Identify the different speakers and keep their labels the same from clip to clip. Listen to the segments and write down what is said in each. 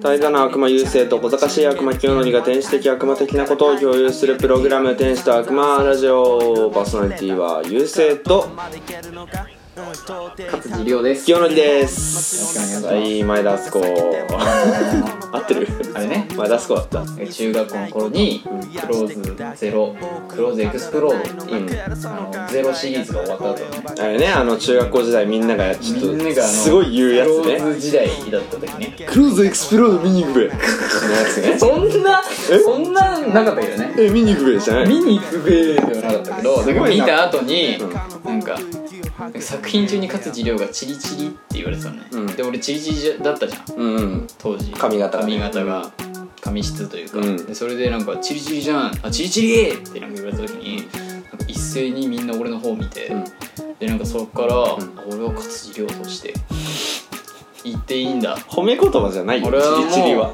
Speaker 1: 大座の悪魔優勢と小賢しい悪魔清則が天使的悪魔的なことを共有するプログラム「天使と悪魔ラジオ」パーソナリティは優勢と
Speaker 2: 勝地亮です
Speaker 1: 清則です
Speaker 2: よろしくお願い
Speaker 1: は
Speaker 2: します
Speaker 1: い前田敦子合ってる
Speaker 2: あれね
Speaker 1: 前田敦子だった
Speaker 2: 中学校の頃にクローズゼロクローズエクスプロードっていう、あのゼロシリーズが終わった後ね
Speaker 1: あれねあの中学校時代みんながちょっ
Speaker 2: みんなが
Speaker 1: と
Speaker 2: あの
Speaker 1: すごい言うやつ
Speaker 2: クロー
Speaker 1: ね
Speaker 2: ズ時代だった時ね
Speaker 1: クローズエクスプロード見に行くべのやつね
Speaker 2: そんなそんななかったけどね
Speaker 1: え見に行くべじゃない
Speaker 2: 見に行くべではなかったけどだから見た後に、
Speaker 1: うん
Speaker 2: なんか作品中に勝地涼が「チリチリ」って言われてたのね、
Speaker 1: うん
Speaker 2: で俺チリチリだったじゃん
Speaker 1: うんうん
Speaker 2: 当時
Speaker 1: 髪型がね
Speaker 2: 髪型が髪質というか、
Speaker 1: うん
Speaker 2: でそれでなんか「チリチリじゃんあチリチリ!」ってなんか言われた時になんか一斉にみんな俺の方を見て、
Speaker 1: うん
Speaker 2: でなんかそこから、俺は勝地涼として言っていいんだ
Speaker 1: 褒め言葉じゃないよ
Speaker 2: 俺はもう
Speaker 1: チリチリは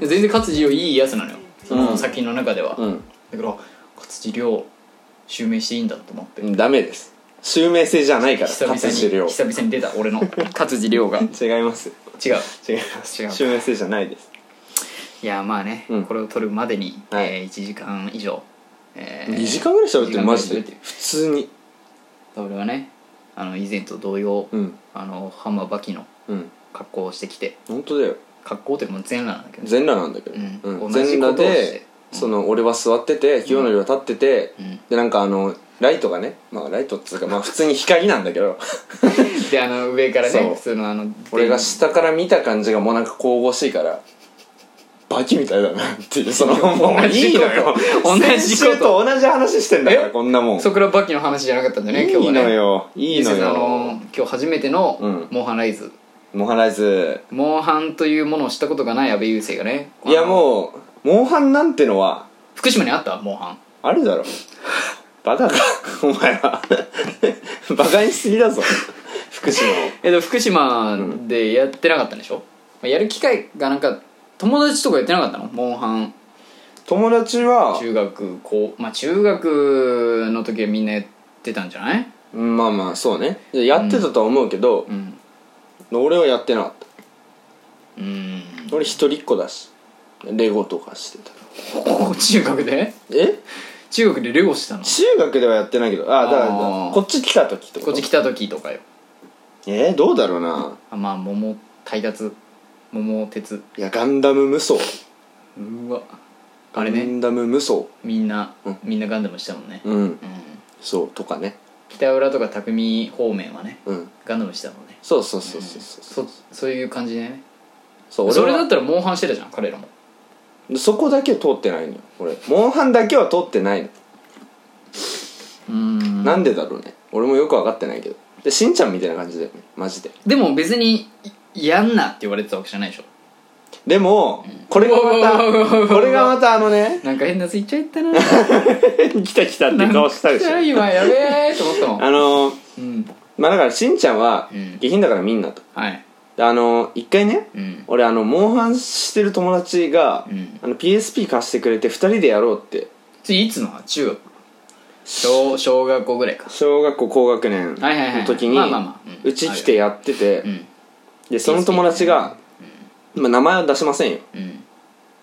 Speaker 2: 全然勝地涼いいやつなのよそ
Speaker 1: うん
Speaker 2: の作品の中では、
Speaker 1: うん
Speaker 2: だからあ勝地涼襲名していいんだと思って、
Speaker 1: うんダメです襲名制じゃないから
Speaker 2: 久々に
Speaker 1: 勝地涼
Speaker 2: 久々に出た俺 の勝地涼が違う
Speaker 1: 違います違います
Speaker 2: 違う
Speaker 1: 襲名制じゃないです
Speaker 2: いやまあね、
Speaker 1: うん
Speaker 2: これを撮るまでに、
Speaker 1: はい
Speaker 2: えー、1時間以上、えー
Speaker 1: 2時間ぐらい喋ってるマジ
Speaker 2: 二時
Speaker 1: で
Speaker 2: 間ぐらい喋ってる
Speaker 1: 普通に
Speaker 2: 俺はねあの以前と同様、
Speaker 1: うん
Speaker 2: あの浜バキの
Speaker 1: うん
Speaker 2: 格好をしてきて
Speaker 1: 本当だよ
Speaker 2: 格好というかもう全裸なんだけどね
Speaker 1: 全裸なんだけど
Speaker 2: うん
Speaker 1: うん
Speaker 2: 同じ
Speaker 1: 全
Speaker 2: ことを
Speaker 1: 裸
Speaker 2: して
Speaker 1: で
Speaker 2: うん
Speaker 1: その俺は座ってて清則は立ってて
Speaker 2: うん
Speaker 1: でなんかあのライトがねまあライトっつうかまあ普通に光なんだけど
Speaker 2: であの上から
Speaker 1: そう
Speaker 2: ね普通のあの
Speaker 1: 俺が下から見た感じがもうなんか神々しいからバキみたいだなっていうそのもう
Speaker 2: 同
Speaker 1: い
Speaker 2: じ
Speaker 1: い
Speaker 2: こと
Speaker 1: のよ
Speaker 2: 同じこと
Speaker 1: 先週と同じ話してんだから
Speaker 2: え
Speaker 1: こんなもん
Speaker 2: そこからバキの話じゃなかったんだよね今
Speaker 1: い
Speaker 2: 日
Speaker 1: い
Speaker 2: はね
Speaker 1: のよいいの
Speaker 2: 実はあ
Speaker 1: よ
Speaker 2: の今日初めての
Speaker 1: うん
Speaker 2: モンハンライズ、
Speaker 1: モンハンライズ
Speaker 2: モンハンというものをしたことがない阿部雄生がね
Speaker 1: いや
Speaker 2: う
Speaker 1: もうモンハンなんてのは
Speaker 2: 福島にあったモンハン
Speaker 1: あるだ ろバカかお前は バカにしすぎだぞ福島を
Speaker 2: えっと福島でやってなかったんでしょ、まあやる機会がなんか友達とかやってなかったのモンハン
Speaker 1: 友達は
Speaker 2: 中学高まあ中学の時はみんなやってたんじゃない
Speaker 1: うんまあまあそうねやってたとは思うけど
Speaker 2: う、ん
Speaker 1: 俺はやってなかった
Speaker 2: うん
Speaker 1: 俺一人っ子だしレゴとかしてた
Speaker 2: 中学で
Speaker 1: え
Speaker 2: 中学でレゴしてたの
Speaker 1: 中学ではやってないけどああだから
Speaker 2: あー
Speaker 1: こっち来た時ってこ
Speaker 2: ことっち来た時とかよ
Speaker 1: えー、どうだろうな
Speaker 2: あまあ桃対立桃鉄
Speaker 1: いやガンダム無双
Speaker 2: うわあれ
Speaker 1: ガ
Speaker 2: ね
Speaker 1: ンダム無双
Speaker 2: みんな、
Speaker 1: うん
Speaker 2: みんなガンダムしたもんね、
Speaker 1: うん
Speaker 2: うん
Speaker 1: そうとかね
Speaker 2: 北浦とか匠方面はね
Speaker 1: うん
Speaker 2: ガンダムしたもんね
Speaker 1: そうそうそうそうそう
Speaker 2: そそういう感じでね
Speaker 1: そう
Speaker 2: そ
Speaker 1: 俺
Speaker 2: れだっ
Speaker 1: は
Speaker 2: たらモンハンしてたじゃん彼らも
Speaker 1: そこだけ通ってないのよ俺モンハンだけは通ってないの
Speaker 2: うん
Speaker 1: なんでだろうね俺もよく分かってないけどでしんちゃんみたいな感じだよねマジで
Speaker 2: でも別にいやんなって言われてたわけじゃないでしょ
Speaker 1: でもこれが
Speaker 2: うわうわうわう
Speaker 1: ま
Speaker 2: わ
Speaker 1: たこれがまたあの ね
Speaker 2: なんか変なスイッチ入ったな
Speaker 1: 来た来たって
Speaker 2: 今やべえと思ったもん
Speaker 1: あのー
Speaker 2: うん
Speaker 1: まあだからしんちゃんは
Speaker 2: うん
Speaker 1: 下品だからみんなと
Speaker 2: はい
Speaker 1: であのー一回ね
Speaker 2: うん
Speaker 1: 俺あのモンハンしてる友達が
Speaker 2: うん
Speaker 1: あの PSP 貸してくれて2人でやろうって
Speaker 2: 次いつの話中学小小学校ぐらいか
Speaker 1: 小学校高学年
Speaker 2: はいはいはい
Speaker 1: の時に
Speaker 2: まあまあまあうん
Speaker 1: うち来てやってて
Speaker 2: うん
Speaker 1: でその友達がまあ名前は出しませんよ
Speaker 2: うん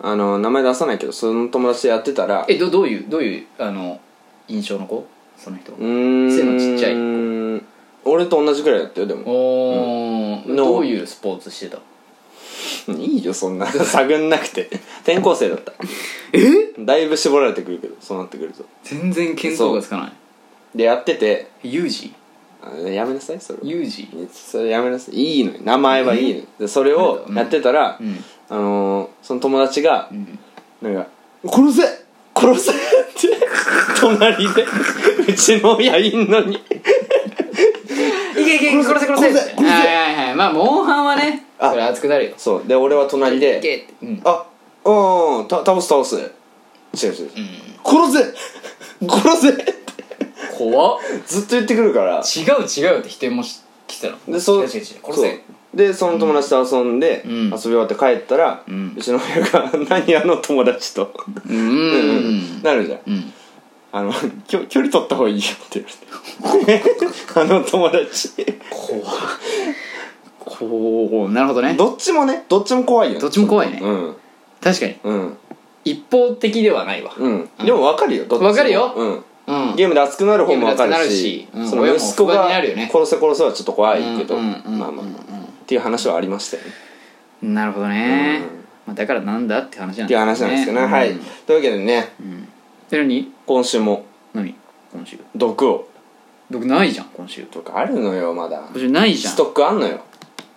Speaker 1: あの名前出さないけどその友達でやってたら
Speaker 2: えどどういうどういうあの印象の子その人
Speaker 1: うーん
Speaker 2: 背のちっちゃい
Speaker 1: 俺と同じくらいだったよでも
Speaker 2: おお
Speaker 1: うん
Speaker 2: どういうスポーツしてた
Speaker 1: いいよそんな 探んなくて転校生だった
Speaker 2: え
Speaker 1: だいぶ絞られてくるけどそうなってくると
Speaker 2: 全然見当がつかない
Speaker 1: でやってて
Speaker 2: ユージ
Speaker 1: あやめなさいそれは
Speaker 2: ユージ
Speaker 1: それやめなさいいいのよ名前はいいのよでそれをやってたら、
Speaker 2: うん
Speaker 1: あのーその友達が
Speaker 2: うん
Speaker 1: なんか「殺せ殺せ!」って隣でうちの親いんのに
Speaker 2: いけいけ殺せ殺せってはいはいはいまあモンハンはね
Speaker 1: あ
Speaker 2: それ熱くなるよ
Speaker 1: そうで俺は隣
Speaker 2: い
Speaker 1: で
Speaker 2: けってうん
Speaker 1: 「あうんた倒す倒す」違う違う違う
Speaker 2: うん
Speaker 1: 殺せ殺せって
Speaker 2: 怖っ
Speaker 1: ずっと言ってくるから
Speaker 2: 違う違うって否定もし来てたの
Speaker 1: でそ
Speaker 2: 違う違う違う殺せ
Speaker 1: そうでその友達と遊んで、
Speaker 2: うん
Speaker 1: 遊び終わって帰ったら、う
Speaker 2: うん
Speaker 1: ちの親が 「何あの友達と」
Speaker 2: うんうん
Speaker 1: なるじゃん
Speaker 2: うん
Speaker 1: あのきょ距離取った方がいい よって言われてあの友達
Speaker 2: 怖っこほうなるほどね
Speaker 1: どっちもねどっちも怖いよね
Speaker 2: どっちも怖いね
Speaker 1: うん
Speaker 2: 確かに
Speaker 1: うん
Speaker 2: 一方的ではないわ
Speaker 1: うんでも分かるよどっちも
Speaker 2: 分かるよ
Speaker 1: うん
Speaker 2: うん
Speaker 1: ゲームで熱くなる方も分かるし
Speaker 2: ゲームで熱
Speaker 1: その息子
Speaker 2: くなるしうん親も不安
Speaker 1: が
Speaker 2: になるよね
Speaker 1: 殺せ殺せはちょっと怖いけど
Speaker 2: うんうんうんうん
Speaker 1: まあまあっていう話はありましたよね
Speaker 2: なるほどね
Speaker 1: うん
Speaker 2: まあだからなんだって話な
Speaker 1: っ
Speaker 2: ん
Speaker 1: ていう話なんですよね
Speaker 2: うん
Speaker 1: はいというわけでね
Speaker 2: うんで何
Speaker 1: 今週も
Speaker 2: 何今週
Speaker 1: 毒を
Speaker 2: 僕ないじゃん今週
Speaker 1: とかあるのよまだ
Speaker 2: 今週ないじゃん
Speaker 1: ストックあんのよ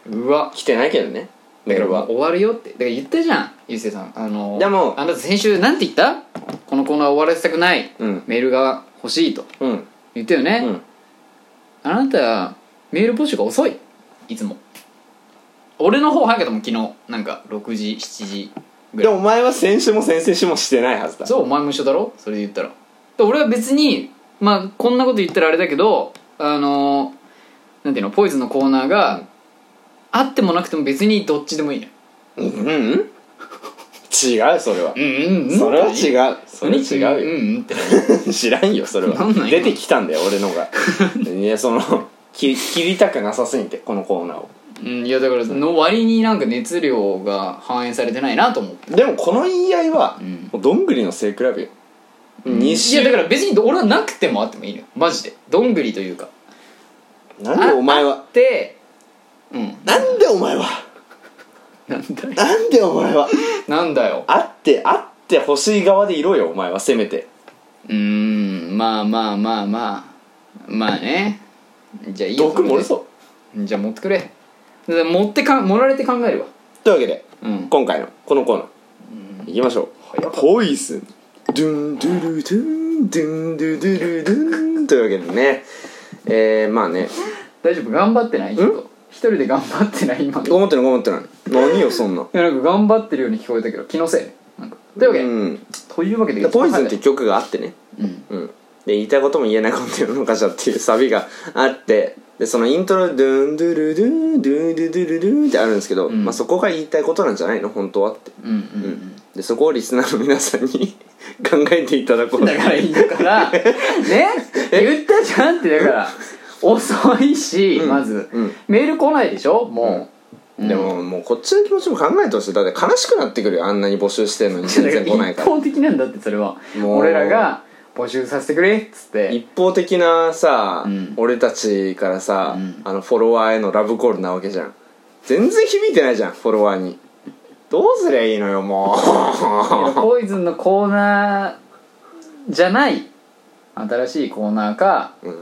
Speaker 2: うわ
Speaker 1: 来てないけどねメール
Speaker 2: もう
Speaker 1: は
Speaker 2: 終わるよってだから言ったじゃんゆうせいさんあの
Speaker 1: でも
Speaker 2: あなた先週なんて言ったこのコーナー終わらせたくない
Speaker 1: うん
Speaker 2: メールが欲しいと
Speaker 1: うん
Speaker 2: 言ったよね、
Speaker 1: うん
Speaker 2: あなたメール募集が遅いいつも俺の方早けども昨日なんか6時7時ぐ
Speaker 1: で
Speaker 2: らい
Speaker 1: もお前は先週も先々週もしてないはずだ
Speaker 2: そうお前も一緒だろそれで言ったらで俺は別にまあこんなこと言ったらあれだけどあのーなんていうのポイズンのコーナーが、あってもなくても別にどっちでもいいね
Speaker 1: うんうん違うそれは
Speaker 2: うんうんうん
Speaker 1: それは違うそれは違うよ
Speaker 2: うんうんって
Speaker 1: 知らんよそれ
Speaker 2: な
Speaker 1: は
Speaker 2: んなん
Speaker 1: 出てきたんだよ俺 のがいやその切切りたくなさすぎてこのコーナーを
Speaker 2: うんいやだからの割になんか熱量が反映されてないなと思って
Speaker 1: でもこの言い合いは
Speaker 2: うん
Speaker 1: もうどんぐりの背比べよ2
Speaker 2: いやだ
Speaker 1: 週
Speaker 2: から別に俺はなくてもあってもいいのよマジでどんぐりというか
Speaker 1: なんでお前
Speaker 2: ああ
Speaker 1: は
Speaker 2: ってうん
Speaker 1: なんでお前は
Speaker 2: なんだよ
Speaker 1: なんでお前は
Speaker 2: なんだよ
Speaker 1: あってあって欲しい側でいろよお前はせめて
Speaker 2: うーんまあまあまあまあまあねじゃあいいよ
Speaker 1: 毒漏れそう
Speaker 2: じゃあ持ってくれだから持ってか盛られて考えるわ
Speaker 1: というわけで
Speaker 2: うん
Speaker 1: 今回のこのコーナーいきましょうポイズンドゥンドゥルドゥンドゥンドゥドゥルドゥンというわけでねえー、まあね
Speaker 2: 大丈夫頑張ってないちょっと一人で頑張って ない今
Speaker 1: ごもってないごもってない何よそんない
Speaker 2: やなんか頑張ってるように聞こえたけど気のせいなんかというわけで、
Speaker 1: うん
Speaker 2: というわけで
Speaker 1: でポイズンって曲があってね
Speaker 2: うん
Speaker 1: うんで言いたいことも言えないこと言うのかしらっていうサビがあってでそのイントロドゥンドゥルドゥンドゥンドゥドゥルドゥンってあるんですけど、
Speaker 2: ん
Speaker 1: まあそこが言いたいことなんじゃないの本当はって
Speaker 2: うんうんうん
Speaker 1: でそこをリスナーの皆さんに考えていただこう
Speaker 2: だからいいだか らね言ったじゃんってだから遅いし、
Speaker 1: うん
Speaker 2: まず、
Speaker 1: うん
Speaker 2: メール来ないでしょもう、
Speaker 1: でももうこっちの気持ちも考えてほしいだって悲しくなってくるよあんなに募集して んのに
Speaker 2: うん
Speaker 1: 全然来ない
Speaker 2: 一
Speaker 1: から
Speaker 2: 方的なんだってそれは
Speaker 1: もう
Speaker 2: 俺らが募集させてくれっつって
Speaker 1: 一方的なさ、
Speaker 2: うん
Speaker 1: 俺たちからさ、
Speaker 2: うん
Speaker 1: あのフォロワーへのラブコールなわけじゃん全然響いてないじゃんフォロワーにどうすりゃいいのよも
Speaker 2: だから
Speaker 1: う
Speaker 2: ポイズンのコーナーじゃない新しいコーナーか、
Speaker 1: うん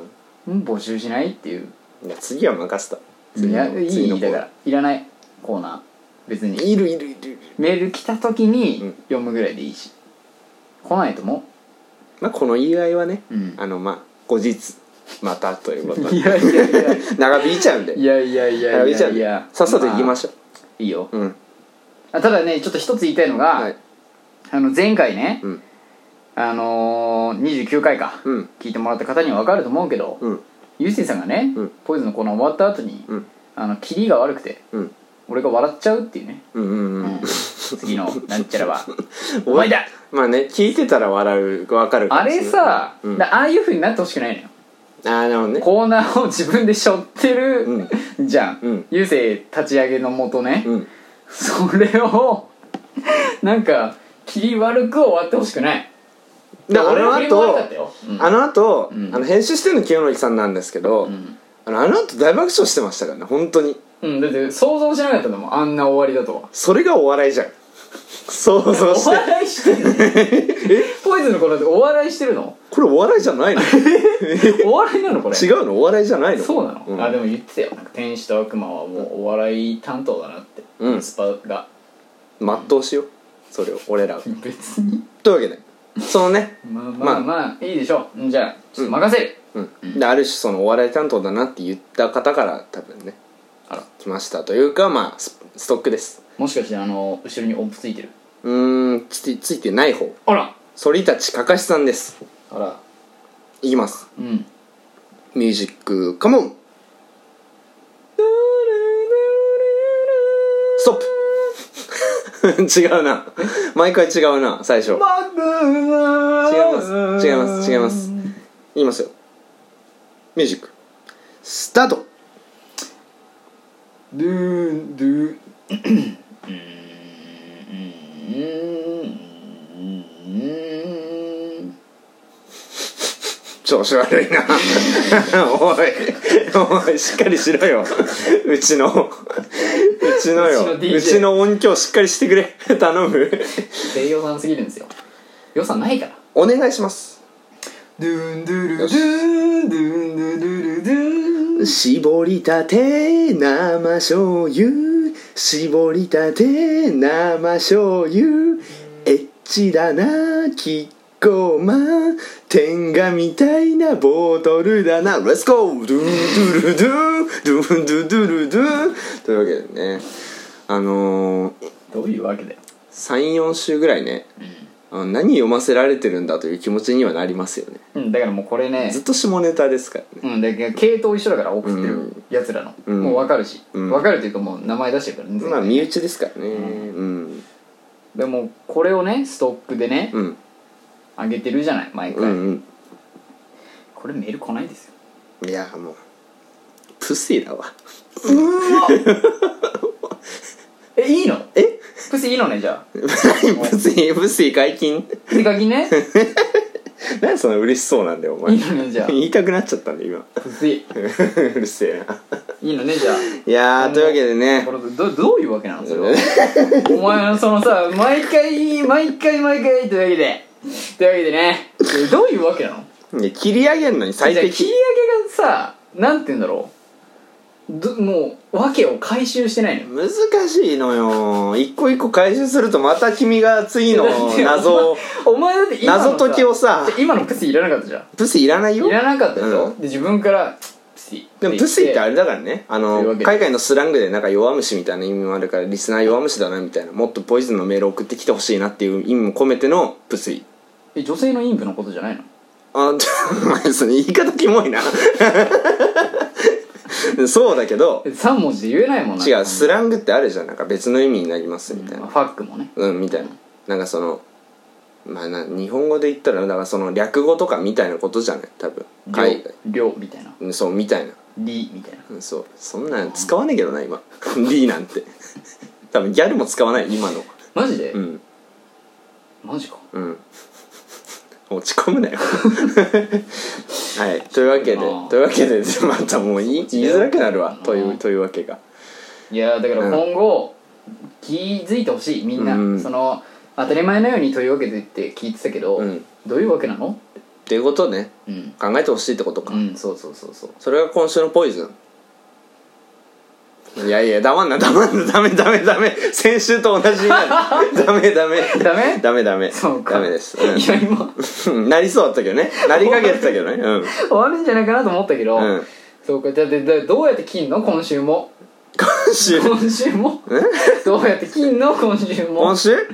Speaker 2: うん、募集しないっていう
Speaker 1: いや次は任せた
Speaker 2: い
Speaker 1: 次
Speaker 2: や
Speaker 1: の
Speaker 2: い
Speaker 1: 次の
Speaker 2: い
Speaker 1: コー
Speaker 2: だか
Speaker 1: ナ
Speaker 2: らいらないコーナー別に
Speaker 1: ーいるいるいるいる
Speaker 2: メール来た時
Speaker 1: う
Speaker 2: に
Speaker 1: ん
Speaker 2: 読むぐらいでいいし、来ないとも
Speaker 1: まあこの言い合いはね、
Speaker 2: うん
Speaker 1: あのまあ後日またということで
Speaker 2: いやいやいや
Speaker 1: 長引いちゃうんで
Speaker 2: いやいやいや
Speaker 1: 長
Speaker 2: い
Speaker 1: 引いちゃ
Speaker 2: や
Speaker 1: うん
Speaker 2: い
Speaker 1: で
Speaker 2: や
Speaker 1: さっさと行きま
Speaker 2: し
Speaker 1: しょう、
Speaker 2: ょういいよ
Speaker 1: うん
Speaker 2: あただねちょっと一つ言いたいのが、
Speaker 1: はい
Speaker 2: あの前回ね、
Speaker 1: うん
Speaker 2: あのー、29回か、
Speaker 1: うん
Speaker 2: 聞いてもらった方には分かると思うけど、
Speaker 1: うん
Speaker 2: ゆうせいさんがね、
Speaker 1: うん
Speaker 2: ポイズンのコーナー終わった後に、
Speaker 1: うん
Speaker 2: あのキリが悪くて
Speaker 1: うん
Speaker 2: 俺が笑っちゃうっていうね、
Speaker 1: うんうんう
Speaker 2: うん
Speaker 1: ん
Speaker 2: 次のなんちゃ らはお前だ
Speaker 1: まあね聞いてたら笑うわかる
Speaker 2: あれさ、
Speaker 1: うん
Speaker 2: だああいうふうになってほしくないのよ
Speaker 1: ああなるほどね
Speaker 2: コーナーを自分で背負ってる、じゃん、
Speaker 1: うん
Speaker 2: ゆうせい立ち上げのもとね、
Speaker 1: うん
Speaker 2: それをなんか切り悪く終わってほしくない
Speaker 1: であの
Speaker 2: 俺振り回し
Speaker 1: 後
Speaker 2: ちゃったようん
Speaker 1: あの後、
Speaker 2: うん
Speaker 1: あの編集してるの清則さんなんですけど、
Speaker 2: うん
Speaker 1: あのあの後大爆笑してましたからね本当に
Speaker 2: うんだって想像しなかったんだもんあんな終わりだとは
Speaker 1: それがお笑いじゃん 想像
Speaker 2: お
Speaker 1: して
Speaker 2: 笑いしてるのポイズンの頃ってお笑いしてるの
Speaker 1: これお笑いじゃ ないの違
Speaker 2: お笑いなのこれ
Speaker 1: うのお笑いじゃないの
Speaker 2: そうなの、
Speaker 1: うん
Speaker 2: あでも言ってたよなんか天使と悪魔はもうお笑い担当だなって、
Speaker 1: うん
Speaker 2: スパが
Speaker 1: 全うしようそれを俺らが
Speaker 2: 別に
Speaker 1: というわけでそのね
Speaker 2: まあまあまあ、いいでしょううんじゃあちょっと任せる、
Speaker 1: うん、である種そのお笑い担当だなって言った方から多分ね
Speaker 2: あら
Speaker 1: 来ましたというかまあスストックです
Speaker 2: もしかしてあの後ろに音符ついてる
Speaker 1: うーんつついてない方
Speaker 2: あら
Speaker 1: 反立かかしさんです
Speaker 2: あら
Speaker 1: いきます
Speaker 2: うん
Speaker 1: ミュージックカモンストップ 違うな毎回違うな最初違います違います違います言いますよミュージックスタートドゥンドゥ調子悪いなおいおいしっかりしろようちのうちのよ
Speaker 2: うちの DJ
Speaker 1: うちの音響しっかりしてくれ頼む
Speaker 2: 低予算すぎるんですよ予算ないから
Speaker 1: お願いします
Speaker 2: ドゥンドゥルドゥンドゥンドゥルドゥン
Speaker 1: 絞りたて生醤油絞りたて生醤油エッチだなキッコーマン天下みたいなボトルだなレッツゴードゥンドゥルドゥンドゥンドゥドゥルドゥンというわけでねあのー、
Speaker 2: どういうわけだよ
Speaker 1: 34週ぐらいねあの何読ませられてるんだという気持ちにはなりますよね
Speaker 2: うんだからもうこれね
Speaker 1: ずっと下ネタですからね
Speaker 2: うん、だけど系統一緒だから送って
Speaker 1: う
Speaker 2: る
Speaker 1: ん
Speaker 2: やつらの、
Speaker 1: うん
Speaker 2: もう分かるし、
Speaker 1: うん
Speaker 2: 分かるというかもう名前出してるからね、
Speaker 1: まあ
Speaker 2: 全
Speaker 1: 身
Speaker 2: 然
Speaker 1: 内ですからねうん
Speaker 2: でもこれをねストックでね、
Speaker 1: うん
Speaker 2: 上げてるじゃない毎
Speaker 1: うん
Speaker 2: 回、
Speaker 1: うん
Speaker 2: これメール来ないですよ
Speaker 1: いやもうプシーだ わ
Speaker 2: えいいの
Speaker 1: え
Speaker 2: プスいいのねじゃ
Speaker 1: 何プシープシー解禁
Speaker 2: あ手書きね
Speaker 1: 何そんな嬉しそうなんだよお
Speaker 2: い
Speaker 1: 前
Speaker 2: いのねじゃあ
Speaker 1: 言いたくなっちゃったんだ よ
Speaker 2: プスい
Speaker 1: 今うるせえない
Speaker 2: いのねじゃ
Speaker 1: いやーというわけで
Speaker 2: あ
Speaker 1: ね
Speaker 2: これどどういうわけなのそれはお前のそのさ毎回毎回毎回というわけでというわけでねえどういうわけなの
Speaker 1: いや切り上げるのに最
Speaker 2: じゃあ切り
Speaker 1: 適
Speaker 2: 上げがさなんて言うんだろうどもう訳を回収してないのよ
Speaker 1: 難しいのよ一個一個回収するとまた君が次の謎を
Speaker 2: お前だって今のさ
Speaker 1: 謎解きをさ
Speaker 2: じゃあ今のプスいらなかったじゃ
Speaker 1: プシーいらない
Speaker 2: ん
Speaker 1: よ
Speaker 2: いらなかったでしょ、
Speaker 1: うん
Speaker 2: で自分からプス
Speaker 1: でもプシーってあ
Speaker 2: る
Speaker 1: れだからねあ
Speaker 2: というわ
Speaker 1: の
Speaker 2: けで
Speaker 1: 海外のスラングでなんか弱虫みたいな意味もあるからリスナー弱虫だなみたいなもっとポイズンのメール送ってきてほしいなっていう意味も込めてのプシー
Speaker 2: え女性の陰部のことじゃないの
Speaker 1: あちょ お前その言い方キモいな そうだけど
Speaker 2: 3文字で言えないもんな
Speaker 1: 違うス
Speaker 2: ラ
Speaker 1: ラングってあるじゃんなんか別の意味になりますみたい
Speaker 2: ファ
Speaker 1: な
Speaker 2: ックもね
Speaker 1: うんみたいななんかそのまあな日本語で言ったらだからその略語とかみたいなことじゃない多分海外
Speaker 2: りょうみたいな
Speaker 1: うんそうみたいな
Speaker 2: りみたいな
Speaker 1: うんそうそんなん使わねえけどな今 D なんて 多分ギャルも使わない今の
Speaker 2: マジで、
Speaker 1: うん
Speaker 2: マジか
Speaker 1: うん落ち込むなよ はいというわけで
Speaker 2: あー
Speaker 1: というわけで またもう言い言いづらくなるわとい
Speaker 2: あー
Speaker 1: うというわけが
Speaker 2: いやーだから
Speaker 1: うん
Speaker 2: 今後、気づいてほしいみんな、
Speaker 1: うん
Speaker 2: その当たり前のようにというわけでって聞いてたけど、
Speaker 1: うん
Speaker 2: どういうわけなの
Speaker 1: っていうことをね
Speaker 2: うん、
Speaker 1: 考えてほしいってこと
Speaker 2: う
Speaker 1: か、
Speaker 2: ん、そうそうそうそう
Speaker 1: それが今週のポイズンいやいや黙んな黙んなダメダメダメ先週と同じになるダメダメ
Speaker 2: ダメ
Speaker 1: ダメダメ
Speaker 2: そうか
Speaker 1: ダメです、
Speaker 2: いや今
Speaker 1: うん、なりそうだったけどねなりかけてたけどねうん
Speaker 2: 終わるんじゃないかなと思ったけど、
Speaker 1: うん
Speaker 2: そうかじゃあででどうやって切んの今週も
Speaker 1: 今週
Speaker 2: 今週もどうやって切んの今週も
Speaker 1: 今週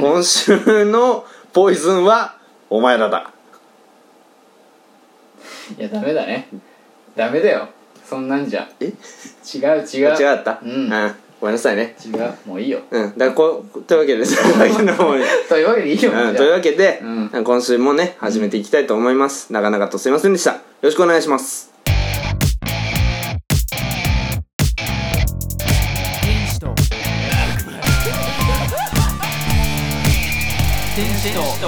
Speaker 1: 今週のポイズンはお前らだ
Speaker 2: いやダメだねダメだよそんなんじゃ
Speaker 1: え
Speaker 2: 違う違う
Speaker 1: 違かった
Speaker 2: うん
Speaker 1: ごめんなさいね
Speaker 2: 違うもういいよ
Speaker 1: うんだからこうというわけでというわけの方に
Speaker 2: というわけでいいよ、
Speaker 1: うん、
Speaker 2: じゃあ
Speaker 1: というわけで、
Speaker 2: う
Speaker 1: 今週もね始めていきたいと思いますなかなかとすいませんでしたよろしくお願いします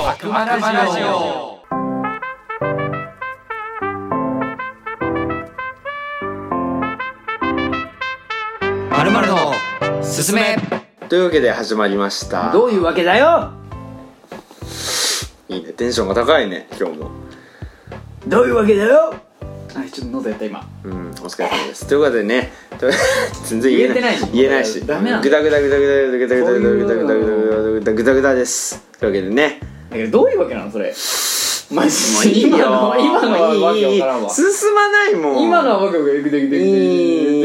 Speaker 3: 悪魔ラジオ
Speaker 2: まるまるのすすめ
Speaker 1: というわけで始まりました
Speaker 2: どういうわけだよ
Speaker 1: いいねテンションが高いね今日も
Speaker 2: どういうわけだよはいちょっと喉やった今
Speaker 1: うんお疲れ様ですということでねと全然言えない
Speaker 2: 言えてないし
Speaker 1: し
Speaker 2: ダメなの
Speaker 1: グダグダグダグダグダグダグダグダグダグダグダグダグダグダですというわけでね
Speaker 2: だけどどういうわけなのそれマジ
Speaker 1: もういいよ
Speaker 2: 今の今のはわけわからんわ
Speaker 1: 進まないもん
Speaker 2: 今のは僕がグデグデグデグデグ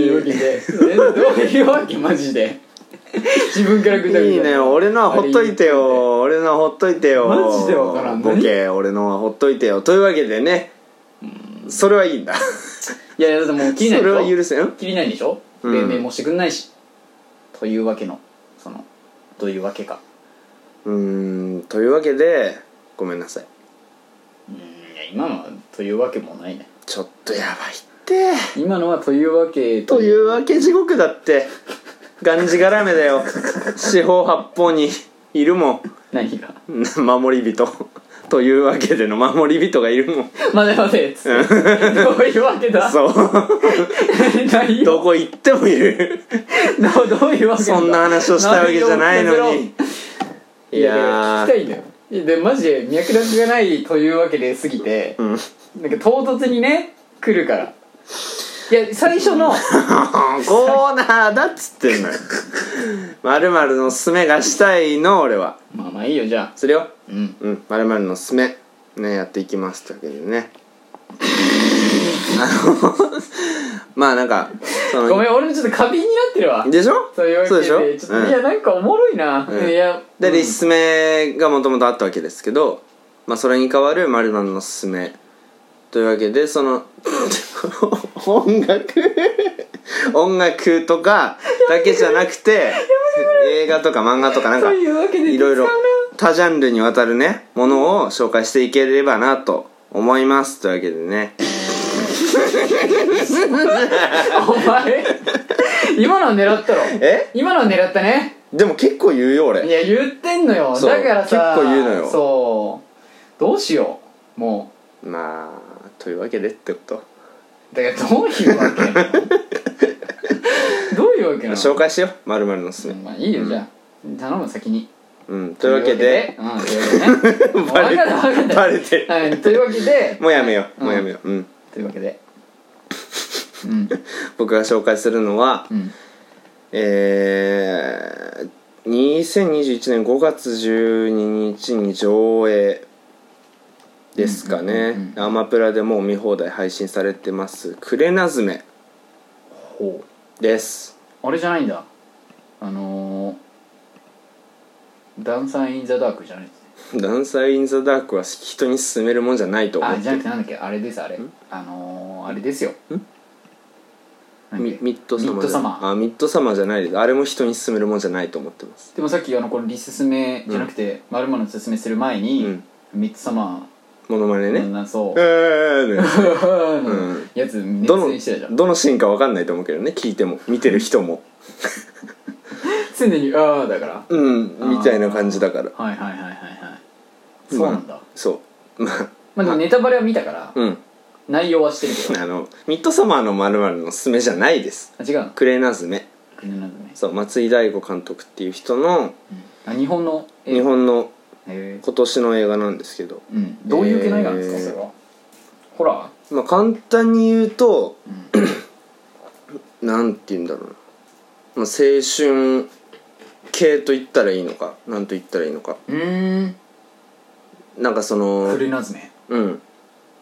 Speaker 2: デグいうわけでどういうわけマジで自分からグデグデ
Speaker 1: いいね俺のはほっといてよ俺のはほっといてよ
Speaker 2: マジでわからん
Speaker 1: ボケ俺のはほっといてよというわけでねそれはいいんだ
Speaker 2: いやいやだってもう
Speaker 1: そ
Speaker 2: 切りない
Speaker 1: れは
Speaker 2: でし
Speaker 1: 許
Speaker 2: ょ
Speaker 1: せん
Speaker 2: 切りないでしょ
Speaker 1: うん
Speaker 2: 弁明もしてくんないしというわけのそのどういうわけか
Speaker 1: うーんというわけでごめんなさい
Speaker 2: うんいや今のはというわけもないね
Speaker 1: ちょっとやばいって
Speaker 2: 今のはというわけ
Speaker 1: というわけ地獄だってがんじがらめだよ四方八方にいるも
Speaker 2: 何が
Speaker 1: ん守り人というわけでの守り人がいるもん
Speaker 2: 待て待てっつってどういうわけだ
Speaker 1: そう
Speaker 2: 何
Speaker 1: ど
Speaker 2: よ
Speaker 1: こ行ってもいる
Speaker 2: どどういうわけだ
Speaker 1: そんな話をしたわけじゃないのにい
Speaker 2: いや
Speaker 1: や
Speaker 2: 聞きた
Speaker 1: ー
Speaker 2: いんだよでマジで脈絡がないというわけですぎて、
Speaker 1: うん
Speaker 2: なんか唐突にね来るからいや最 初の
Speaker 1: コーナーだっつってんのよまるまるのすめがしたいの俺は
Speaker 2: まあまあいいよじゃ
Speaker 1: するよ
Speaker 2: あうん
Speaker 1: うんまるまるのすめねやっていきますというわけでねあの まあなんかその
Speaker 2: ごめん俺もちょっと過敏になってるわ
Speaker 1: でしょ
Speaker 2: そういうわけで
Speaker 1: でしょ
Speaker 2: ちょっと、
Speaker 1: うん
Speaker 2: いやなんかおもろいな、
Speaker 1: うん
Speaker 2: いや
Speaker 1: で、
Speaker 2: うん
Speaker 1: リスメがもともとあったわけですけど、まあ、それに代わる「マルマンのすすめ」というわけでその 音楽音楽とかだけじゃなくて映画とか漫画とかなん
Speaker 2: と
Speaker 1: か
Speaker 2: いうわけで
Speaker 1: いろいろ
Speaker 2: 使
Speaker 1: 多ジャンルにわたるねものを紹介していければなと思いますというわけでね
Speaker 2: うなお 前今のは狙ったろ
Speaker 1: え
Speaker 2: 今のは狙ったね
Speaker 1: でも結構言うよ
Speaker 2: い
Speaker 1: 俺
Speaker 2: や言ってんのよ
Speaker 1: そう
Speaker 2: だからさ
Speaker 1: 結構言うのよ
Speaker 2: そうどうしようも
Speaker 1: まあというわけでってこと
Speaker 2: うだからどういうわけ なのどういうわけなの
Speaker 1: 紹介しよう「まるのすすめ
Speaker 2: まあいいよじゃあ、頼む先に」
Speaker 1: うんというわけで
Speaker 2: というわけでうんというわ
Speaker 1: バ
Speaker 2: け
Speaker 1: レ
Speaker 2: でね分かった分か
Speaker 1: バレてる
Speaker 2: ったはいというわけで
Speaker 1: もうやめよう、
Speaker 2: ん
Speaker 1: もうやめよう、うん、
Speaker 2: というわけでうん
Speaker 1: 僕が紹介するのは
Speaker 2: うん
Speaker 1: えー、2021年5月12日に上映ですかね、
Speaker 2: うんうんうんうん
Speaker 1: アマプラでもう見放題配信されてます「くれなずめ
Speaker 2: ほ」
Speaker 1: です
Speaker 2: うあれじゃないんだあのー「ダンサー・イン・ザ・ダーク」じゃないです
Speaker 1: 「
Speaker 2: ね
Speaker 1: ダンサー・イン・ザ・ダーク」は人に勧めるもんじゃないと思
Speaker 2: あ
Speaker 1: う
Speaker 2: じゃなくてなんだっけあれですあれあのー、あれですよなんだっ
Speaker 1: ミ
Speaker 2: け
Speaker 1: ミッドサマー
Speaker 2: ミッドサマー
Speaker 1: あミッドサマーじゃないですあれも人に勧めるもんじゃないと思ってます
Speaker 2: でもさっきあのこのリスめじゃなくて「まるまるの勧めする前に、
Speaker 1: うん
Speaker 2: ミッドサマ
Speaker 1: モノマネ
Speaker 2: ー
Speaker 1: ね、
Speaker 2: のなそう
Speaker 1: えーね
Speaker 2: のやつ熱
Speaker 1: どの
Speaker 2: 演してたじゃん
Speaker 1: どのシーンか分かんないと思うけどね聞いても見てる人も
Speaker 2: 常に「ああ」だから
Speaker 1: うんみたいな感じだから
Speaker 2: はいはいはいはいはいそうなんだ
Speaker 1: そうまあ
Speaker 2: まあでもネタバレは見たから
Speaker 1: うん
Speaker 2: 内容はしてるけ ど
Speaker 1: あのミッドサマーのまるのすすめじゃないです
Speaker 2: あ違うの
Speaker 1: クレナズメ
Speaker 2: 国なんだね
Speaker 1: そう松井大悟監督っていう人の
Speaker 2: あ日本の映画
Speaker 1: 日本の
Speaker 2: へえ
Speaker 1: 今年の映画なんですけど
Speaker 2: うんどういう系の映画なんです
Speaker 1: えー
Speaker 2: かそれはホラ
Speaker 1: まあ簡単に言うと
Speaker 2: ー
Speaker 1: なんて言うんだろうな、まあ、青春系と言ったらいいのかなんと言ったらいいのか
Speaker 2: うんう
Speaker 1: なんかそ
Speaker 2: ーん
Speaker 1: の
Speaker 2: クレナズメ
Speaker 1: うんあ
Speaker 2: 全然想像つかない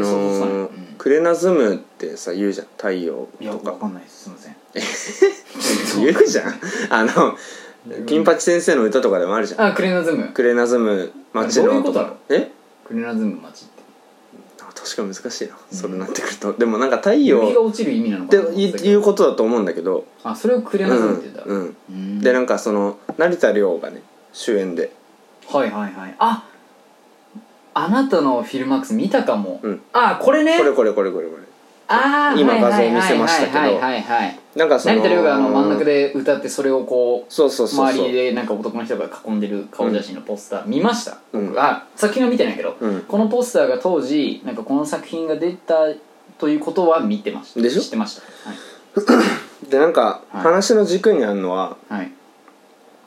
Speaker 1: のー
Speaker 2: うん
Speaker 1: クレナズムってさ言うじゃん太陽
Speaker 2: いや
Speaker 1: とか
Speaker 2: わかんないですすいませ ん
Speaker 1: 言うじゃんあの金八先生の歌とかでもあるじゃん
Speaker 2: あクレナズム
Speaker 1: クレナズム街
Speaker 2: どうい
Speaker 1: の
Speaker 2: うことなの
Speaker 1: え
Speaker 2: クレナズム街って
Speaker 1: あ確かに難しいな、それになってくるとでもなんか太陽
Speaker 2: 指が
Speaker 1: っ
Speaker 2: 落ちる意味なのか
Speaker 1: て
Speaker 2: なと思ってたけど
Speaker 1: いうことだと思うんだけど
Speaker 2: あそれをクレ
Speaker 1: う
Speaker 2: ナズムっ
Speaker 1: ん
Speaker 2: て言うんだ、
Speaker 1: うん
Speaker 2: うーん
Speaker 1: でなんかその成田凌がね主演で
Speaker 2: はいはいはいああなたのフィルマックス見たかも、
Speaker 1: うん
Speaker 2: あこれね
Speaker 1: これこれこれこれこれ
Speaker 2: あー
Speaker 1: 今
Speaker 2: はいはい
Speaker 1: 画像見せましたけど
Speaker 2: はいはいはいはい
Speaker 1: なんかその
Speaker 2: 成田凌があの真ん中で歌ってそれをこう
Speaker 1: そうそうそうそう
Speaker 2: 周りでなんか男の人が囲んでる顔写真のポスター、見ました、
Speaker 1: うん
Speaker 2: 僕あ作品は見てないけど、
Speaker 1: うん
Speaker 2: このポスターが当時なんかこの作品が出たということは見てました
Speaker 1: でしょ
Speaker 2: 知ってましたはい
Speaker 1: でなんか
Speaker 2: はい
Speaker 1: 話の軸にあるのは、
Speaker 2: はい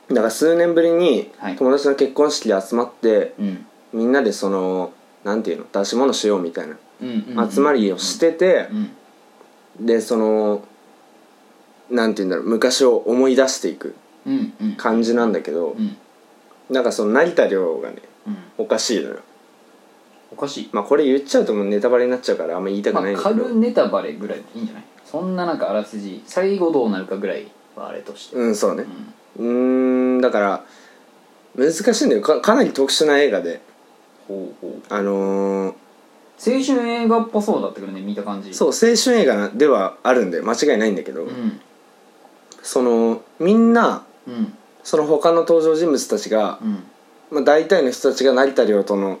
Speaker 1: だから数年ぶりに
Speaker 2: はい
Speaker 1: 友達の結婚式で集まって、
Speaker 2: うん
Speaker 1: みんなでそのなんていうの出し物しようみたいな
Speaker 2: うんうんうん
Speaker 1: 集まりをしてて
Speaker 2: う、ん
Speaker 1: でそのなんていうんだろう昔を思い出していく
Speaker 2: うんうん
Speaker 1: 感じなんだけど
Speaker 2: う、ん
Speaker 1: なんかその成田凌がね
Speaker 2: うん
Speaker 1: おかしいのよ
Speaker 2: おかしい
Speaker 1: まあこれ言っちゃうともうネタバレになっちゃうからあんま言いたく
Speaker 2: ま
Speaker 1: ない
Speaker 2: あ、
Speaker 1: んだけど、
Speaker 2: 軽ネタバレぐらいでいいんじゃないそんななんかあらすじ最後どうなるかぐらいはあれとして、
Speaker 1: うんそうね
Speaker 2: うん
Speaker 1: うーんだから難しいんだよかかなり特殊な映画で
Speaker 2: ほうほう
Speaker 1: あのー
Speaker 2: 青春映画っぽそうだったけどね見た感じ
Speaker 1: そう
Speaker 2: う、
Speaker 1: 青春映画ではあるんで間違いないんだけど、
Speaker 2: うん
Speaker 1: そのみんな
Speaker 2: うん
Speaker 1: その他の登場人物たちが
Speaker 2: う、ん
Speaker 1: まあ、大体の人たちが成田凌との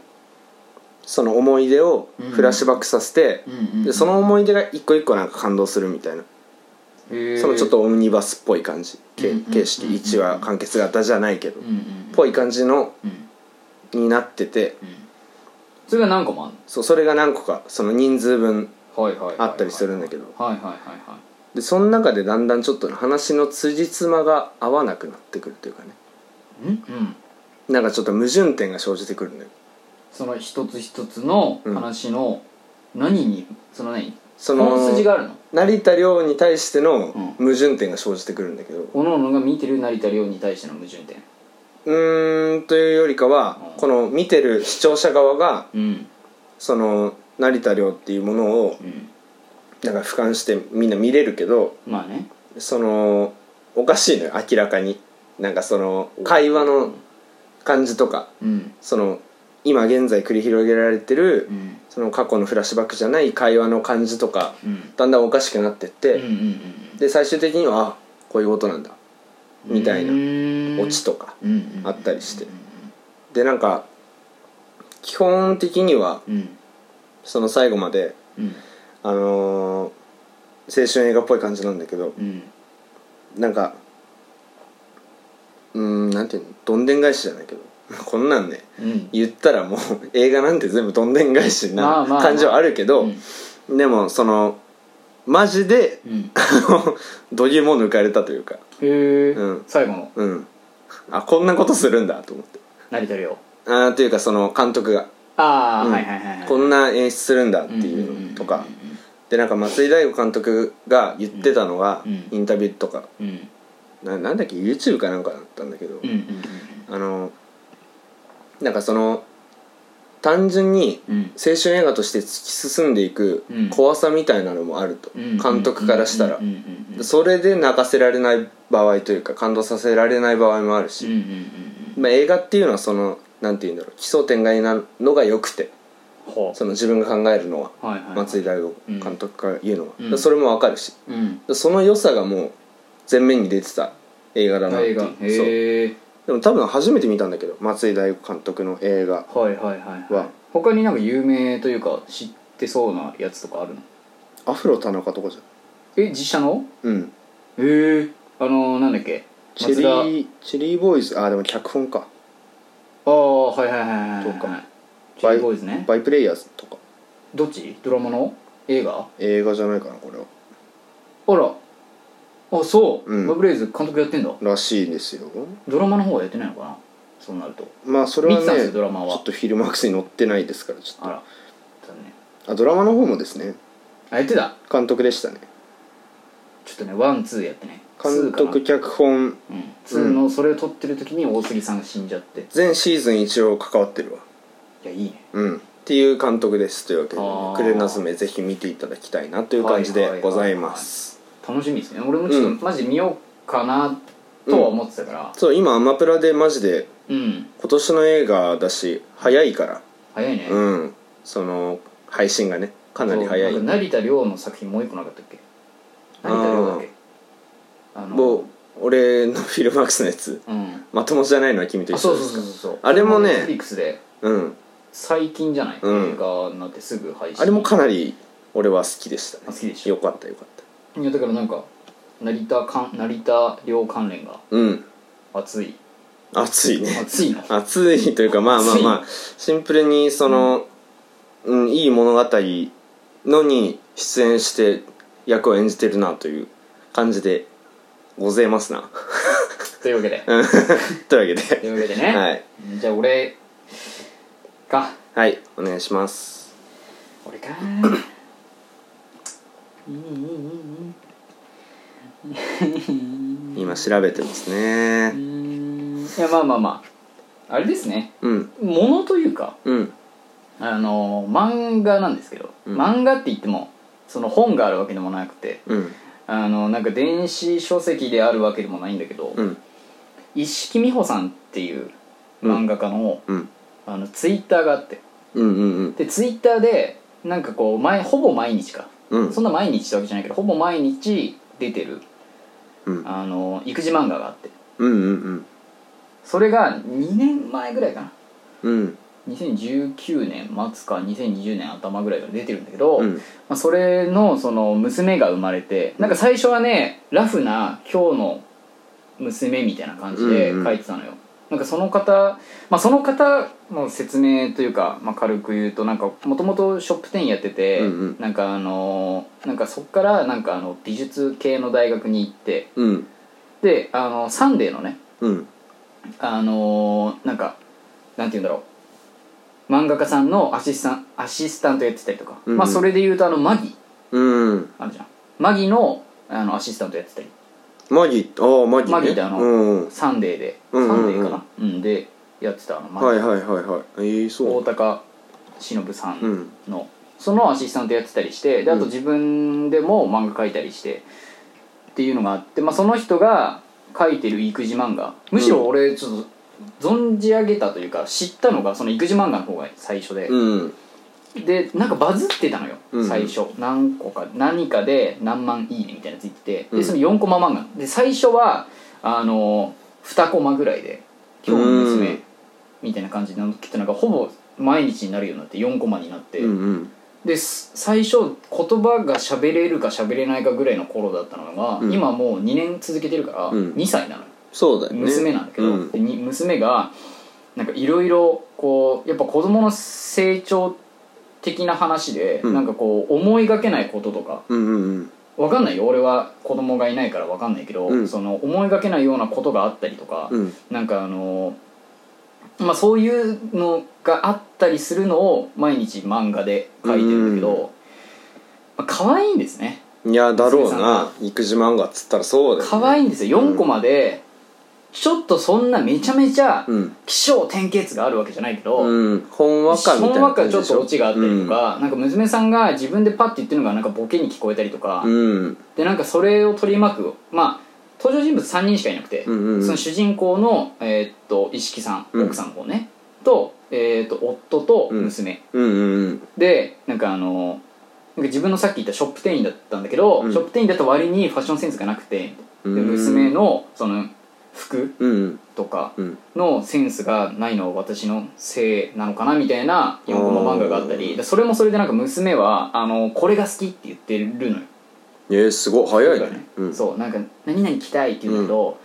Speaker 1: その思い出をフラッシュバックさせて、
Speaker 2: うんうん
Speaker 1: でその思い出が一個一個なんか感動するみたいな、そのちょっとオムニバスっぽい感じ、け
Speaker 2: うんうん
Speaker 1: 形式1話完結型じゃないけど、
Speaker 2: うんうん
Speaker 1: ぽい感じの
Speaker 2: うん
Speaker 1: になってて
Speaker 2: それが何個もあん
Speaker 1: そうそれが何個かその人数分
Speaker 2: のはいはいはいはい
Speaker 1: あったりするんだけど
Speaker 2: はいはいはいはい
Speaker 1: でその中でだんだんちょっと話の辻褄が合わなくなってくるというかね
Speaker 2: うんうん
Speaker 1: なんかちょっと矛盾点が生じてくるんだよ
Speaker 2: その一つ一つの話の何に、その何
Speaker 1: その
Speaker 2: 本筋があるの
Speaker 1: 成田凌に対しての
Speaker 2: うん
Speaker 1: 矛盾点が生じてくるんだけどう
Speaker 2: 各々が見てる成田凌に対しての矛盾点
Speaker 1: ーんというよりかは
Speaker 2: うん
Speaker 1: この見てる視聴者側が
Speaker 2: うん
Speaker 1: その成田凌っていうものを
Speaker 2: うん
Speaker 1: なんか俯瞰してみんな見れるけど
Speaker 2: まあね
Speaker 1: そのおかしいのよ明らかになんかその会話の感じとか
Speaker 2: うん
Speaker 1: その今現在繰り広げられてる
Speaker 2: うん
Speaker 1: その過去のフラッシュバックじゃない会話の感じとか
Speaker 2: うん
Speaker 1: だんだんおかしくなってっ
Speaker 2: うん
Speaker 1: て、
Speaker 2: うん
Speaker 1: で最終的にはあこういうことなんだ
Speaker 2: うん
Speaker 1: みたいな
Speaker 2: な
Speaker 1: オチとかあったりして
Speaker 2: う
Speaker 1: でなんか基本的には
Speaker 2: んうん
Speaker 1: その最後まで
Speaker 2: うん
Speaker 1: あのー青春映画っぽい感じなんだけど
Speaker 2: うん
Speaker 1: なんかうーんなんていうのどんでん返しじゃないけど こんなんね
Speaker 2: うん
Speaker 1: 言ったらもう 映画なんて全部どんでん返し
Speaker 2: まあま
Speaker 1: な
Speaker 2: あまあ
Speaker 1: 感じはあるけど、でもそのマジで
Speaker 2: うん
Speaker 1: あの度肝も抜かれたというか
Speaker 2: へえ
Speaker 1: うん
Speaker 2: 最後の
Speaker 1: うんあこんなことするんだと思って
Speaker 2: 成田凌
Speaker 1: ああというかその監督が、
Speaker 2: ああ
Speaker 1: うん
Speaker 2: はいはいはいはい
Speaker 1: こんな演出するんだって
Speaker 2: んん
Speaker 1: い
Speaker 2: ん
Speaker 1: うのとかでなんか松井大悟監督が言ってたのが、
Speaker 2: うん
Speaker 1: インタビューとか
Speaker 2: うんうん
Speaker 1: ななんだっけ YouTube かなんかだったんだけど、
Speaker 2: うんうん
Speaker 1: あのなんかその単純に
Speaker 2: うんうん
Speaker 1: 青春映画として突き進んでいく
Speaker 2: うん
Speaker 1: 怖さみたいなのもあると、
Speaker 2: うん
Speaker 1: 監督からしたら
Speaker 2: うんうんうんうん
Speaker 1: それで泣かせられない場合というか感動させられない場合もある
Speaker 2: う
Speaker 1: し
Speaker 2: ん、うんうん
Speaker 1: まあ、映画っていうのはそのなんて言うんだろう奇想天外なのが良くて
Speaker 2: うんほ
Speaker 1: その自分が考えるのは
Speaker 2: うはいはいはい
Speaker 1: 松井大悟監督が言うのは、
Speaker 2: うん
Speaker 1: それもわかるし
Speaker 2: うん
Speaker 1: その良さがもう前面に出てた映画だなって
Speaker 2: 映
Speaker 1: いう
Speaker 2: 画
Speaker 1: そう
Speaker 2: へえ
Speaker 1: でも多分初めて見たんだけど松井大悟監督の映画
Speaker 2: はいはいはい
Speaker 1: は
Speaker 2: 他になんか有名というか知ってそうなやつとかあるの
Speaker 1: アフロ田中とかじゃん
Speaker 2: え実写の
Speaker 1: うん
Speaker 2: へえあのー、なんだっけ
Speaker 1: チェリ
Speaker 2: 松
Speaker 1: ーチェリーボーイズあでも脚本か
Speaker 2: 田ああはいはいはいはい
Speaker 1: と
Speaker 2: は
Speaker 1: か
Speaker 2: いチェリーボーイズね
Speaker 1: バイプレイヤーズとか
Speaker 2: どっちドラマの映画
Speaker 1: 映画じゃないかなこれは
Speaker 2: あらあそう、
Speaker 1: うん
Speaker 2: バブレイズ監督やってんだ
Speaker 1: らしいんですよ
Speaker 2: ドラマの方はやってないのかなそうなると
Speaker 1: まあそれ
Speaker 2: 見
Speaker 1: は
Speaker 2: てたんで
Speaker 1: ね
Speaker 2: すよ
Speaker 1: ち
Speaker 2: ド
Speaker 1: ょ
Speaker 2: ラマは
Speaker 1: っとフィルマークスに載ってないですからちょっ
Speaker 2: あら残念
Speaker 1: とあドラマの方もですね
Speaker 2: あやってた
Speaker 1: 監督でしたね
Speaker 2: ちょっとねワンツーやってね
Speaker 1: 監督
Speaker 2: ツーか
Speaker 1: 脚本
Speaker 2: なうんツーのそれを撮ってる時に大杉さんが死んじゃってい
Speaker 1: 全シーズン一応関わってるわ
Speaker 2: やいいね
Speaker 1: うんっていう監督ですというわけで
Speaker 2: あ
Speaker 1: 「
Speaker 2: ー
Speaker 1: クレナズメ」ぜひ見ていただきたいなという感じでございます
Speaker 2: 楽しみですね俺もちょ
Speaker 1: う
Speaker 2: っ
Speaker 1: ん
Speaker 2: とマジ見ようかなとは思ってたから
Speaker 1: そう今アマプラでマジで
Speaker 2: うん、
Speaker 1: 今年の映画だし早いから
Speaker 2: 早いね、
Speaker 1: うんその配信がねかなり早い
Speaker 2: そうなんか成田凌の作品もう一個なかったっけ成田凌だっけあの
Speaker 1: もう俺のフィルマックスのやつ
Speaker 2: うん
Speaker 1: まともじゃないのは君と
Speaker 2: あ
Speaker 1: 一
Speaker 2: そ
Speaker 1: 緒
Speaker 2: う
Speaker 1: で
Speaker 2: そう
Speaker 1: す
Speaker 2: そう
Speaker 1: か
Speaker 2: そうそう
Speaker 1: あれもね
Speaker 2: ネットフリックスで
Speaker 1: うん
Speaker 2: 最近じゃない、
Speaker 1: うん
Speaker 2: 映画になってすぐ配信
Speaker 1: あれもかなり俺は好きでしたね
Speaker 2: あ好きでし
Speaker 1: よ
Speaker 2: ょ
Speaker 1: かったよかった
Speaker 2: いやだからなんか成田かん成田凌関連が
Speaker 1: うん
Speaker 2: 熱い
Speaker 1: 熱いね
Speaker 2: 熱 いの
Speaker 1: 熱いというかまあまあまあシンプルにその、うんいい物語のに出演して役を演じてるなという感じでございますな
Speaker 2: というわけで
Speaker 1: というわけ
Speaker 2: と
Speaker 1: で
Speaker 2: いうわけで ね、
Speaker 1: はい
Speaker 2: じゃあ俺か
Speaker 1: はいお願いします
Speaker 2: 俺か
Speaker 1: 今調べてますね
Speaker 2: うーんいやまあまあまああれですね
Speaker 1: うん
Speaker 2: ものというか
Speaker 1: うん
Speaker 2: あの漫画なんですけど、
Speaker 1: うん
Speaker 2: 漫画って言ってもその本があるわけでもなくて
Speaker 1: うん
Speaker 2: あのなんか電子書籍であるわけでもないんだけど、
Speaker 1: うん
Speaker 2: 一色美穂さんっていう漫画家の,、
Speaker 1: うん
Speaker 2: あのツイッターがあって
Speaker 1: うんうんうん
Speaker 2: でツイッターでなんかこう前ほぼ毎日か、
Speaker 1: うん
Speaker 2: そんな毎日ってわけじゃないけどほぼ毎日出てる
Speaker 1: うん
Speaker 2: あの育児漫画があって
Speaker 1: うんうん
Speaker 2: それが2年前ぐらいかな
Speaker 1: うん
Speaker 2: 2019年末か2020年頭ぐらいから出てるんだけど、
Speaker 1: うん
Speaker 2: まあ、それのその娘が生まれてなんか最初はねラフな今日の娘みたいな感じで
Speaker 1: うんうん
Speaker 2: 書いてたのよ、なんかその方、まあ、その方の説明というか、まあ、軽く言うとなんかもともとショップ店やってて、
Speaker 1: うんうん
Speaker 2: なんかあのーなんかそっからなんかあの美術系の大学に行って
Speaker 1: うん
Speaker 2: であのサンデーのね
Speaker 1: うん
Speaker 2: あのーなんかなんて言うんだろう漫画家さんのアシスタンアシスタントやってたりとか、
Speaker 1: うんうん
Speaker 2: まあそれで言うとあのマギ
Speaker 1: うん
Speaker 2: あるじゃんマギのあのアシスタントやってたり
Speaker 1: マギああマギ、ね、
Speaker 2: マギってあの
Speaker 1: うん
Speaker 2: サンデーで、
Speaker 1: うんうんうん
Speaker 2: サンデーかな、うん、でやってたあのマギ、
Speaker 1: はいはいはいはいええそ
Speaker 2: 大
Speaker 1: う
Speaker 2: 高忍さん
Speaker 1: うん
Speaker 2: の、そのアシスタントやってたりしてであと
Speaker 1: うん
Speaker 2: 自分でも漫画描いたりしてっていうのがあって、まあ、その人が描いてる育児漫画むしろ俺ちょっと存じ上げたというか知ったのがその育児漫画の方が最初で、
Speaker 1: うん
Speaker 2: でなんかバズってたのよ、
Speaker 1: うん
Speaker 2: 最初何個か何かで何万いいねみたいなついてて
Speaker 1: うん
Speaker 2: でその4コマ漫画で最初はあの2コマぐらいで「今日の
Speaker 1: う
Speaker 2: 娘
Speaker 1: ん」
Speaker 2: みたいな感じでなんかなんかほぼ毎日になるようになって4コマになって、
Speaker 1: うんうん
Speaker 2: です最初言葉が喋れるか喋れないかぐらいの頃だったのが、
Speaker 1: うん
Speaker 2: 今もう2年続けてるから
Speaker 1: うん
Speaker 2: 2歳なのよ、
Speaker 1: そうだよね
Speaker 2: 娘なんだけど、
Speaker 1: うん
Speaker 2: でに娘がなんかいろいろこうやっぱ子供の成長的な話で、
Speaker 1: うん
Speaker 2: なんかこう思いがけないこととか
Speaker 1: うんうん
Speaker 2: わかんないよ俺は子供がいないからわかんないけど、
Speaker 1: うん
Speaker 2: その思いがけないようなことがあったりとか、
Speaker 1: うん
Speaker 2: なんかあのまあそういうのがあったりするのを毎日漫画で書いてるんだけど、
Speaker 1: うん
Speaker 2: まあ可愛いんですね
Speaker 1: うんいやだろう
Speaker 2: 娘さん
Speaker 1: な育児漫画っつったらそうだよ、ね、
Speaker 2: 可愛いんですよ4コマで、ちょっとそんなめちゃめちゃ、
Speaker 1: うん
Speaker 2: 起承転結があるわけじゃないけど、
Speaker 1: うんほんわかみたいな
Speaker 2: ほんわかちょっとオチがあったりと
Speaker 1: か
Speaker 2: か、なんか娘さんが自分でパッて言ってるのがなんかボケに聞こえたりとか、
Speaker 1: うん
Speaker 2: でなんかそれを取り巻くまあ登場人物3人しかいなくて、
Speaker 1: うんうんうん
Speaker 2: その主人公の、えーっと一色さん
Speaker 1: うん
Speaker 2: 奥さんの方ね、と,、えーっと夫と娘、
Speaker 1: うんうん
Speaker 2: でなんかあのなんか自分のさっき言ったショップ店員だったんだけど、
Speaker 1: うん
Speaker 2: ショップ店員だった割にファッションセンスがなくて、
Speaker 1: うん
Speaker 2: で娘のその服
Speaker 1: うんうん
Speaker 2: とか
Speaker 1: うん
Speaker 2: のセンスがないのは私のせいなのかなみたいな4コマ漫画があった
Speaker 1: お
Speaker 2: り
Speaker 1: ー
Speaker 2: でそれもそれでなんか娘はあのこれが好きって言ってるのよ
Speaker 1: えー、すごい早いねうん
Speaker 2: そうなんか何々着たいって言うんだけど、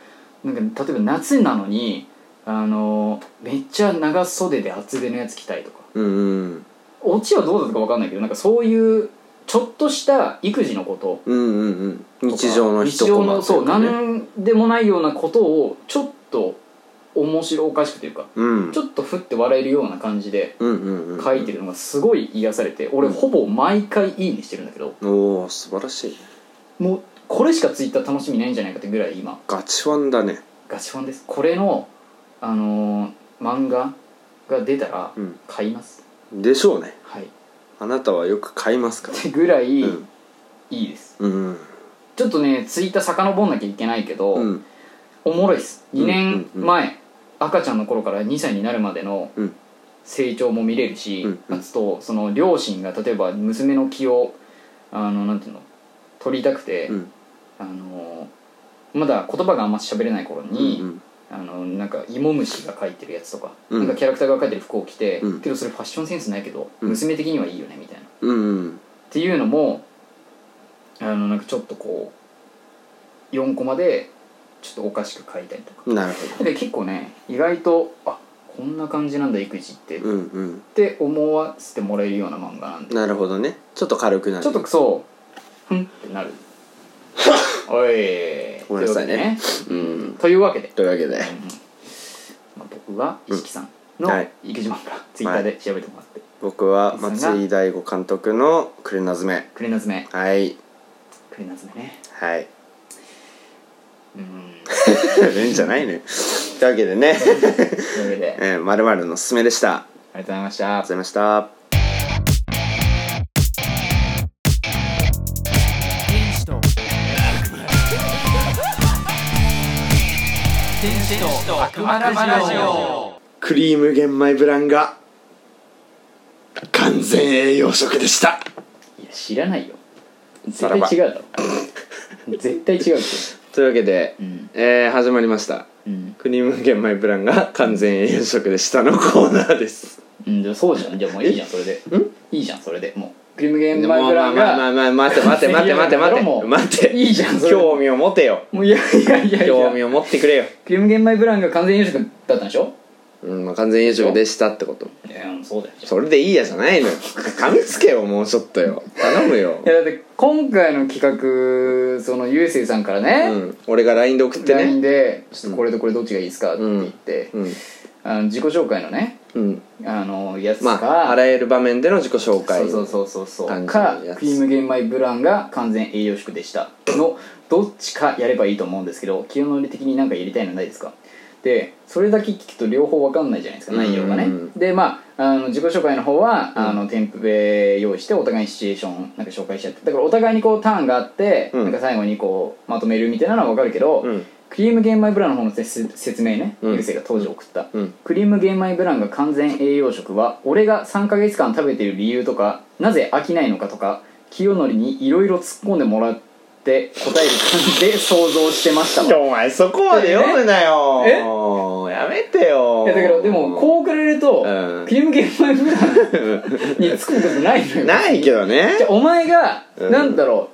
Speaker 2: なんか例えば夏なのにあのめっちゃ長袖で厚手のやつ着たいとか
Speaker 1: うんうん
Speaker 2: オチはどうだったか分かんないけどなんかそういうちょっとした育児のこと
Speaker 1: うんうんうん
Speaker 2: とか
Speaker 1: 日常の一
Speaker 2: 日
Speaker 1: コ
Speaker 2: 常
Speaker 1: マ
Speaker 2: の
Speaker 1: とい
Speaker 2: そうう
Speaker 1: かね
Speaker 2: 何でもないようなことをちょっと面白おかしくというか
Speaker 1: うん
Speaker 2: ちょっとふって笑えるような感じで
Speaker 1: うんうんうん
Speaker 2: 書いてるのがすごい癒されて俺ほぼ毎回いいねしてるんだけど
Speaker 1: おお素晴らしい
Speaker 2: もうこれしかツイッター楽しみないんじゃないかってぐらい今
Speaker 1: ガチファンだね
Speaker 2: ガチファンですこれの、あのー漫画が出たら
Speaker 1: うん
Speaker 2: 買います、
Speaker 1: でしょうね
Speaker 2: はいっ
Speaker 1: あなたはよく買いますから
Speaker 2: てぐらいい
Speaker 1: うん
Speaker 2: いです、
Speaker 1: うん
Speaker 2: ちょっとねツイッター遡んなきゃいけないけど、
Speaker 1: うん
Speaker 2: おもろいです2年
Speaker 1: うんうんうん
Speaker 2: 前、赤ちゃんの頃から2歳になるまでの
Speaker 1: うん
Speaker 2: 成長も見れるし、
Speaker 1: うんうん
Speaker 2: あとその両親が例えば娘の気をあのなんていうの取りたくて、
Speaker 1: うん
Speaker 2: あのまだ言葉があんま喋れない頃
Speaker 1: う
Speaker 2: に、
Speaker 1: ん
Speaker 2: あのなんか芋虫が描いてるやつとか、
Speaker 1: うん
Speaker 2: なんかキャラクターが描いてる服を着て、
Speaker 1: うん
Speaker 2: けどそれファッションセンスないけど、
Speaker 1: うん
Speaker 2: 娘的にはいいよねみたいなっ
Speaker 1: うんうん
Speaker 2: ていうのもあのなんかちょっとこう4コマでちょっとおかしく描いたりとか
Speaker 1: うんなる
Speaker 2: だから結構ね意外とあこんな感じなんだ育児って、
Speaker 1: ほど
Speaker 2: っ
Speaker 1: うんうん
Speaker 2: て思わせてもらえるような漫画なんで
Speaker 1: なるほどねちょっと軽くなる
Speaker 2: ちょっとそうふんっ てなるおい
Speaker 1: ごめんなさいねうん
Speaker 2: というわけでね
Speaker 1: というわけで
Speaker 2: まあ、僕は意識さんの
Speaker 1: はい
Speaker 2: 育児漫画、ツイッターで調べてもらって
Speaker 1: 僕は
Speaker 2: さんが
Speaker 1: 松井大吾監督の「くれなずめ
Speaker 2: 「クレナズメ」」
Speaker 1: はい
Speaker 2: 「クレナズメね
Speaker 1: はい」
Speaker 2: う ーん
Speaker 1: いいんじゃないねというわけで ね
Speaker 2: というわけであり
Speaker 1: えー、まるまるのすすめでした。ありがと
Speaker 2: がとうございました
Speaker 1: うございました。
Speaker 4: 天使と天使と悪魔ラジオ
Speaker 3: クリーム玄米ブランが完全栄養食でした
Speaker 2: いや知らないよ絶
Speaker 1: さら
Speaker 2: 対
Speaker 1: ば
Speaker 2: 違うだろ絶対違うって
Speaker 1: というわけで、
Speaker 2: うん
Speaker 1: えー始まりました。
Speaker 2: うん
Speaker 1: クリーム玄米プランが完全栄養食でしたのコーナーです。
Speaker 2: うんじゃあそうじゃんじゃあもういいじゃんそれでいいじゃんそれでもうクリームゲームマイ
Speaker 1: ま
Speaker 2: ク
Speaker 1: あ
Speaker 2: ラ
Speaker 1: ま
Speaker 2: ー
Speaker 1: あまあまあ
Speaker 2: が
Speaker 1: まあ待って待って待って待って待
Speaker 2: も
Speaker 1: って
Speaker 2: う
Speaker 1: 待って
Speaker 2: いいじゃんそれ
Speaker 1: 興味を持てよ
Speaker 2: もういやいやいやい
Speaker 1: 興
Speaker 2: や
Speaker 1: 味を持ってくれよ
Speaker 2: クリームゲンマイブラウンが完全優勝だったんでしょ
Speaker 1: うんまあ完全優勝でしたってこと
Speaker 2: いやうんそうだよ
Speaker 1: それでいいやじゃないのよ噛みつけよもうちょっとよ頼むよ
Speaker 2: いやだって今回の企画そのゆうせいさんから
Speaker 1: う
Speaker 2: ね、
Speaker 1: ん俺が LINE で送って
Speaker 2: LINE
Speaker 1: ね
Speaker 2: で「ちょっとこれとこれどっちがいいですか?」って言って、
Speaker 1: うん
Speaker 2: あの自己紹介のね
Speaker 1: うん
Speaker 2: あのやつ
Speaker 1: ま
Speaker 2: か、
Speaker 1: ああらゆる場面での自己紹介
Speaker 2: そうそうそうそうそう
Speaker 1: 感じ
Speaker 2: か
Speaker 1: のやつ
Speaker 2: クリーム玄米ブランが完全栄養食でしたのどっちかやればいいと思うんですけど清則的になんかやりたいのないですかでそれだけ聞くと両方わかんないじゃないですか内容がね、
Speaker 1: うんうんうん
Speaker 2: でまああの自己紹介の方は、
Speaker 1: ん
Speaker 2: あのテンプレ用意してお互いにシチュエーションなんか紹介しちゃってだからお互いにこうターンがあって、
Speaker 1: うん
Speaker 2: なんか最後にこうまとめるみたいなのはわかるけど、
Speaker 1: うん
Speaker 2: クリーム玄米ブランの方のせ説明ね
Speaker 1: うん
Speaker 2: 流星、が当時送った、
Speaker 1: うん
Speaker 2: クリーム玄米ブランが完全栄養食は俺が3ヶ月間食べてる理由とかなぜ飽きないのかとか清則にいろいろ突っ込んでもらって答える感じで想像してましたわ
Speaker 1: いやお前そこまで読むなよ
Speaker 2: え
Speaker 1: やめてよ
Speaker 2: いやだけどでもこう比べると、
Speaker 1: うん
Speaker 2: クリーム玄米ブランに突っ込むことないのよ
Speaker 1: ないけどね
Speaker 2: じゃあお前が、
Speaker 1: うん
Speaker 2: なんだろう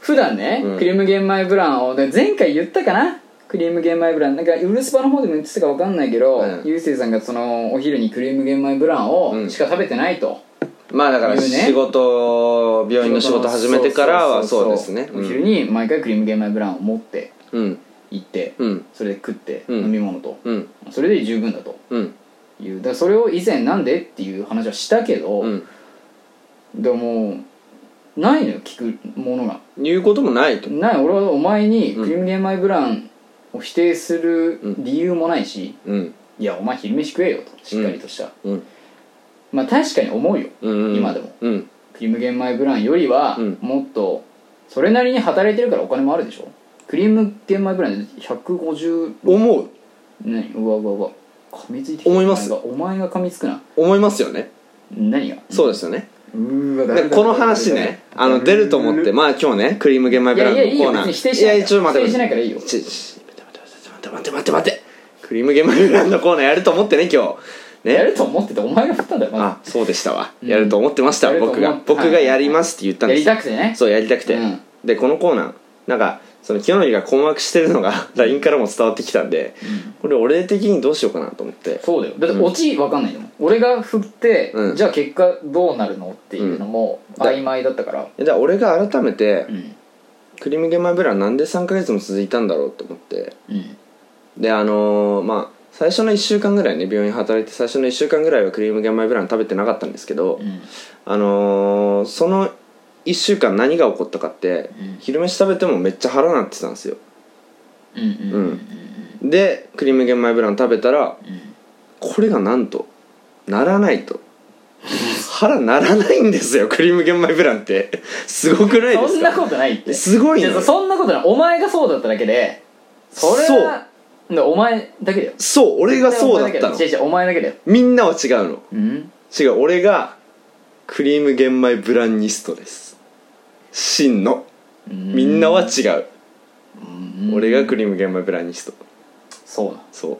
Speaker 2: 普段ね、
Speaker 1: うん
Speaker 2: クリーム玄米ブランをで前回言ったかなクリーム玄米ブランなんかウルスパの方でも言ってたか分かんないけど、
Speaker 1: うん
Speaker 2: ゆうせいさんがそのお昼にクリーム玄米ブラン
Speaker 1: う
Speaker 2: を
Speaker 1: ん
Speaker 2: しか食べてないと、
Speaker 1: まあだから
Speaker 2: 言うね
Speaker 1: 仕事病院の仕事始めてからは
Speaker 2: そ
Speaker 1: そうう
Speaker 2: そう
Speaker 1: で
Speaker 2: そ
Speaker 1: す
Speaker 2: う
Speaker 1: ね
Speaker 2: お昼に毎回クリーム玄米ブランを持って
Speaker 1: うん
Speaker 2: 行って、
Speaker 1: うん
Speaker 2: それで食って、
Speaker 1: うん
Speaker 2: 飲み物と、
Speaker 1: うん
Speaker 2: それで十分だと
Speaker 1: うん
Speaker 2: いうだからそれを以前なんでっていう話はしたけど、
Speaker 1: うん
Speaker 2: でもないのよ聞くものが
Speaker 1: 言うこともないと
Speaker 2: ない俺はお前に
Speaker 1: うん
Speaker 2: クリーム玄米ブランを否定する
Speaker 1: うん
Speaker 2: 理由もないし、
Speaker 1: うん
Speaker 2: いやお前昼飯食えよとしっかりとした、
Speaker 1: うん
Speaker 2: まあ確かに思うよ
Speaker 1: うんうん
Speaker 2: 今でも
Speaker 1: うん
Speaker 2: クリーム玄米ブランよりは
Speaker 1: うん
Speaker 2: もっとそれなりに働いてるからお金もあるでしょクリーム玄米ブランで150
Speaker 1: 思う
Speaker 2: 何うわうわうわ噛みついてきた
Speaker 1: 思います
Speaker 2: お前がお前が噛みつくな
Speaker 1: 思いますよね
Speaker 2: 何が
Speaker 1: そうですよね
Speaker 2: うーわだ
Speaker 1: でこの話ねあの出ると思ってまあ今日ねクリーム玄米ブランドのコ
Speaker 2: いやいやいいよ
Speaker 1: ーナー
Speaker 2: 別に否定しない
Speaker 1: や
Speaker 2: から
Speaker 1: ちょっと待って
Speaker 2: 否定しないからいいよ
Speaker 1: ちち待って待って待って待って待って待ってクリーム玄米ブランドのコーナーやると思ってね今日ね
Speaker 2: やると思っててお前が振ったんだよまず
Speaker 1: あそうでしたわ
Speaker 2: ん
Speaker 1: やると思ってました
Speaker 2: やると思っ
Speaker 1: 僕が僕がやりますって言ったん
Speaker 2: や
Speaker 1: で
Speaker 2: り
Speaker 1: す
Speaker 2: たくてね
Speaker 1: そうやりたくて、
Speaker 2: うん
Speaker 1: でこのコーナーなんかその清則が困惑してるの が LINE からも伝わってきたんで、これ俺的にどうしようかなと思って
Speaker 2: そうだよだって
Speaker 1: うん
Speaker 2: オチ分かんないんだもん、俺が振って、
Speaker 1: うん
Speaker 2: じゃあ結果どうなるのっていうのも
Speaker 1: ん
Speaker 2: 曖昧だったから、
Speaker 1: じゃあ俺が改めて、
Speaker 2: うん
Speaker 1: クリーム玄米ブランなんで3ヶ月も続いたんだろうと思って
Speaker 2: うん
Speaker 1: であのーまあ最初の1週間ぐらいね病院働いて最初の1週間ぐらいはクリーム玄米ブラン食べてなかったんですけど、
Speaker 2: うん
Speaker 1: あのーその1週間何が起こったかって、
Speaker 2: うん
Speaker 1: 昼飯食べてもめっちゃ腹なってたんですよ
Speaker 2: うんうんうん
Speaker 1: でクリーム玄米ブラン食べたら
Speaker 2: うん
Speaker 1: これがなんとならないと腹ならないんですよクリーム玄米ブランってすごくないで
Speaker 2: そ
Speaker 1: す
Speaker 2: んな
Speaker 1: か
Speaker 2: ことないって
Speaker 1: すごい
Speaker 2: い
Speaker 1: ね
Speaker 2: やそんなことないお前がそうだっただけでそれはだお前だけだよ
Speaker 1: そう俺がそうだったの
Speaker 2: 違う違うお前だけだよ
Speaker 1: みんなは違うの
Speaker 2: うん
Speaker 1: 違う俺がクリーム玄米ブランニストです真のみんなは違う俺がクリーム玄米ブランニスト
Speaker 2: そうな
Speaker 1: そ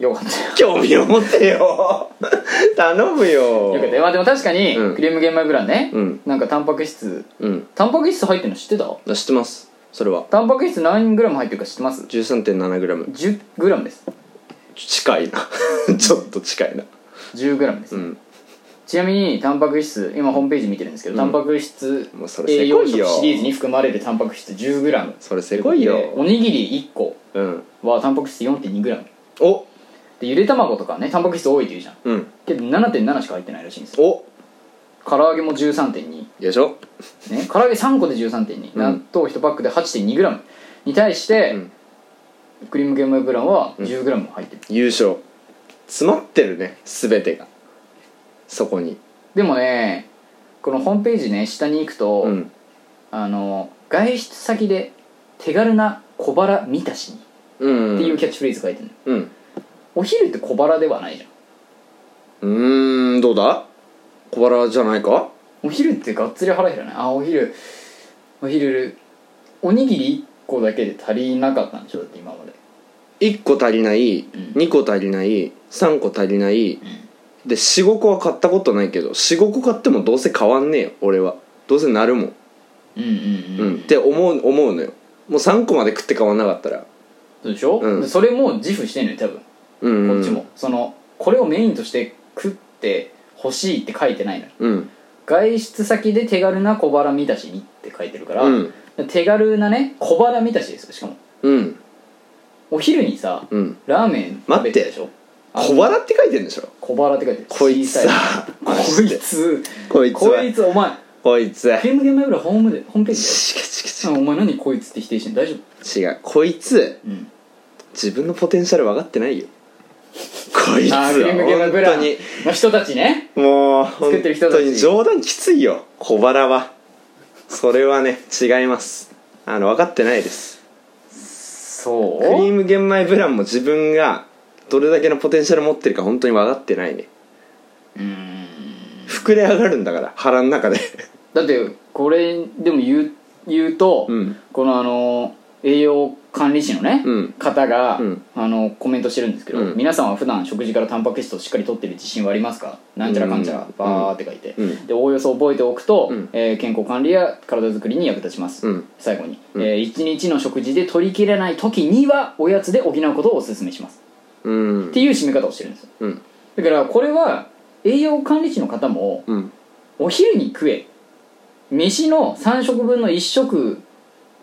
Speaker 1: う
Speaker 2: よかったよ
Speaker 1: 興味を持てよ 頼むよ
Speaker 2: よかったよまあでも確かに、
Speaker 1: うん
Speaker 2: クリーム玄米ブランね、
Speaker 1: うん
Speaker 2: なんかタンパク質
Speaker 1: うん
Speaker 2: タンパク質入ってるの知ってた
Speaker 1: あ知ってますそれは
Speaker 2: タンパク質何グラム入ってるか知ってます
Speaker 1: 13.7g
Speaker 2: 10g です
Speaker 1: 近いな ちょっと近いな
Speaker 2: 10g です、
Speaker 1: うん
Speaker 2: ちなみにタンパク質今ホームページ見てるんですけど、タンパク質
Speaker 1: もうそれ
Speaker 2: 栄
Speaker 1: せ
Speaker 2: 養
Speaker 1: こ
Speaker 2: 食
Speaker 1: い
Speaker 2: シ
Speaker 1: よ
Speaker 2: リーズに含まれるタンパク質 10g
Speaker 1: それせこいよ
Speaker 2: おにぎり1個
Speaker 1: うん
Speaker 2: はタンパク質 4.2g
Speaker 1: お
Speaker 2: でゆで卵とかねタンパク質多いって言うじゃん
Speaker 1: うん
Speaker 2: けど7.7しか入ってないらしいんですよ
Speaker 1: お
Speaker 2: 唐揚げも13.2
Speaker 1: よいしょ
Speaker 2: ね唐揚げ3個で13.2、
Speaker 1: うん
Speaker 2: 納豆1パックで 8.2g に対して、
Speaker 1: うん
Speaker 2: クリーム玄米ブランは 10g 入ってる、
Speaker 1: 優勝詰まってるね全てがそこに
Speaker 2: でもねこのホームページね下に行くと、
Speaker 1: うん
Speaker 2: あの外出先で手軽な小腹満たしに
Speaker 1: うん
Speaker 2: っていうキャッチフレーズ書いてるの、
Speaker 1: うん
Speaker 2: お昼って小腹ではないじゃん
Speaker 1: うーんどうだ小腹じゃないか
Speaker 2: お昼ってがっつり腹減らないあお昼お昼おにぎり1個だけで足りなかったんでしょだって今まで
Speaker 1: 1個足りない、
Speaker 2: ん
Speaker 1: 2個足りない3個足りない、で45個は買ったことないけど45個買ってもどうせ変わんねえよ俺はどうせなるもん、
Speaker 2: うんうん
Speaker 1: う
Speaker 2: うんん、
Speaker 1: って思う思うのよもう3個まで食って変わんなかったら
Speaker 2: そうでしょ、
Speaker 1: うん
Speaker 2: それも自負してんのよ多分
Speaker 1: うん
Speaker 2: こっちも、そのこれをメインとして食って欲しいって書いてないのよ
Speaker 1: うん
Speaker 2: 外出先で手軽な小腹満たしにって書いてるから、
Speaker 1: うん
Speaker 2: 手軽なね小腹満たしですよしかも
Speaker 1: うん
Speaker 2: お昼にさ、
Speaker 1: うん
Speaker 2: ラーメン食べてたでしょあの
Speaker 1: 小腹って書いてんでしょ
Speaker 2: 小腹って書いてる
Speaker 1: こいつさ
Speaker 2: 小
Speaker 1: マ
Speaker 2: さ
Speaker 1: ジで
Speaker 2: いこいつ
Speaker 1: こいつ
Speaker 2: こ
Speaker 1: はい
Speaker 2: つお前
Speaker 1: こいつは
Speaker 2: ゲームゲームライブラホームでホームページ
Speaker 1: チキチキチ
Speaker 2: でお前何こいつって否定してんの大丈夫
Speaker 1: キ違うこいつ
Speaker 2: うん
Speaker 1: 自分のポテンシャル分かってないよこいつ
Speaker 2: あ
Speaker 1: は
Speaker 2: ーゲームゲームライブ
Speaker 1: 本
Speaker 2: ラ
Speaker 1: 当に
Speaker 2: の人たちね
Speaker 1: もう
Speaker 2: 作ってる人
Speaker 1: 本
Speaker 2: たち
Speaker 1: 当に冗談きついよ小腹はそれはね違いますあの分かってないです
Speaker 2: そ
Speaker 1: クリーム玄米ブランも自分がどれだけのポテンシャル持ってるか本当に分かってないね
Speaker 2: うーん
Speaker 1: 膨れ上がるんだから腹の中で
Speaker 2: だってこれでも言う 言うと、
Speaker 1: うん
Speaker 2: このあの栄養管理士のね、
Speaker 1: うん
Speaker 2: 方が、
Speaker 1: うん
Speaker 2: あのコメントしてるんですけど、
Speaker 1: うん
Speaker 2: 皆さんは普段食事からタンパク質をしっかりとってる自信はありますかなんちゃらかんちゃら、
Speaker 1: うん
Speaker 2: バーって書いて、
Speaker 1: うん
Speaker 2: でおおよそ覚えておくと、
Speaker 1: うん
Speaker 2: えー健康管理や体づくりに役立ちます、
Speaker 1: うん
Speaker 2: 最後に、
Speaker 1: うん
Speaker 2: え1日の食事で取りきれない時にはおやつで補うことをお勧めします、
Speaker 1: うん
Speaker 2: っていう締め方をしてるんですよ
Speaker 1: うん
Speaker 2: だからこれは栄養管理士の方も
Speaker 1: うん
Speaker 2: お昼に食え飯の3食分の1食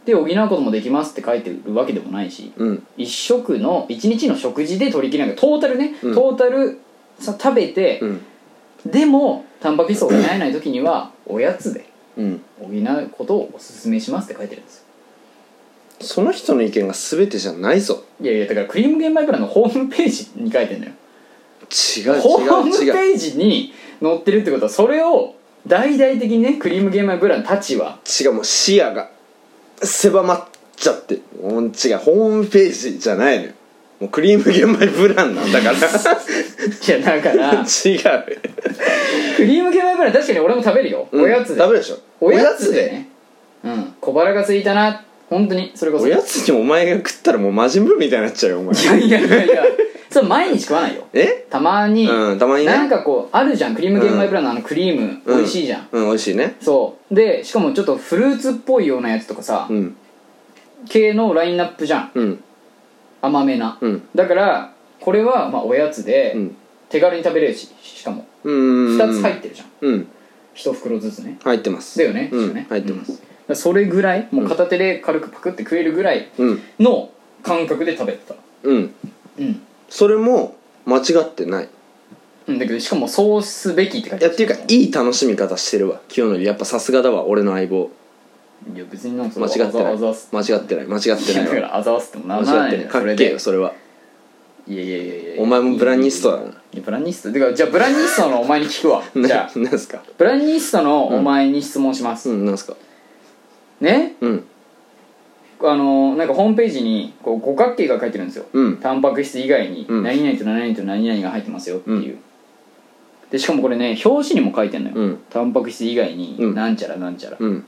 Speaker 2: で補うこともできますって書いてるわけでもないし
Speaker 1: うん
Speaker 2: 1食の1日の食事で取り切れないトータルね、
Speaker 1: うん
Speaker 2: トータルさ食べて
Speaker 1: う、ん
Speaker 2: でもタンパク質を補えない時にはおやつで
Speaker 1: うん
Speaker 2: 補うことをおすすめしますって書いてるんですよ
Speaker 1: その人の意見が全てじゃないぞ
Speaker 2: いやいやだからクリーム玄米プランのホームページに書いてるのよ
Speaker 1: 違う
Speaker 2: ホーム
Speaker 1: 違う違う
Speaker 2: ページに載ってるってことはそれを大々的にねクリーム玄米ブランたちは
Speaker 1: 違うもう視野が狭まっちゃってもう違うホームページじゃないのよもうクリーム玄米ブランなんだから
Speaker 2: いやだから
Speaker 1: 違う
Speaker 2: クリーム系はぐらい確かに俺も食べるよ、
Speaker 1: うん
Speaker 2: おやつで
Speaker 1: 食べるでしょ
Speaker 2: おやつでねうん小腹が空いたな本当にそれこそ
Speaker 1: おやつにお前が食ったらもう魔人ブーみたいになっちゃうよお前
Speaker 2: いやいやいやいやそれ毎日食わないよ
Speaker 1: え
Speaker 2: たまに、
Speaker 1: うんたまにね
Speaker 2: なんかこうあるじゃんクリーム玄米ブランのあのクリーム、
Speaker 1: うん
Speaker 2: 美味しいじゃん
Speaker 1: うん美味しいね
Speaker 2: そうでしかもちょっとフルーツっぽいようなやつとかさ、
Speaker 1: うん
Speaker 2: 系のラインナップじゃん
Speaker 1: うん
Speaker 2: 甘めな、
Speaker 1: うん
Speaker 2: だからこれはまあおやつで、
Speaker 1: うん
Speaker 2: 手軽に食べれるししかも
Speaker 1: うん
Speaker 2: 2つ入ってるじゃん、
Speaker 1: うん
Speaker 2: 一1袋ずつね
Speaker 1: 入ってます
Speaker 2: だよね,、
Speaker 1: うん
Speaker 2: 確かね
Speaker 1: 入ってます
Speaker 2: うんだからそれぐらいもう片手で軽くパクって食えるぐらい
Speaker 1: うん
Speaker 2: の感覚で食べてた
Speaker 1: うん
Speaker 2: うん、
Speaker 1: それも間違ってない
Speaker 2: うん、だけどしかもそうすべきって書い
Speaker 1: い
Speaker 2: て
Speaker 1: やっていうかいい楽しみ方してるわ清則やっぱさすがだわ俺の相棒
Speaker 2: いや別になんかそ
Speaker 1: 間
Speaker 2: れ
Speaker 1: 違ってない
Speaker 2: あざあざす
Speaker 1: 間違ってない間違ってない
Speaker 2: だか
Speaker 1: わ
Speaker 2: らあざわすってもなら
Speaker 1: 間違
Speaker 2: ない
Speaker 1: ってな
Speaker 2: の
Speaker 1: い
Speaker 2: よ
Speaker 1: か
Speaker 2: それ
Speaker 1: っけ
Speaker 2: で
Speaker 1: えよそれはい
Speaker 2: やいやいやいや
Speaker 1: お前もブラニストだない
Speaker 2: やブラニストだからじゃあブラニストのお前に聞くわじゃ あ
Speaker 1: ななんすか
Speaker 2: ブラニストのお前に質問します、
Speaker 1: うんなんすか
Speaker 2: ね
Speaker 1: うん
Speaker 2: あのなんかホームページにこう五角形が書いてるんですよ、
Speaker 1: うん
Speaker 2: タンパク質以外に
Speaker 1: うん
Speaker 2: 何々と何々と何々が入ってますよっていう、でしかもこれね表紙にも書いてんのよ、
Speaker 1: うん
Speaker 2: タンパク質以外に
Speaker 1: うん
Speaker 2: なんちゃらなんちゃら、
Speaker 1: うん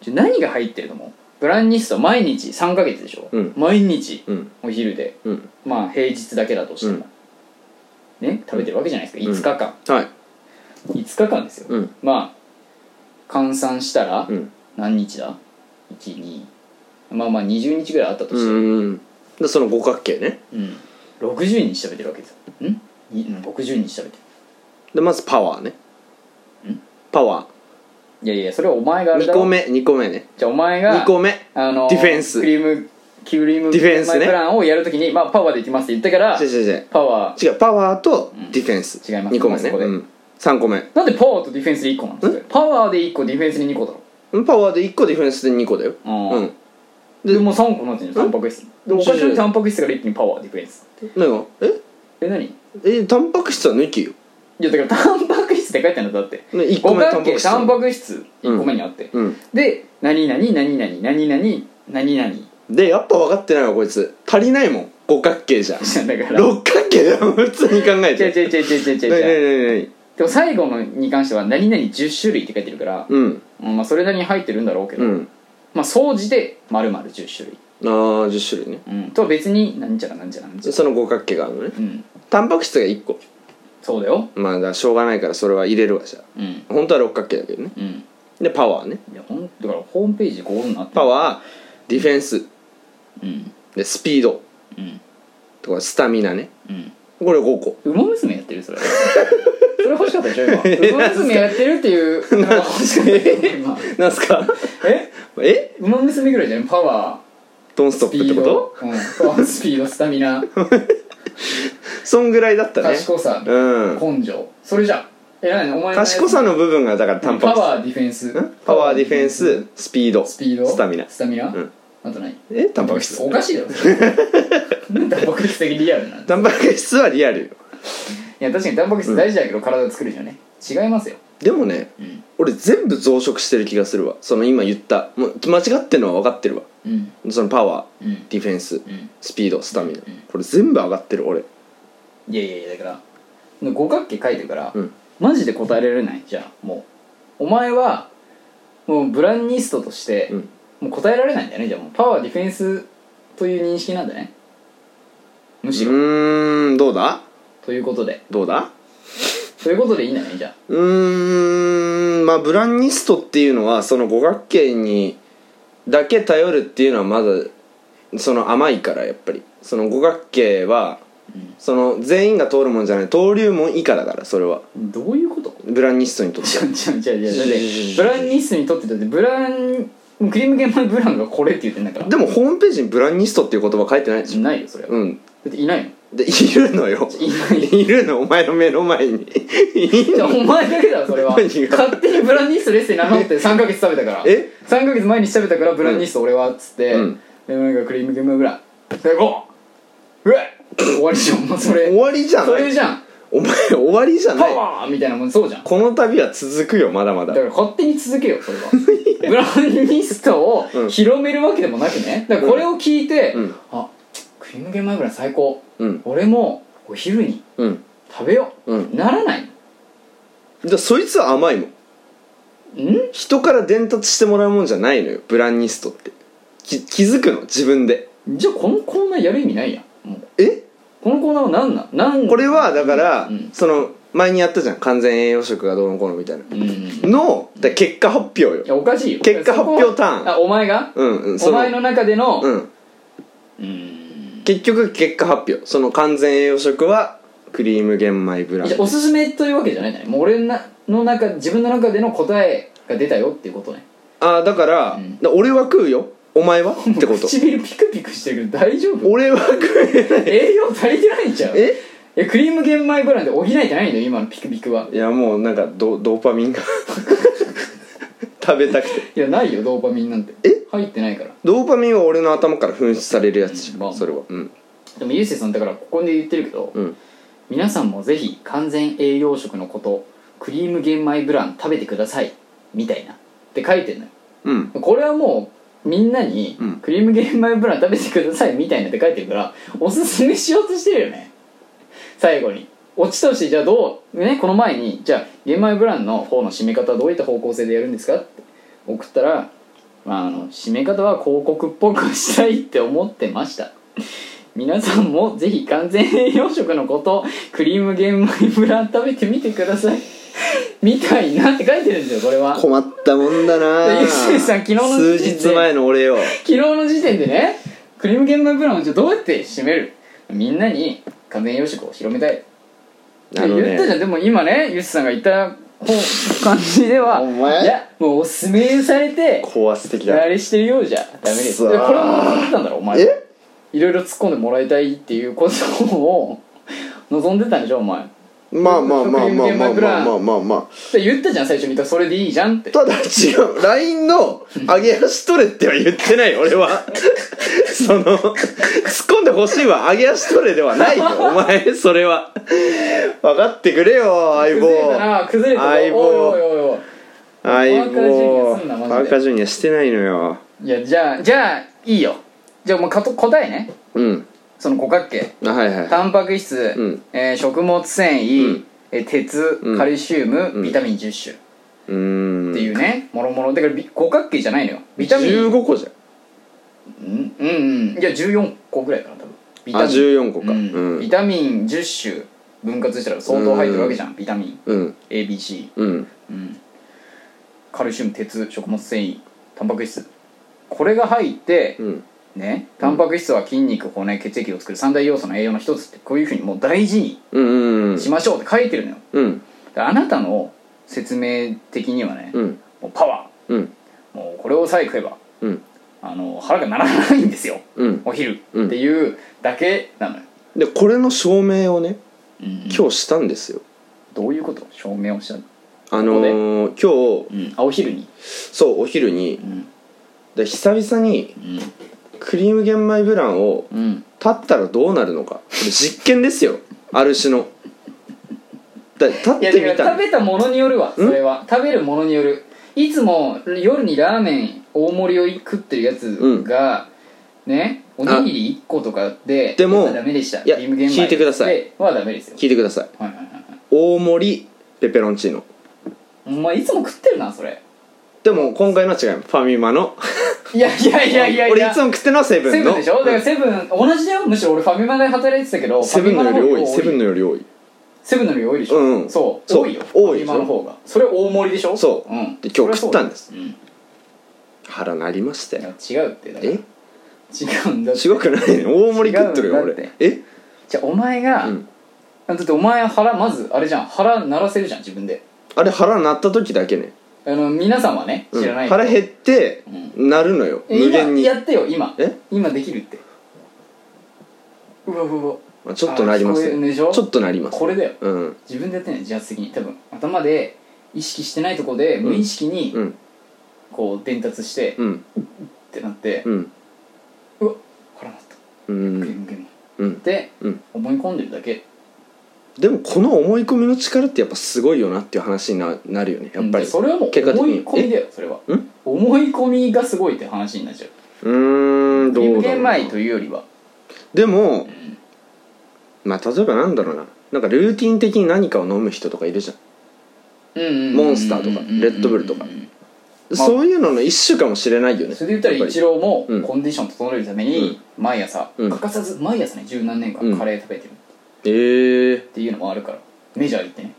Speaker 2: じゃあ何が入ってると思うブランニスト毎日3ヶ月でしょ、
Speaker 1: うん
Speaker 2: 毎日
Speaker 1: うん
Speaker 2: お昼で
Speaker 1: うん
Speaker 2: まあ平日だけだとしても、ね食べてるわけじゃないですか、
Speaker 1: うん
Speaker 2: 5日間
Speaker 1: はい
Speaker 2: 5日間ですよ、
Speaker 1: うん
Speaker 2: まあ換算したら
Speaker 1: うん
Speaker 2: 何日だ12まあまあ20日ぐらいあったと
Speaker 1: う
Speaker 2: して、
Speaker 1: んうんでその五角形ね
Speaker 2: うん60日食べてるわけですよんいうん60日食べて
Speaker 1: でまずパワーね
Speaker 2: ん
Speaker 1: パワ
Speaker 2: るいやいやそれはお前があ
Speaker 1: ー
Speaker 2: れだ
Speaker 1: 2
Speaker 2: ろ
Speaker 1: 個目2個目ね
Speaker 2: じゃあお前が
Speaker 1: 2個目
Speaker 2: あの
Speaker 1: ディフェンス
Speaker 2: クリームクリーム
Speaker 1: ディフェンスね
Speaker 2: マイプランをやるときに、まあ、パワーでいきますって言ったから
Speaker 1: 違う違う違う
Speaker 2: パワー
Speaker 1: 違うパワーとディフェンス、
Speaker 2: うん違います
Speaker 1: 2個目ね、
Speaker 2: そこで
Speaker 1: うん、3個目
Speaker 2: なんでパワーとディフェンスで1個なんですかパワーで1個ディフェンスで2個だろ
Speaker 1: うんパワーで1個ディフェンスで2個だよ
Speaker 2: あ
Speaker 1: う
Speaker 2: ー
Speaker 1: ん
Speaker 2: で
Speaker 1: で
Speaker 2: もう3個になってんじゃんタンパク質でおかしくタンパク質から一気にパワーディフェンス
Speaker 1: 何がえ
Speaker 2: え何い
Speaker 1: えタンパク質は抜きよ
Speaker 2: やだからタンパク質って書いてあるんだだって
Speaker 1: ね一個
Speaker 2: 五
Speaker 1: 目
Speaker 2: 角形タ
Speaker 1: タ
Speaker 2: ン
Speaker 1: ン
Speaker 2: パ
Speaker 1: パ
Speaker 2: ク質1個目にあって
Speaker 1: うん
Speaker 2: で何々何々何々何々
Speaker 1: でやっぱ分かってないわこいつ足りないもん五角形じゃん
Speaker 2: だから
Speaker 1: 六角形だよ普通に考え
Speaker 2: 違う
Speaker 1: て
Speaker 2: 違う違う違う
Speaker 1: ね
Speaker 2: 違う
Speaker 1: えね
Speaker 2: 違う
Speaker 1: えねえね
Speaker 2: でも最後のに関しては何々10種類って書いてるから
Speaker 1: えうん
Speaker 2: うんまあそれなりに入ってるんだろうけど
Speaker 1: うん
Speaker 2: まあ総じて丸々10種類
Speaker 1: ああ10種類ね
Speaker 2: うんとは別になんちゃらなんちゃらなんちゃら
Speaker 1: その五角形があるのね
Speaker 2: うん
Speaker 1: タンパク質が1個
Speaker 2: そうだよ
Speaker 1: まあだからしょうがないからそれは入れるわじゃあ
Speaker 2: うん
Speaker 1: 本当は六角形だけどね
Speaker 2: うん
Speaker 1: でパワーね
Speaker 2: いやほんだからホームページでこういうのあって
Speaker 1: パワーディフェンス
Speaker 2: うん
Speaker 1: でスピード
Speaker 2: うん
Speaker 1: とかスタミナね
Speaker 2: うん
Speaker 1: これ5個
Speaker 2: ウマ娘やってる それそれ欲しかったでしょ今ウマ娘やってるっていうのが欲しかったでしょ今
Speaker 1: なんすか
Speaker 2: え
Speaker 1: え
Speaker 2: ウマ娘ぐらいじゃないパワ
Speaker 1: ドン
Speaker 2: ー
Speaker 1: スト
Speaker 2: ス
Speaker 1: ッ
Speaker 2: ピ
Speaker 1: プって
Speaker 2: ー
Speaker 1: こと
Speaker 2: ドうんパワースピードスタミナ
Speaker 1: そんぐらいだったね
Speaker 2: 賢さ
Speaker 1: うん
Speaker 2: 根性それじゃえ何お前のやつ
Speaker 1: 賢さの部分がだから単
Speaker 2: パ
Speaker 1: 発
Speaker 2: ワーディフェンス
Speaker 1: んパワーディフェンススピード
Speaker 2: スピード
Speaker 1: スタミナ
Speaker 2: スタミナ、
Speaker 1: うん
Speaker 2: あと何
Speaker 1: えタンパク質
Speaker 2: おかしいだ ろそれなんでタンパク質的リアルなんだ
Speaker 1: タンパク質はリアルよ
Speaker 2: いや確かにタンパク質大事だけど体作るじゃね違いますよ
Speaker 1: でもね
Speaker 2: うん
Speaker 1: 俺全部増殖してる気がするわその今言ったもう間違ってるのは分かってるわ
Speaker 2: うん
Speaker 1: そのパワー
Speaker 2: うん
Speaker 1: ディフェンス
Speaker 2: うん
Speaker 1: スピードスタミナ
Speaker 2: ん
Speaker 1: これ全部上がってる俺
Speaker 2: いやいやいやだから五角形書いてるから、
Speaker 1: うん
Speaker 2: マジで答えられないじゃあもうお前はもうブランニストとして、
Speaker 1: うん
Speaker 2: もう答えられないんだよねじゃあもうパワーディフェンスという認識なんだねむ
Speaker 1: う
Speaker 2: しろ、
Speaker 1: ーんどうだ
Speaker 2: ということで
Speaker 1: どうだ
Speaker 2: ということでいいんだねじゃあ
Speaker 1: うーんまあブランニストっていうのはその五角形にだけ頼るっていうのはまだその甘いからやっぱりその五角形は
Speaker 2: うん
Speaker 1: その全員が通るもんじゃない登竜門以下だからそれは
Speaker 2: どういうこと
Speaker 1: ブランニストにとって
Speaker 2: 違う違う違う違うだっ
Speaker 1: じじ
Speaker 2: てブランニストにとってだってブランクリーム玄米ブランがこれって言ってんだから
Speaker 1: でもホームページにブランニストっていう言葉書いてないでしょ
Speaker 2: ないよそれは、だ
Speaker 1: うん
Speaker 2: っていないの
Speaker 1: でいるのよ
Speaker 2: いない
Speaker 1: いるのお前の目の前にい
Speaker 2: い
Speaker 1: る
Speaker 2: や
Speaker 1: の
Speaker 2: お前だけだろそれは
Speaker 1: 何が
Speaker 2: 勝手にブランニストレッスン名乗って3ヶ月食べたから
Speaker 1: え
Speaker 2: 3ヶ月前に調べたからブランニスト俺はっつって、
Speaker 1: うん
Speaker 2: でなんかクリーム玄米ブラン最後うえ終わりじゃんもうそれ
Speaker 1: 終わりじゃ
Speaker 2: そ
Speaker 1: な
Speaker 2: れ
Speaker 1: い
Speaker 2: じゃん
Speaker 1: お前終わりじゃ
Speaker 2: パ
Speaker 1: ない
Speaker 2: ワーみたいなもんそうじゃん
Speaker 1: この旅は続くよまだまだ
Speaker 2: だから勝手に続けよそ れはブランニスト
Speaker 1: う
Speaker 2: を
Speaker 1: ん
Speaker 2: 広めるわけでもなくねだからこれを聞いて、
Speaker 1: うん
Speaker 2: あクリーム玄米ブラン最高
Speaker 1: うん
Speaker 2: 俺もお昼に
Speaker 1: うん
Speaker 2: 食べよう、
Speaker 1: うん
Speaker 2: ならないん
Speaker 1: じゃあそいつは甘いもん人から伝達してもらうもんじゃないのよブランニストってき気づくの自分で
Speaker 2: じゃあこのコーナーやる意味ないやんもう
Speaker 1: え
Speaker 2: このコーナーは何なんなん
Speaker 1: これはだから、
Speaker 2: うん
Speaker 1: その前にやったじゃん完全栄養食がどうのこうのみたいな
Speaker 2: うんい
Speaker 1: のだから結果発表よ
Speaker 2: やおかしいよ
Speaker 1: 結果発表ターン
Speaker 2: そこあお前が、
Speaker 1: うんうん
Speaker 2: お前の中での
Speaker 1: う
Speaker 2: うんん
Speaker 1: 結局結果発表その完全栄養食はクリーム玄米ブラン
Speaker 2: じゃあおすすめというわけじゃないんだねもう俺なの中自分の中での答えが出たよっていうことね
Speaker 1: ああだから,、
Speaker 2: うん
Speaker 1: だ俺は食うよお前 はってこと
Speaker 2: 唇ピクピクしてるけど大丈夫
Speaker 1: 俺は食 えない
Speaker 2: 栄養足りてないんちゃう
Speaker 1: え
Speaker 2: いやクリーム玄米ブランで補えてないんだよ今のピクピクはい
Speaker 1: やもうなんかドドーパミンが 食べたくて
Speaker 2: いやないよドーパミンなんて
Speaker 1: え
Speaker 2: 入ってないから
Speaker 1: ドーパミンは俺の頭から噴出されるやつじゃん、
Speaker 2: まあ
Speaker 1: それはうん
Speaker 2: でもゆうせいさんだからここで言ってるけど、
Speaker 1: うん
Speaker 2: 皆さんもぜひ完全栄養食のことクリーム玄米ブラン食べてくださいみたいなって書いてるのよ
Speaker 1: うん
Speaker 2: これはもうみんなに
Speaker 1: うん
Speaker 2: クリーム玄米ブラン食べてくださいみたいなって書いてるからおすすめしようとしてるよね最後にオチとしてじゃあどうねこの前にじゃあ玄米ブランの方の締め方はどういった方向性でやるんですかって送ったら、まあ、あの締め方は広告っぽくしたいって思ってました皆さんもぜひ完全栄養食のことクリーム玄米ブラン食べてみてくださいみたいなって書いてるんですよこれは
Speaker 1: 困ったもんだな
Speaker 2: でゆうせいさん昨日の時点で
Speaker 1: 数日前の俺よ
Speaker 2: 昨日の時点でねクリーム玄米プランをじゃあどうやって締めるみんなに完全栄養食を広めたいって
Speaker 1: あの
Speaker 2: 言ったじゃん、
Speaker 1: ね
Speaker 2: でも今ねゆっさんが言った方感じでは
Speaker 3: お前
Speaker 2: いやもうおすすめされて
Speaker 1: 高圧的
Speaker 2: あ
Speaker 1: だ
Speaker 2: れしてるようじゃダメです
Speaker 1: くそ
Speaker 2: い
Speaker 1: ー
Speaker 2: やこれも望んでたんだろお前
Speaker 1: え
Speaker 2: いろいろ突っ込んでもらいたいっていうことを 望んでたんでしょお前
Speaker 1: まあまあまあまあまあまあまあまあまあ
Speaker 2: で言ったじゃん最初にそれでいいじゃんって
Speaker 1: ただ違う LINE の「上げ足取れ」っては言ってない俺はその突っ込んでほしいは上げ足取れではないよお前それは分かってくれよ相
Speaker 2: 崩れたな
Speaker 1: 棒
Speaker 2: 崩れたな
Speaker 1: 相棒
Speaker 2: おいおいおいおい
Speaker 1: 相棒
Speaker 2: パーカージュニアすんなマジで
Speaker 1: パーカージュニアしてないのよ
Speaker 2: いやじゃあじゃあいいよじゃあもうかと答えね
Speaker 1: うん
Speaker 2: その五角形
Speaker 1: あはいは
Speaker 2: タンパク質、
Speaker 1: うん
Speaker 2: えー食物繊維、
Speaker 1: うん
Speaker 2: えー鉄、
Speaker 1: うん
Speaker 2: カルシウム、
Speaker 1: うん
Speaker 2: ビタミン10種っ
Speaker 1: いうーん
Speaker 2: ていうね、もろもろだからび五角形じゃないのよビタミン
Speaker 1: 15個じゃん
Speaker 2: うんうんうんいや14個ぐらいかな多分ビ
Speaker 1: あ14個か
Speaker 2: う
Speaker 1: うんん
Speaker 2: ビタミン10分割したら相当入ってるわけじゃんビタミン
Speaker 1: うん、
Speaker 2: ABC、
Speaker 1: うん、
Speaker 2: うん、カルシウム鉄食物繊維タンパク質これが入って、
Speaker 1: うん、
Speaker 2: ねタンパク質は筋肉骨血液を作る三大要素の栄養の一つってこういうふうにもう大事に
Speaker 1: うん、うん、
Speaker 2: しましょうって書いてるのよ
Speaker 1: うん、
Speaker 2: であなたの説明的にはね、
Speaker 1: うん、
Speaker 2: もうパワ
Speaker 1: うん、
Speaker 2: ーもうこれをさえ食えば
Speaker 1: うん、
Speaker 2: あの腹が鳴らないんですよ
Speaker 1: うん。
Speaker 2: お昼
Speaker 1: うん
Speaker 2: っていうだけなのよ、
Speaker 1: で、これの証明をね、今日したんですよ。
Speaker 2: どういうこと証明をしたの、
Speaker 1: あのー、今日、
Speaker 2: うん、あお昼に、
Speaker 1: そう、お昼に
Speaker 2: う、ん
Speaker 1: で久々に
Speaker 2: うん
Speaker 1: クリーム玄米ブランを
Speaker 2: うん、
Speaker 1: 立ったらどうなるのかこれ実験ですよ ある種のだ立っ
Speaker 2: いや
Speaker 1: て
Speaker 2: だ
Speaker 1: みた
Speaker 2: から食
Speaker 1: の
Speaker 2: べたものによるわそれは食べるものによるいつも夜にラーメン大盛りを食ってるやつが、ねおにぎり1個とかで
Speaker 1: でも
Speaker 2: やっぱダメでした
Speaker 1: いや
Speaker 2: ビーム玄米
Speaker 1: 聞いてください
Speaker 2: ではダメですよ
Speaker 1: 聞いてください
Speaker 2: はいはいはいはい
Speaker 1: 大盛りペペロンチーノ
Speaker 2: お前いつも食ってるなそれ
Speaker 1: でも今回のは違いますファミマの
Speaker 2: いやいやいやいやい
Speaker 1: 俺い
Speaker 2: や
Speaker 1: つも食ってんのはセブ
Speaker 2: セ
Speaker 1: ン
Speaker 2: ブ
Speaker 1: の
Speaker 2: ンでしょだからセブン同じだよむしろ俺ファミマで働いてたけど
Speaker 1: セブンのより多いセブン
Speaker 2: の
Speaker 1: のより多い
Speaker 2: セブンのより多いでしょ、
Speaker 1: うん
Speaker 2: そう
Speaker 1: そう
Speaker 2: 多いよ
Speaker 1: 多いでし
Speaker 2: フ
Speaker 1: ょ
Speaker 2: ァミマの方がそれ大盛りでしょ
Speaker 1: そう
Speaker 2: うん、
Speaker 1: で今日食ったんです
Speaker 2: そりゃそうだよ
Speaker 1: 腹なりましたよ
Speaker 2: うん、いや違うってだから
Speaker 1: え
Speaker 2: 違うんだって
Speaker 1: 違くないね大盛り食ってるよ
Speaker 2: 違う
Speaker 1: 俺
Speaker 2: んだって
Speaker 1: え
Speaker 2: じゃあお前が、
Speaker 1: うん
Speaker 2: だってお前腹まずあれじゃん腹鳴らせるじゃん自分で
Speaker 1: あれ腹鳴った時だけね
Speaker 2: あの皆さんはね
Speaker 1: うん
Speaker 2: 知らない、
Speaker 1: 腹減って
Speaker 2: う
Speaker 1: 鳴るのよ
Speaker 2: え
Speaker 1: 無限に
Speaker 2: 今やってよ今
Speaker 1: え
Speaker 2: 今できるってうわうわう
Speaker 1: まあちょっと鳴ります
Speaker 2: あ聞こえるで
Speaker 1: ね
Speaker 2: し
Speaker 1: ち
Speaker 2: ょ
Speaker 1: ょっと鳴り
Speaker 2: わ
Speaker 1: ます
Speaker 2: これだよ
Speaker 1: うん
Speaker 2: 自分でやってない自発的に多分頭で意識してないとこで無意識に
Speaker 1: うん
Speaker 2: こう伝達して、っ
Speaker 1: うん
Speaker 2: てなって、
Speaker 1: うん
Speaker 2: うわ腹なった
Speaker 1: う
Speaker 2: ゲー
Speaker 1: ん
Speaker 2: ムゲームっ
Speaker 1: うん
Speaker 2: て
Speaker 1: うん
Speaker 2: 思い込んでるだけ
Speaker 1: でもこの思い込みの力ってやっぱすごいよなっていう話にななるよねやっぱ
Speaker 2: うん
Speaker 1: り
Speaker 2: でそれはもう
Speaker 1: 結果的
Speaker 2: 思
Speaker 1: に
Speaker 2: い込みだよそれは
Speaker 1: ん
Speaker 2: 思い込みがすごいって話になっちゃう
Speaker 1: うーんど
Speaker 2: ゲーム
Speaker 1: うだ
Speaker 2: ゲ
Speaker 1: ろう
Speaker 2: 前
Speaker 1: な
Speaker 2: というよりは
Speaker 1: でもまあ例えばなんだろうななんかルーティン的に何かを飲む人とかいるじゃんモ
Speaker 2: モ
Speaker 1: ンスターとかレッドブルとか
Speaker 2: あ
Speaker 1: そういうのの一種かもしれないよね
Speaker 2: それで言った
Speaker 1: やっぱ
Speaker 2: ら
Speaker 1: り
Speaker 2: イチローも
Speaker 1: うん
Speaker 2: コンディション整えるために毎朝
Speaker 1: うん
Speaker 2: 欠かさず毎朝ね十何年
Speaker 1: う
Speaker 2: 間
Speaker 1: ん
Speaker 2: カレー食べてるっ
Speaker 1: ええ
Speaker 2: ていうのもあるからメジャー行ってね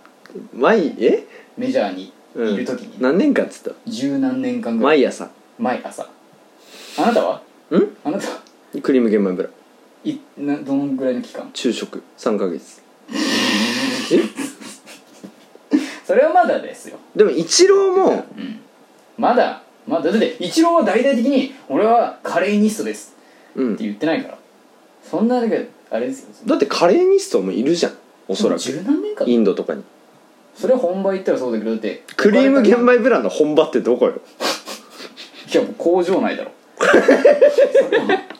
Speaker 1: 毎え
Speaker 2: メジャーに
Speaker 1: うん
Speaker 2: いる時に
Speaker 1: 何年間っつっ
Speaker 2: 十何年間
Speaker 1: た
Speaker 2: ぐらい
Speaker 1: 毎朝
Speaker 2: 毎朝あなたは
Speaker 1: ん
Speaker 2: あなたは
Speaker 1: クリーム玄米ブラ
Speaker 2: いなどのぐらいの期間
Speaker 1: 昼食3ヶ月
Speaker 2: それはまだですよ
Speaker 1: でもイチローも
Speaker 2: まだまだだってイチローは大々的に「俺はカレーニストです」
Speaker 1: う
Speaker 2: って
Speaker 1: ん
Speaker 2: 言ってないからそんなだけあれですよ
Speaker 1: だってカレーニストもいるじゃんおそらく
Speaker 2: 十何年間
Speaker 1: インドとかに
Speaker 2: それは本場行ったらそうだけどだって
Speaker 1: クリーム玄
Speaker 2: い
Speaker 1: 米ブランの本場ってどこよ
Speaker 2: やもう工場内だろ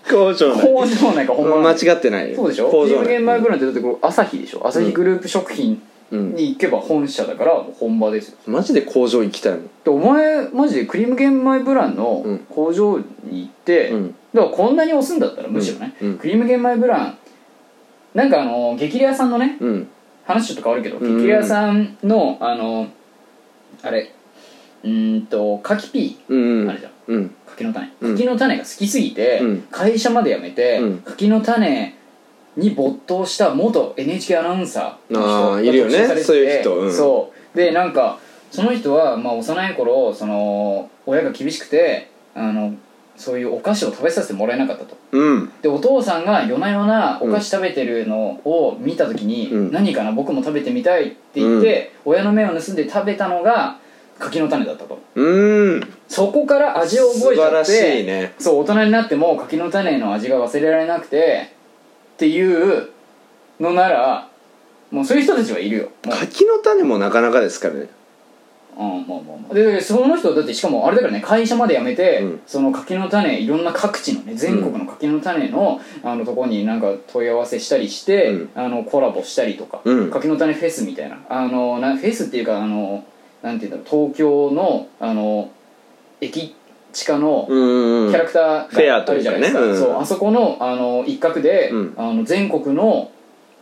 Speaker 1: 工場内
Speaker 2: 工場内か本場
Speaker 1: 間
Speaker 2: 内
Speaker 1: 違ってないよ
Speaker 2: そうでしょ
Speaker 1: 工
Speaker 2: クリー
Speaker 1: 場
Speaker 2: ム玄
Speaker 1: 内
Speaker 2: 米ぐらいってだってこれ朝日でしょ朝日グループ食品
Speaker 1: うん
Speaker 2: に行けば本社だからもう本場ですよ
Speaker 1: マジで工場行きたいもん
Speaker 2: でお前マジでクリーム玄米ブランの
Speaker 1: うん
Speaker 2: 工場に行って、
Speaker 1: うん
Speaker 2: だからこんなに押すんだったらむしろね、
Speaker 1: うんうん
Speaker 2: クリーム玄米ブランなんかあの激レアさんのね
Speaker 1: うん
Speaker 2: 話ちょっと変わるけど、
Speaker 1: うん
Speaker 2: 激レアさんのあのあれうーんと柿ピ
Speaker 1: うんうん
Speaker 2: あれじゃん
Speaker 1: うん
Speaker 2: ー柿の種
Speaker 1: うん
Speaker 2: 柿の種が好きすぎて、
Speaker 1: うん
Speaker 2: 会社まで辞めて、
Speaker 1: うん
Speaker 2: 柿の種に没頭した元 NHK アナウンサーの人
Speaker 1: あ
Speaker 2: が
Speaker 1: ーいるよね
Speaker 2: 特集されてて
Speaker 1: そういう人うん
Speaker 2: そうでなんかその人は、まあ、幼い頃その親が厳しくてあのそういうお菓子を食べさせてもらえなかったと
Speaker 1: うん
Speaker 2: でお父さんが夜な夜なお菓子食べてるのを見た時に、
Speaker 1: うん
Speaker 2: 何かな僕も食べてみたいって言って、親の目を盗んで食べたのが柿の種だったと
Speaker 1: うん
Speaker 2: そこから味を覚えちゃ
Speaker 1: 素
Speaker 2: って
Speaker 1: 晴らしいね
Speaker 2: そう大人になっても柿の種の味が忘れられなくてっていうのならもうそういう人たちはいるよもう
Speaker 1: 柿の種もなかなかですからね
Speaker 2: うんまあまあまあでその人だってしかもあれだからね会社まで辞めて、
Speaker 1: うん
Speaker 2: その柿の種いろんな各地のね全国の柿の種の,、あのとこになんか問い合わせしたりして、
Speaker 1: うん
Speaker 2: あのコラボしたりとか、
Speaker 1: うん
Speaker 2: 柿の種フェスみたいなあのなフェスっていうかあのなんていうんだろう東京のあの駅地下の
Speaker 1: うんうん
Speaker 2: キ
Speaker 1: うん
Speaker 2: ャラクター
Speaker 1: フェア
Speaker 2: があるじゃないですか、
Speaker 1: というかねうん
Speaker 2: そうあそこのあの一角で、
Speaker 1: うん
Speaker 2: あの全国の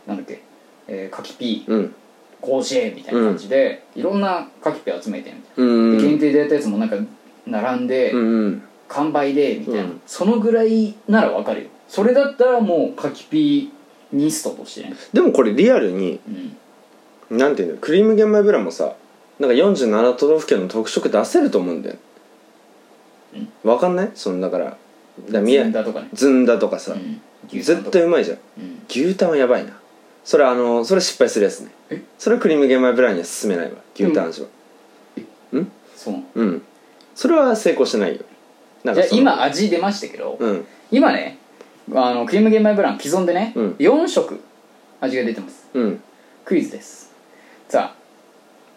Speaker 2: なんだっけ、えー、柿ピー
Speaker 1: うん
Speaker 2: 甲子園みたいな感じで、いろんな柿ピー集めてみたいな。
Speaker 1: うんう
Speaker 2: で限
Speaker 1: ん
Speaker 2: 定でやったやつもなんか並んで、
Speaker 1: うんうん
Speaker 2: 完売でみたいな、
Speaker 1: うん
Speaker 2: そのぐらいならわかるよそれだったらもう柿ピーニストとしてね、
Speaker 1: でもこれリアルに
Speaker 2: うん、
Speaker 1: なんていうのクリーム玄米ブラもさなんか47都道府県の特色出せると思うんだよわかんないそのだからだから宮
Speaker 2: ずんだとかね
Speaker 1: ずんだとかさ、
Speaker 2: うん牛タ
Speaker 1: 絶
Speaker 2: ンとか
Speaker 1: 対うまいじゃん
Speaker 2: うん
Speaker 1: 牛タンはやばいなそれあのそれ失敗するやつね
Speaker 2: え
Speaker 1: それはクリーム玄米ブラには進めないわ牛タン味は
Speaker 2: そうなの
Speaker 1: うん、それは成功してないよなん
Speaker 2: じゃあ
Speaker 1: その
Speaker 2: 今味出ましたけど、
Speaker 1: うん
Speaker 2: 今ねあのクリーム玄米ブラン既存でね、
Speaker 1: うん
Speaker 2: 4色味が出てます
Speaker 1: うん
Speaker 2: クイズですさ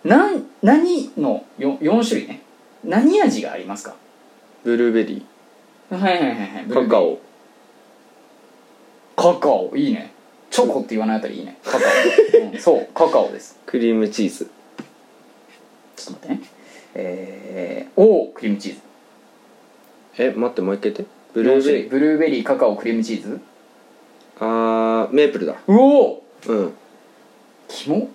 Speaker 2: あなん何の 4, 4種類ね何味がありますか
Speaker 1: ブルーベリ
Speaker 2: はいはいはいはい
Speaker 1: ー
Speaker 2: ブル
Speaker 1: カ
Speaker 2: ーベリ
Speaker 1: カオ
Speaker 2: ーカカオいいねチョコって言わないあたりいいねカカオ、 うんそうカカオです
Speaker 1: クリームチーズ
Speaker 2: ちょっと待ってねえー、おークリームチーズ
Speaker 1: え待ってもう一回言ってブ
Speaker 2: ブ
Speaker 1: ルーベリー
Speaker 2: ブルーベリーカカオクリームチーズ
Speaker 1: あーメープルだ
Speaker 2: うおー
Speaker 1: うん
Speaker 2: キモ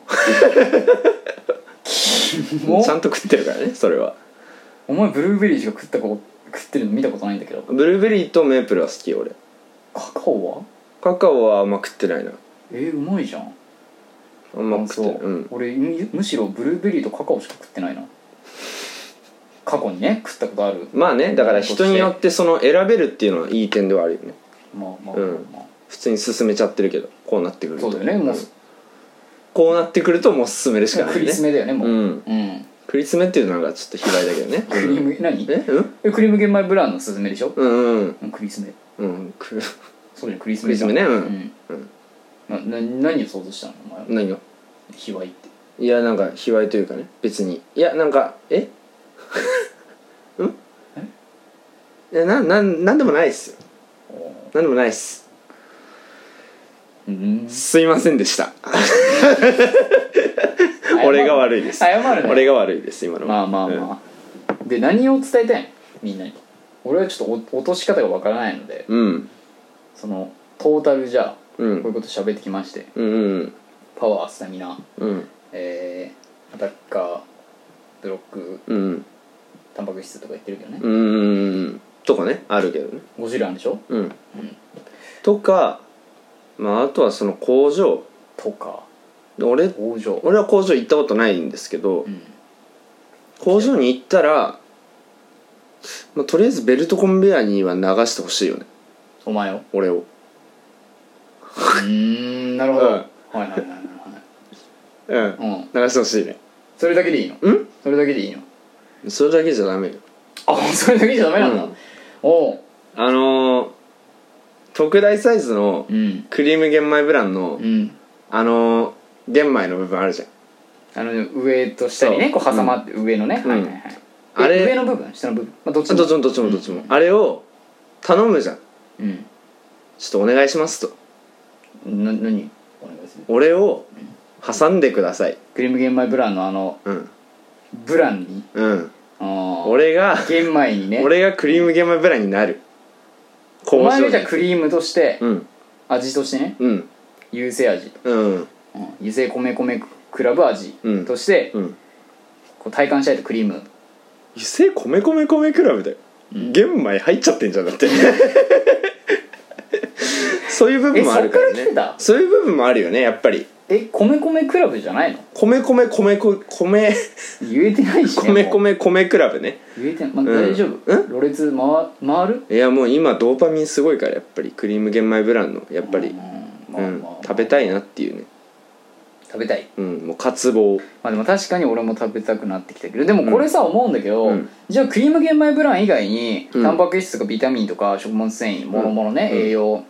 Speaker 2: キモ
Speaker 1: ちゃんと食ってるからねそれは
Speaker 2: お前ブルーベリーしか食ったこと食ってるの見たことないんだけど
Speaker 1: ブルーベリーとメープルは好きよ俺
Speaker 2: カカオは
Speaker 1: カカオはあんま食ってないな
Speaker 2: えー、うまいじゃん
Speaker 1: あんま
Speaker 2: あ
Speaker 1: 食ってないうん
Speaker 2: 俺むむしろブルーベリーとカカオしか食ってないな過去にね食ったことある
Speaker 1: まあねだから人によってその選べるっていうのはいい点ではあるよね
Speaker 2: まあまあまあ、
Speaker 1: うん普通に進めちゃってるけどこうなってくると
Speaker 2: そうだよねもう、
Speaker 1: こうなってくるともう進めるしかない
Speaker 2: ク
Speaker 1: ね
Speaker 2: リスメだよねもう
Speaker 1: う
Speaker 2: うん
Speaker 1: んクリスメっていうのがちょっと卑猥だけどね
Speaker 2: クリーム何
Speaker 1: えうん
Speaker 2: えクリーム玄米ブラウンのスズメでしょ、
Speaker 1: うんうん
Speaker 2: うん、クリスメ
Speaker 1: うんく
Speaker 2: そうだよクリス
Speaker 1: クリ
Speaker 2: メ
Speaker 1: スメねう
Speaker 2: うんん、なな何を想像したのお前
Speaker 1: 何が
Speaker 2: 卑猥って
Speaker 1: いやなんか卑猥というかね別にいやなんかえ うんいやななんなんでもないっすよなんでもないっす
Speaker 2: うん
Speaker 1: すいませんでした俺が悪いです
Speaker 2: 謝るね
Speaker 1: 俺が悪いです今の
Speaker 2: まあまあまあ、で何を伝えたいのみんなに俺はちょっとお落とし方がわからないので
Speaker 1: うん
Speaker 2: そのトータルじゃあ
Speaker 1: う
Speaker 2: こういうんこと喋ってきまして
Speaker 1: うんうん
Speaker 2: パワースタミナ
Speaker 1: うん
Speaker 2: えー、アタッカーブロック
Speaker 1: うん
Speaker 2: タンパク質とか言ってるけどね、
Speaker 1: うんうんとかねあるけどね
Speaker 2: 5種類あるんでしょ
Speaker 1: うんとかまああとはその工場
Speaker 2: とか
Speaker 1: 俺
Speaker 2: 工場
Speaker 1: 俺は工場行ったことないんですけど
Speaker 2: うん
Speaker 1: 工場に行ったら、まあ、とりあえずベルトコンベヤーには流してほしいよね
Speaker 2: お前を
Speaker 1: 俺を
Speaker 2: うーんなるほど、
Speaker 1: うん
Speaker 2: はいはいはいはい
Speaker 1: うん
Speaker 2: はいうん
Speaker 1: 流してほしいね
Speaker 2: それだけでいいの
Speaker 1: うん
Speaker 2: それだけでいいの
Speaker 1: それだけじゃダメよ
Speaker 2: あ それだけじゃダメなんだ、
Speaker 1: うん
Speaker 2: おう
Speaker 1: あのー、特大サイズの
Speaker 2: うん
Speaker 1: クリーム玄米ブランの、
Speaker 2: うん
Speaker 1: あのー、玄米の部分あるじゃん
Speaker 2: あの上と下にね
Speaker 1: そう
Speaker 2: こう挟まって、上のね、
Speaker 1: うん
Speaker 2: はいはいはい
Speaker 1: あれ
Speaker 2: え上の部分下の部分、まあ、どっち
Speaker 1: あどっちもどっちもどっちも、あれを頼むじゃん
Speaker 2: うん
Speaker 1: ちょっとお願いしますと
Speaker 2: な何お願いする
Speaker 1: 俺を挟んでください
Speaker 2: クリーム玄米ブランのあの
Speaker 1: うん
Speaker 2: ブランに
Speaker 1: うん
Speaker 2: あー
Speaker 1: 俺が
Speaker 2: 玄米にね
Speaker 1: 俺がクリーム玄米ブランになる
Speaker 2: お
Speaker 1: 工場
Speaker 2: 前
Speaker 1: に
Speaker 2: がじゃあクリームとして、
Speaker 1: うん
Speaker 2: 味としてね
Speaker 1: うん
Speaker 2: 優勢味、
Speaker 1: うん
Speaker 2: うん、優勢米米クラブ味
Speaker 1: うん
Speaker 2: として、
Speaker 1: うん
Speaker 2: こう体感したいとクリーム
Speaker 1: 油性米米米クラブだよ、玄米入っちゃってんじゃんだってそういう部分もあるから
Speaker 2: えそっから来て
Speaker 1: ね
Speaker 2: た
Speaker 1: そういう部分もあるよねやっぱり
Speaker 2: え米米クラブじゃないの
Speaker 1: 米米米米米
Speaker 2: 言えてないし、
Speaker 1: 米
Speaker 2: ね、も
Speaker 1: 米
Speaker 2: う
Speaker 1: 米クラブね
Speaker 2: 言えてない、まあ、
Speaker 1: うん
Speaker 2: 大丈夫
Speaker 1: うん
Speaker 2: ろれつ回回る
Speaker 1: いやもう今ドーパミンすごいからやっぱりクリーム玄米ブランのやっぱり
Speaker 2: うん、
Speaker 1: う
Speaker 2: まあまあ
Speaker 1: ん
Speaker 2: まあ
Speaker 1: 食べたいなっていうね
Speaker 2: 食べたい
Speaker 1: うんもう渇望
Speaker 2: まあでも確かに俺も食べたくなってきたけどでもこれさ思うんだけど、
Speaker 1: うん
Speaker 2: じゃあクリーム玄米ブラン以外に、
Speaker 1: うん
Speaker 2: タンパク質とかビタミンとか食物繊維もろもろね、
Speaker 1: うん
Speaker 2: 栄養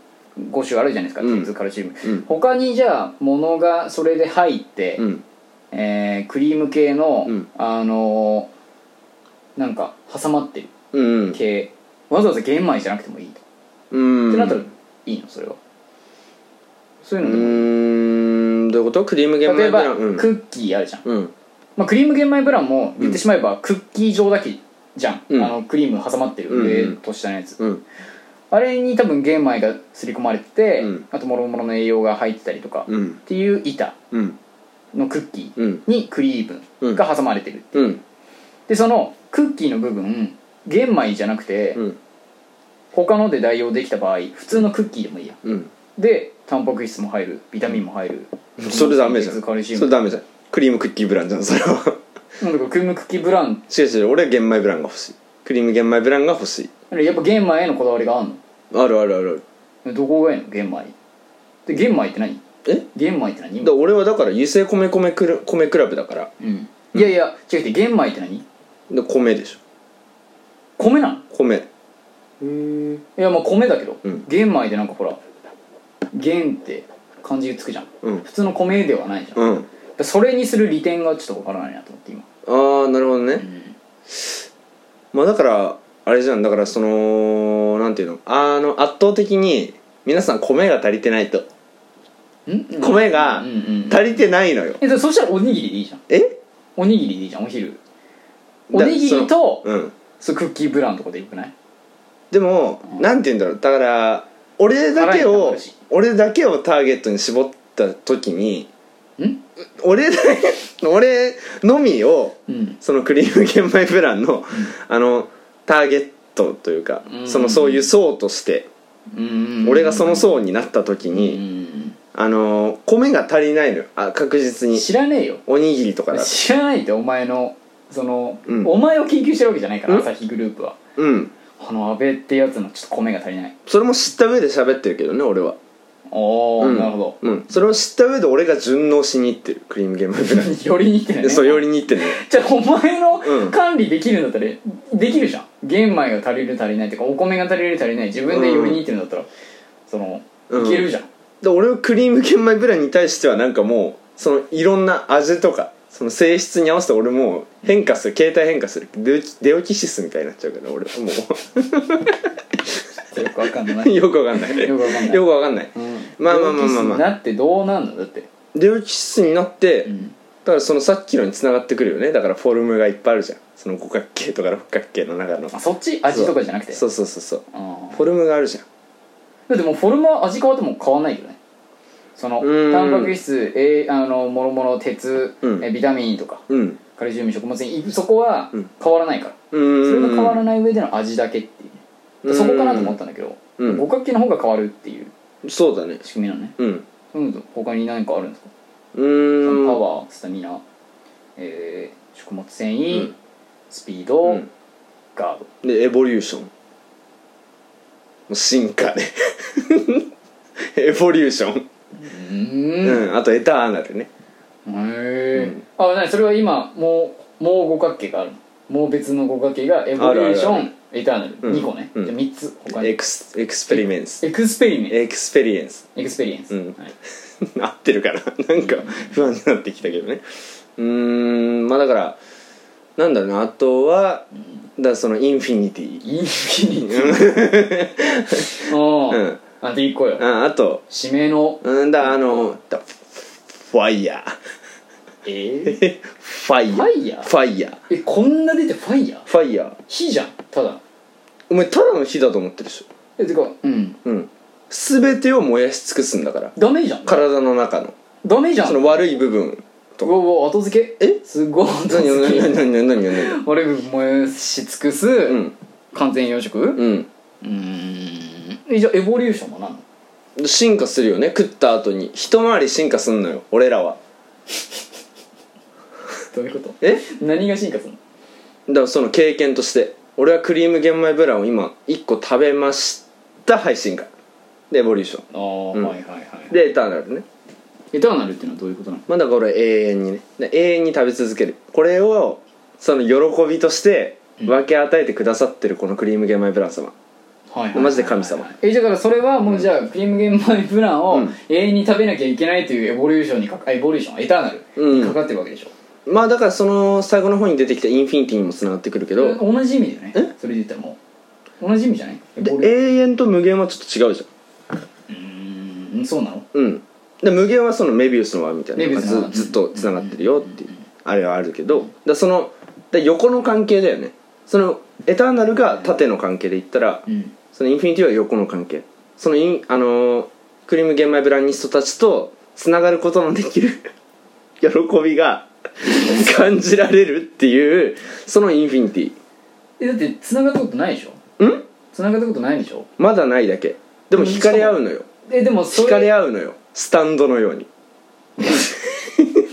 Speaker 2: 5種あるじゃないですか、
Speaker 1: うん
Speaker 2: 鉄カルシウム、
Speaker 1: うん
Speaker 2: 他にじゃあ物がそれで入って、
Speaker 1: うん
Speaker 2: えークリーム系の、
Speaker 1: うん
Speaker 2: あのーなんか挟まってる
Speaker 1: うん
Speaker 2: 系わざわざ玄米じゃなくてもいいと、
Speaker 1: うん
Speaker 2: ってなったらいいのそれはそういう
Speaker 1: う
Speaker 2: のでも
Speaker 1: ーんどういうことクリーム玄米
Speaker 2: 例え
Speaker 1: ブ
Speaker 2: ば、
Speaker 1: ランうん
Speaker 2: クッキーあるじゃん
Speaker 1: うん
Speaker 2: まあ、クリーム玄米ブランも言ってしまえばクッキー状だけじゃん、
Speaker 1: うん
Speaker 2: あのクリーム挟まって
Speaker 1: うん
Speaker 2: る上と下のやつ、
Speaker 1: うん
Speaker 2: あれに多分玄米がすり込まれてて、
Speaker 1: うん
Speaker 2: あともろもろの栄養が入ってたりとか、っ
Speaker 1: うん
Speaker 2: ていう板
Speaker 1: うん
Speaker 2: のクッキー
Speaker 1: うん
Speaker 2: にクリームが挟まれてる、
Speaker 1: うん
Speaker 2: でそのクッキーの部分玄米じゃなくて、
Speaker 1: うん
Speaker 2: 他ので代用できた場合普通のクッキーでもいいや
Speaker 1: うん
Speaker 2: でタンパク質も入るビタミンも入る
Speaker 1: それダメじゃん
Speaker 2: 鉄カルシウム
Speaker 1: それダメじゃんクリームクッキーブランじゃんそれは
Speaker 2: なんだかクリームクッキーブラン
Speaker 1: 違う違う俺は玄米ブランが欲しいクリーム玄米ブランが欲しい
Speaker 2: やっぱ玄米へのこだわりがあん
Speaker 1: あるあるあるある
Speaker 2: のどこがいいの玄米で玄米って何
Speaker 1: え
Speaker 2: 玄米って何
Speaker 1: だ俺はだから油性米米クル米クラブだから
Speaker 2: うん、いやいや違う違う玄米って何
Speaker 1: で米でしょ
Speaker 2: 米なの
Speaker 1: 米
Speaker 3: うん
Speaker 2: いやまあ米だけど、
Speaker 1: うん
Speaker 2: 玄米でなんかほら玄って漢字つくじゃん
Speaker 1: うん
Speaker 2: 普通の米ではないじゃん、
Speaker 1: うん
Speaker 2: それにする利点がちょっとわからないなと思って今
Speaker 1: ああなるほどね、まあだからあれじゃんだからそのなんていうのあの圧倒的に皆さん米が足りてないと
Speaker 2: ん
Speaker 1: 米が
Speaker 2: うんうん
Speaker 1: 足りてないのよ
Speaker 2: えそしたらおにぎりでいいじゃん
Speaker 1: え
Speaker 2: おにぎりでいいじゃんお昼お
Speaker 1: だ
Speaker 2: にぎり
Speaker 1: そ
Speaker 2: と
Speaker 1: のうん
Speaker 2: そうクッキーブランとかでよくない
Speaker 1: でも、なんて言うんだろうだから俺だけ
Speaker 2: 辛いのもあ
Speaker 1: を
Speaker 2: るし
Speaker 1: 俺だけをターゲットに絞った時に
Speaker 2: ん
Speaker 1: 俺だけ俺のみを
Speaker 2: うん
Speaker 1: そのクリーム玄米プランの、あのターゲットというか、
Speaker 2: うん
Speaker 1: そのそういう層として、
Speaker 2: うんうんうん
Speaker 1: 俺がその層になった時
Speaker 2: うんう
Speaker 1: に、
Speaker 2: ん
Speaker 1: あの米が足りないのよあ確実
Speaker 2: うん
Speaker 1: に
Speaker 2: 知らねえよ
Speaker 1: おにぎりとかだと
Speaker 2: 知らないってお前のその、
Speaker 1: うん
Speaker 2: お前を研究してるわけじゃないから
Speaker 1: うん
Speaker 2: 朝日グループは
Speaker 1: うん
Speaker 2: この安倍ってやつのちょっと米が足りない
Speaker 1: それも知った上で喋ってるけどね俺は
Speaker 2: おお、
Speaker 1: うん
Speaker 2: なるほ
Speaker 1: うん、それを知った上で俺が順応しに行ってるクリーム玄米プラ ンに
Speaker 2: どよりにってね
Speaker 1: そう寄りに行ってね
Speaker 2: じゃあお前
Speaker 1: う
Speaker 2: の
Speaker 1: ん
Speaker 2: 管理できるんだったらできるじゃん玄米が足りる足りないっていうかお米が足りる足りない自分でよりにいってるんだったら、その
Speaker 1: うん
Speaker 2: いけるじゃん、
Speaker 1: で俺はクリーム玄米ブランに対してはなんかもうそのいろんな味とかその性質に合わせて俺もう変化する形態変化するデオキデオキシスみたいになっちゃうから俺は も
Speaker 2: よくわかんな
Speaker 1: う
Speaker 2: い、
Speaker 1: よくわかんない
Speaker 2: よくわかんない
Speaker 1: よくわかんない
Speaker 2: うん、
Speaker 1: まあまあまあまあまあ
Speaker 2: なってどうなんのだって、
Speaker 1: デオキシスになって、
Speaker 2: う
Speaker 1: だ
Speaker 2: ん、
Speaker 1: からそのさっきのにつながってくるよねだからフォルムがいっぱいあるじゃんその五角形とか六角形の中の
Speaker 2: あそっち味とかじゃなくて
Speaker 1: そうそうそうそう
Speaker 2: あー
Speaker 1: フォルムがあるじゃん
Speaker 2: だってもうフォルムは味変わっても変わんないけどねその
Speaker 1: うん
Speaker 2: タンパク質、えあのもろもろ鉄、
Speaker 1: うん
Speaker 2: えビタミンとか
Speaker 1: うん
Speaker 2: カルシウム食物繊維そこは
Speaker 1: うん
Speaker 2: 変わらないから、
Speaker 1: うーん
Speaker 2: それが変わらない上での味だけっていうね、
Speaker 1: うん
Speaker 2: そこかなと思ったんだけど、
Speaker 1: うん
Speaker 2: 五角形の方が変わるっていう
Speaker 1: そうだね
Speaker 2: 仕組みなのね
Speaker 1: うん
Speaker 2: うん他に何かあるんですか、
Speaker 1: うーん
Speaker 2: パワースタミナ、えー食物繊維、
Speaker 1: うん
Speaker 2: スピード、
Speaker 1: うん
Speaker 2: ガード
Speaker 1: でエボリューションもう進化ね エボリューション、
Speaker 2: うん
Speaker 1: うんあとエターナルね
Speaker 2: へえ、あなにそれは今もうもう五角形があるのもう別の五角形がエボリューション
Speaker 1: あるある
Speaker 2: エターナル、
Speaker 1: うん
Speaker 2: 2個ね、
Speaker 1: うん
Speaker 2: じゃあ3つ他に
Speaker 1: エクスエクスペリメンス
Speaker 2: エクスペリメン
Speaker 1: エクスペリエンス
Speaker 2: エクスペリエンス、
Speaker 1: うん
Speaker 2: はい
Speaker 1: 合ってるかななんか不安になってきたけどねうーんまあだからなんだろうなあとはだからそのインフィニティ
Speaker 2: インフィ ニティお
Speaker 1: う
Speaker 2: ー
Speaker 1: ん
Speaker 2: あと1個よ
Speaker 1: ああと
Speaker 2: 締めの
Speaker 1: うんだあのだファイヤ
Speaker 2: え
Speaker 1: ー ファイヤー
Speaker 2: ファイヤー
Speaker 1: ファイヤー
Speaker 2: えこんな出てファイヤー
Speaker 1: ファイヤー
Speaker 2: 火じゃんただの
Speaker 1: お前ただの火だと思ってるでしょ
Speaker 2: えてかうん
Speaker 1: うん、全てを燃やし尽くすんだから
Speaker 2: ダメじゃん
Speaker 1: 体の中の
Speaker 2: ダメじゃん
Speaker 1: その悪い部分
Speaker 2: うわうわ後付け
Speaker 1: え
Speaker 2: すごい後
Speaker 1: 何を何
Speaker 2: 付
Speaker 1: を
Speaker 2: け
Speaker 1: 何を何を何を
Speaker 2: 俺燃やし尽くす、
Speaker 1: うん
Speaker 2: 完全養殖、
Speaker 1: うん
Speaker 2: うーんえじゃあエボリューションは何なの
Speaker 1: 進化するよね食った後に一回り進化すんのよ俺らは
Speaker 2: どういうこと
Speaker 1: え
Speaker 2: 何が進化するの
Speaker 1: だからその経験として俺はクリーム玄米ブランを今1個食べました配信がでエボリューション
Speaker 2: ああ、
Speaker 1: うん
Speaker 2: はいはいはい
Speaker 1: でエターナルね
Speaker 2: エターナルっていうのはどういうことなの
Speaker 1: まあだから俺永遠にねで永遠に食べ続けるこれをその喜びとして分け与えてくださってるこのクリーム玄米ブラン様
Speaker 2: はいはいはい
Speaker 1: マジで神様
Speaker 2: えだからそれはもうじゃあクリーム玄米プラン
Speaker 1: う
Speaker 2: を
Speaker 1: ん
Speaker 2: 永遠に食べなきゃいけないというエボリューションにかかエボリューションエターナルにかかってるわけでしょ、
Speaker 1: まあだからその最後の方に出てきたインフィニティにもつながってくるけど、
Speaker 2: 同じ意味だよね
Speaker 1: え
Speaker 2: それで言ったらもう同じ意味じゃないエ
Speaker 1: で
Speaker 2: ボリュ
Speaker 1: 永遠と無限はちょっと違うじ
Speaker 2: ーションそうなの
Speaker 1: ゃんうんで無限はそのメビウスの輪みたいな
Speaker 2: メビ
Speaker 1: の
Speaker 2: ウ
Speaker 1: が
Speaker 2: スの輪
Speaker 1: ずずっとつながってるよっていうあれはあるけどだそのだ横の関係だよねそのエターナルが縦の関係で言ったら
Speaker 2: うん
Speaker 1: そのインフィニティは横の関係そのインあのークリーム玄米ブランニストたちとつながることのできる 喜び が感じられるっていうそのインフィニテ
Speaker 2: えだって繋がったことないでしょ
Speaker 1: ィん
Speaker 2: 繋がったことないでしょ
Speaker 1: まだないだけでも惹かれ合うのよ
Speaker 2: えでもそ
Speaker 1: 惹か
Speaker 2: れ
Speaker 1: れ合うのよスタンドのように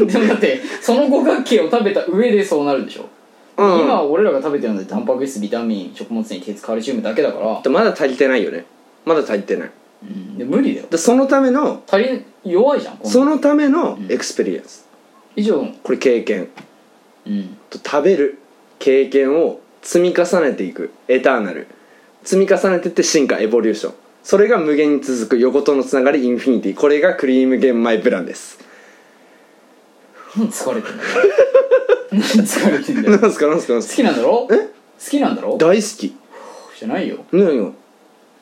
Speaker 2: でもだってその五角形を食べた上でそうなるんでしょ、
Speaker 1: うん
Speaker 2: 今は俺らが食べてるのでタンパク質ビタミン食物繊維鉄カルシウムだけだから、
Speaker 1: まだ足りてないよねまだ足りてない
Speaker 2: うん、で無理だよ
Speaker 1: でそのための
Speaker 2: 足り弱いじゃんこんな
Speaker 1: そのための
Speaker 2: ん
Speaker 1: エクスペリエンス
Speaker 2: 以上の
Speaker 1: これ経験
Speaker 2: うん
Speaker 1: と食べる経験を積み重ねていくエターナル積み重ねてって進化エボリューションそれが無限に続く横とのつながりインフィニティこれがクリーム玄米プランです
Speaker 2: 何疲れて んだよ何疲れてんだ
Speaker 1: な
Speaker 2: よ
Speaker 1: んすかなんすかなん
Speaker 2: 好
Speaker 1: す
Speaker 2: き
Speaker 1: か
Speaker 2: なんだろ
Speaker 1: え
Speaker 2: 好きなんだろ
Speaker 1: 大好き
Speaker 2: じゃないよ
Speaker 1: 何よ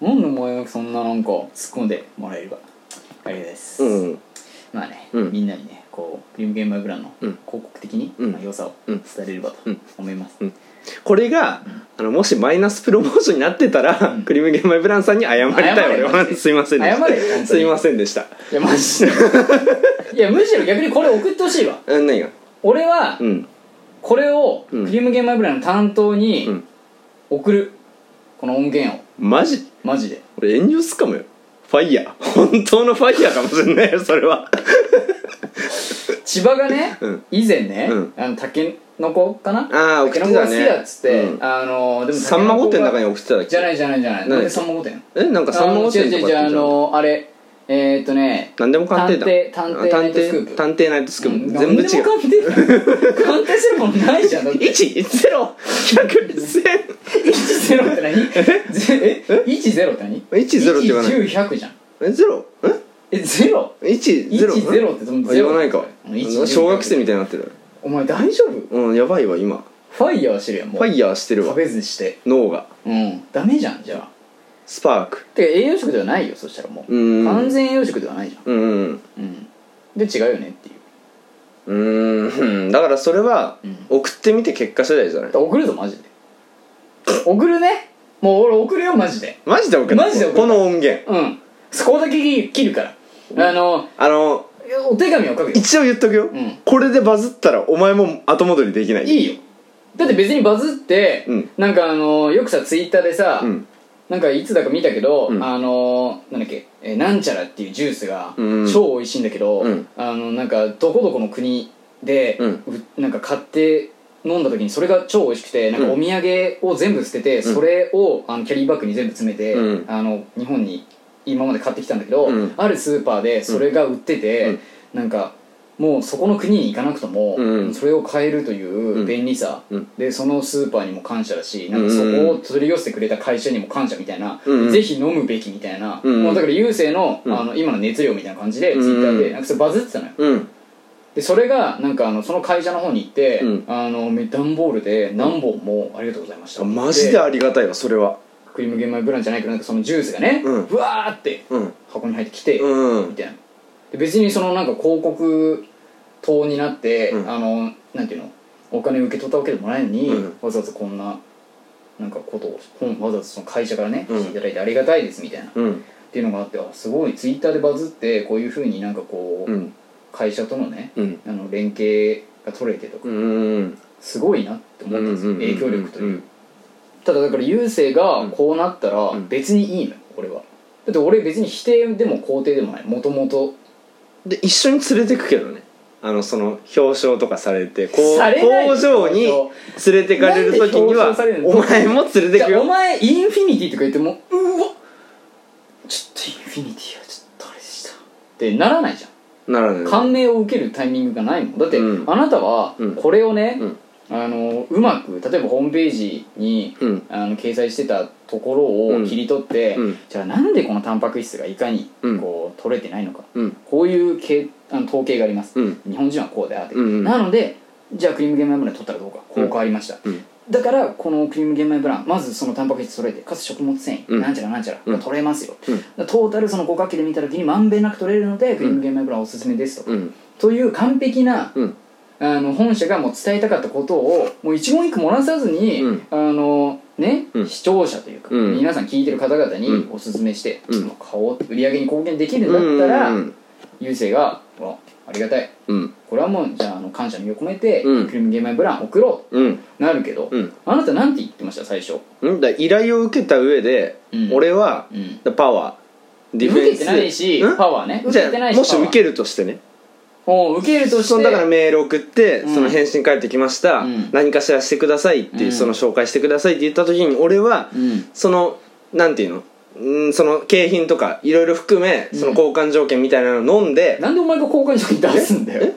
Speaker 2: なんでお前がそんななんか突っ込んでもらえるかあれです、
Speaker 1: うん
Speaker 2: まあね、
Speaker 1: うん
Speaker 2: みんなにねこうクリームゲームブランの
Speaker 1: うん
Speaker 2: 広告的に、
Speaker 1: うん
Speaker 2: まあ、良さを
Speaker 1: う
Speaker 2: 伝
Speaker 1: ん
Speaker 2: えれればと
Speaker 1: うん
Speaker 2: 思います、
Speaker 1: うんこれがあのもしマイナスプロモーションになってたら、
Speaker 2: ん
Speaker 1: クリーム玄米プランさんに謝りたい
Speaker 2: 謝れ
Speaker 1: 俺
Speaker 2: マ
Speaker 1: は
Speaker 2: ジです
Speaker 1: いませんでし
Speaker 2: 謝れ本当
Speaker 1: た
Speaker 2: に
Speaker 1: すいませんでした
Speaker 2: いやマジでいやむしろ逆にこれ送ってほしいわ
Speaker 1: うん何が
Speaker 2: 俺は
Speaker 1: うん
Speaker 2: これをク
Speaker 1: うん
Speaker 2: リームゲームブランの担当
Speaker 1: う
Speaker 2: に
Speaker 1: ん
Speaker 2: 送る、この音源を
Speaker 1: マジ
Speaker 2: マジで
Speaker 1: 俺炎上すかもよファイヤー本当のファイヤーかもしれないよそれは
Speaker 2: 千葉がね、
Speaker 1: うん
Speaker 2: 以前ね、
Speaker 1: うん
Speaker 2: あのタケノコかな
Speaker 1: あー送って
Speaker 2: タ
Speaker 1: た
Speaker 2: ケ
Speaker 1: ね
Speaker 2: ノコが好きだっつって、
Speaker 1: うん
Speaker 2: あのでも
Speaker 1: さんま御殿の中に
Speaker 2: に
Speaker 1: 送ってただけ
Speaker 2: じゃないじゃないじゃない
Speaker 1: 何
Speaker 2: なんでさんま御殿
Speaker 1: えなんかさんま御殿とか
Speaker 2: あの違う違う違うあのあれえー、っとね
Speaker 1: 何でも鑑定だ
Speaker 2: 探偵探偵ナイトスクープ
Speaker 1: 探偵ナイトスクープ全部
Speaker 2: 何
Speaker 1: 違
Speaker 2: でも
Speaker 1: う
Speaker 2: 鑑定鑑定するもんないじゃんだって
Speaker 1: 11010010
Speaker 2: 10って何ぜえ一ゼロって何
Speaker 1: 一ゼロって言わない
Speaker 2: 1 0 100じゃん
Speaker 1: えゼロえ
Speaker 2: えゼロ
Speaker 1: 一
Speaker 2: 一
Speaker 1: ゼロ
Speaker 2: ゼロってどん
Speaker 1: あ言わないか
Speaker 2: うん一ゼロ
Speaker 1: 小学生みたいになってる
Speaker 2: お前大丈夫
Speaker 1: うんやばいわ今
Speaker 2: ファイヤーしてるやんも
Speaker 1: フ
Speaker 2: う
Speaker 1: ァイヤーしてるわ
Speaker 2: 食べずして
Speaker 1: 脳が
Speaker 2: うんダメじゃんじゃあ
Speaker 1: スパーク
Speaker 2: てか栄養食ではないよそしたらもう
Speaker 1: うん
Speaker 2: 完全栄養食ではないじゃ
Speaker 1: う
Speaker 2: ん
Speaker 1: んうん
Speaker 2: うんで違うよねっていう
Speaker 1: うーんだからそれは
Speaker 2: うん
Speaker 1: 送ってみて結果次第じゃない
Speaker 2: 送るぞマジで送るねもう俺送るよマジで
Speaker 1: マジで送る
Speaker 2: マジで送る
Speaker 1: この音源
Speaker 2: うんそこだけ切るからあの
Speaker 1: あの
Speaker 2: お手紙を書くよ
Speaker 1: 一応言っとくよ、
Speaker 2: ん
Speaker 1: これでバズったらお前も後戻りできない
Speaker 2: いいよだって別にバズって、
Speaker 1: うん
Speaker 2: なんかあのよくさツイッターでさ、
Speaker 1: うん
Speaker 2: なんかいつだか見たけど、
Speaker 1: うん
Speaker 2: あのなんだっけ、えーなんちゃらっていうジュースが
Speaker 1: うん
Speaker 2: 超美味しいんだけど、
Speaker 1: うん
Speaker 2: あのなんかどこどこの国で、
Speaker 1: うん
Speaker 2: うなんか買って飲んだ時にそれが超美味しくてなんか
Speaker 1: うん
Speaker 2: お土産を全部捨てて、それをあのキャリーバッグに全部詰めて、
Speaker 1: うん
Speaker 2: あの日本に今まで買ってきたんだけど、
Speaker 1: うん
Speaker 2: あるスーパーでそれが売ってて、なんかもうそこの国に行かなくとも、
Speaker 1: うん
Speaker 2: それを買えるという
Speaker 1: うん
Speaker 2: 便利さ、
Speaker 1: うん
Speaker 2: でそのスーパーにも感謝だしなんかそこを取り寄せてくれた会社にも感謝みたいな、
Speaker 1: うんうん
Speaker 2: ぜひ飲むべきみたいな、
Speaker 1: うんうん
Speaker 2: もうだから郵政の,、
Speaker 1: ん
Speaker 2: あの今の熱量みたいな感じでツイ
Speaker 1: ん
Speaker 2: ッターでなんかそれバズってたのよ
Speaker 1: うん
Speaker 2: でそれがなんかあのその会社の方に行って、
Speaker 1: うん
Speaker 2: あの段ボールで何本もありがとうございました、
Speaker 1: あマジでありがたいわそれは
Speaker 2: クリーム玄米ブランじゃないけどなんかそのジュースがね、
Speaker 1: うん
Speaker 2: うわーって
Speaker 1: うん
Speaker 2: 箱に入ってきて、
Speaker 1: う
Speaker 2: み
Speaker 1: ん
Speaker 2: たいなで別にそのなんか広告塔になって、
Speaker 1: うん
Speaker 2: あのなんていうのお金受け取ったわけでもないのに、
Speaker 1: うん
Speaker 2: わざわざこんななんかことを本わざわざその会社からね、
Speaker 1: うん
Speaker 2: していただいてありがたいですみたいな、っ
Speaker 1: うん
Speaker 2: ていうのがあってあすごいツイッターでバズってこういうふうになんかこう、
Speaker 1: うん
Speaker 2: 会社とのね
Speaker 1: うん
Speaker 2: あの連携が取れてとか、
Speaker 1: うん
Speaker 2: すごいなって思ったんですよ、影響力という、
Speaker 1: うん
Speaker 2: ただだから郵政がこうなったら
Speaker 1: ん
Speaker 2: 別にいいのよ俺はだって俺別に否定でも肯定でもないもともと
Speaker 1: で一緒に連れてくけどねあのその表彰とかされてこう
Speaker 2: されない
Speaker 1: 工場に連れてかれる時に
Speaker 2: な
Speaker 1: は
Speaker 2: んで表彰されるの
Speaker 1: お前も連れ
Speaker 2: じ
Speaker 1: てく
Speaker 2: ゃあお
Speaker 1: よ
Speaker 2: 前インフィニティとか言ってもうわちょっとインフィニティはちょっとあれでしたってならないじゃん
Speaker 1: ならない
Speaker 2: 感銘を受けるタイミングがないもんだって、
Speaker 1: うん
Speaker 2: あなたは
Speaker 1: うん
Speaker 2: これをね、
Speaker 1: うん
Speaker 2: あのうまく例えばホームページに、
Speaker 1: うん
Speaker 2: あの掲載してたところを切り取って、
Speaker 1: うんうん
Speaker 2: じゃあなんでこのタンパク質がいかに
Speaker 1: うん
Speaker 2: こう取れてないのか、
Speaker 1: うん
Speaker 2: こういうけあの統計があります、
Speaker 1: うん
Speaker 2: 日本人はこうであって、
Speaker 1: うんうん
Speaker 2: なのでじゃあクリーム玄米ブラン取ったらどうかこう変わりました、
Speaker 1: うん
Speaker 2: だからこのクリーム玄米ブランまずそのタンパク質取れてかつ食物繊維、
Speaker 1: うん
Speaker 2: なんちゃらなんちゃら
Speaker 1: う
Speaker 2: が
Speaker 1: ん
Speaker 2: 取れますよ、
Speaker 1: うん
Speaker 2: だからトータルその五角形で見た時にまんべんなく取れるのでクリーム玄米ブランおすすめですとか、
Speaker 1: うん
Speaker 2: という完璧な、
Speaker 1: うん
Speaker 2: あの本社がもう伝えたかったことをもう一言一句漏らさずに、
Speaker 1: うん
Speaker 2: あのね、
Speaker 1: うん
Speaker 2: 視聴者というか、
Speaker 1: うん
Speaker 2: 皆さん聞いてる方々に
Speaker 1: うん
Speaker 2: おすすめして、
Speaker 1: うん
Speaker 2: まあ買おう売り上げに貢献できるんだったら、
Speaker 1: うん
Speaker 2: 郵政がほらありがたい
Speaker 1: うん
Speaker 2: これはもうじゃああの感謝の意を込めて、
Speaker 1: うん
Speaker 2: クリームゲームブラン送ろう
Speaker 1: うん
Speaker 2: となるけど、
Speaker 1: うん
Speaker 2: あなたなんて言ってました最初
Speaker 1: うんだから依頼を受けた上で
Speaker 2: うん
Speaker 1: 俺は
Speaker 2: うん
Speaker 1: だからパワーディフ
Speaker 2: 受
Speaker 1: ェン
Speaker 2: け
Speaker 1: ス
Speaker 2: てないし
Speaker 1: ん
Speaker 2: パワーね
Speaker 1: じ
Speaker 2: 受
Speaker 1: ゃ
Speaker 2: けてな
Speaker 1: あ
Speaker 2: いし
Speaker 1: もし受け
Speaker 2: る
Speaker 1: るとしてね
Speaker 2: おう受けるとし
Speaker 1: そ
Speaker 2: て
Speaker 1: のだからメール送って、
Speaker 2: うん
Speaker 1: その返信返ってきました、
Speaker 2: うん
Speaker 1: 何かしらしてくださいっていう、
Speaker 2: うん
Speaker 1: その紹介してくださいって言った時に俺は、
Speaker 2: うん
Speaker 1: そのなんていうのうんその景品とかいろいろ含めその
Speaker 2: うん
Speaker 1: 交換条件みたいなの飲んで、
Speaker 2: なんでお前が交換所に出すんだよ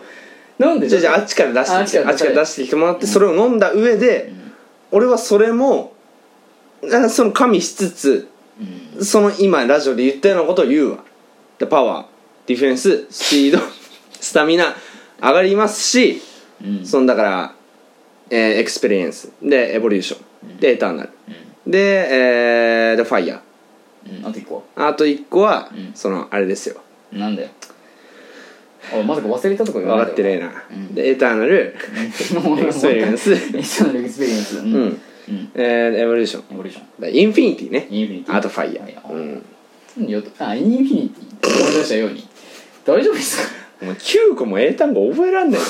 Speaker 2: なんで
Speaker 1: じゃあじゃああっ
Speaker 2: っ
Speaker 1: ちから出してきて
Speaker 2: あ
Speaker 1: あ
Speaker 2: あ
Speaker 1: っ
Speaker 2: っ
Speaker 1: ちか
Speaker 2: ちからら
Speaker 1: 出してきてもらってそれを飲んだ上で、俺はそれもあその加味しつつその今ラジオで言ったようなことを言うわでパワーディフェンススピード スタミナ上がりますしそのだから、えーエクスペリエンスでエボリューションでエターナルで,、えーでファイヤ
Speaker 2: うんあと一個は
Speaker 1: ーあと1個は、
Speaker 2: うん
Speaker 1: そのあれですよ
Speaker 2: なんだよおいまさか忘れたとか
Speaker 1: 分
Speaker 2: 言わな
Speaker 1: か
Speaker 2: い
Speaker 1: ってねえな、
Speaker 2: うん
Speaker 1: でエターナ ルエクスペリエンス
Speaker 2: エクスペリエンスうん
Speaker 1: う
Speaker 2: うんん
Speaker 1: えーエボリューション
Speaker 2: エボリューション
Speaker 1: でインフィニティね
Speaker 2: インフィニティ
Speaker 1: あとファイヤ
Speaker 2: ファイヤ
Speaker 1: ー、
Speaker 2: ー
Speaker 1: うん、
Speaker 2: よあインフィニティ思い出したように大丈夫ですか
Speaker 1: お前9個も英単語覚えらんないよ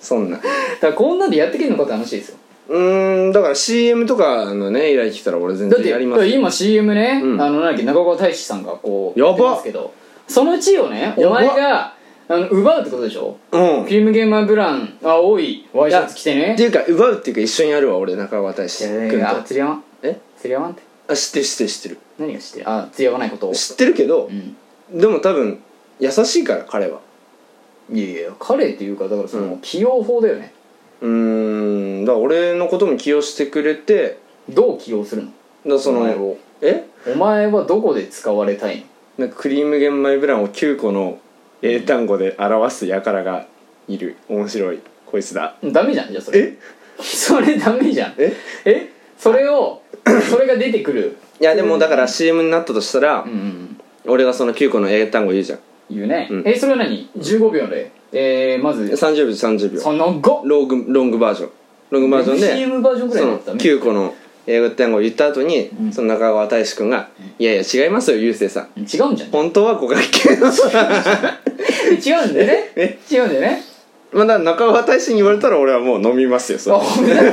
Speaker 1: そんな
Speaker 2: だからこんなんでやってけるのかって話ですよ
Speaker 1: うーんだから CM とかのね依頼来たら俺全
Speaker 2: だっ
Speaker 1: 然
Speaker 2: て
Speaker 1: やりますよ
Speaker 2: 今 CM ね、
Speaker 1: うん
Speaker 2: あのなんだっけ中川大志さんがこう
Speaker 1: やば
Speaker 2: やってますけどその地位をね
Speaker 1: やば
Speaker 2: お前があの奪うってことでしょ
Speaker 1: うん
Speaker 2: フィルムゲーマーブラン青いワイシャツ着て
Speaker 1: ってい
Speaker 2: ね
Speaker 1: うか奪うっていうか一緒にやるわ俺中川大志君
Speaker 2: いやあ
Speaker 1: と
Speaker 2: 釣り合わん
Speaker 1: え
Speaker 2: 釣り合わんって
Speaker 1: あ知ってる知ってる知ってる
Speaker 2: 何がしてあ釣り合わないことを
Speaker 1: 知ってるけど
Speaker 2: う、ん
Speaker 1: でも多分優しいから彼はい
Speaker 2: やいや彼っていうかだからそうの
Speaker 1: ん
Speaker 2: 起用法だよね
Speaker 1: うーんだから俺のことも起用してくれて
Speaker 2: どう起用するの
Speaker 1: だからそ
Speaker 2: お前
Speaker 1: の
Speaker 2: を
Speaker 1: え
Speaker 2: お前はどこで使われたい
Speaker 1: な
Speaker 2: の
Speaker 1: んかクリーム玄米ブランを9個の英単語で表す輩がいる面白いこいつだ
Speaker 2: ダメじゃんじゃあそれ
Speaker 1: え
Speaker 2: それダメじゃん
Speaker 1: え
Speaker 2: えそれを それが出てくる
Speaker 1: いやでもだから CM になったとしたら、
Speaker 2: うんうんうん
Speaker 1: 俺がその9個の英単語言うじゃん
Speaker 2: 言うね、
Speaker 1: うん
Speaker 2: えそれは何15秒でえー、まず
Speaker 1: 30秒30秒
Speaker 2: その後
Speaker 1: ロングロングバージョンロングバージョンで
Speaker 2: CM バージョンぐらい
Speaker 1: そ
Speaker 2: だ
Speaker 1: の
Speaker 2: った
Speaker 1: 9個の英語単語を言った後に、
Speaker 2: ん
Speaker 1: その中川大志くんが「いやいや違いますよゆうせいさん
Speaker 2: 違うんじゃん
Speaker 1: 本当は五角形の
Speaker 2: 違うんだよね
Speaker 1: え
Speaker 2: 違うんだよね
Speaker 1: まあだから中川大志に言われたら俺はもう飲みますよそ
Speaker 2: あ
Speaker 1: れ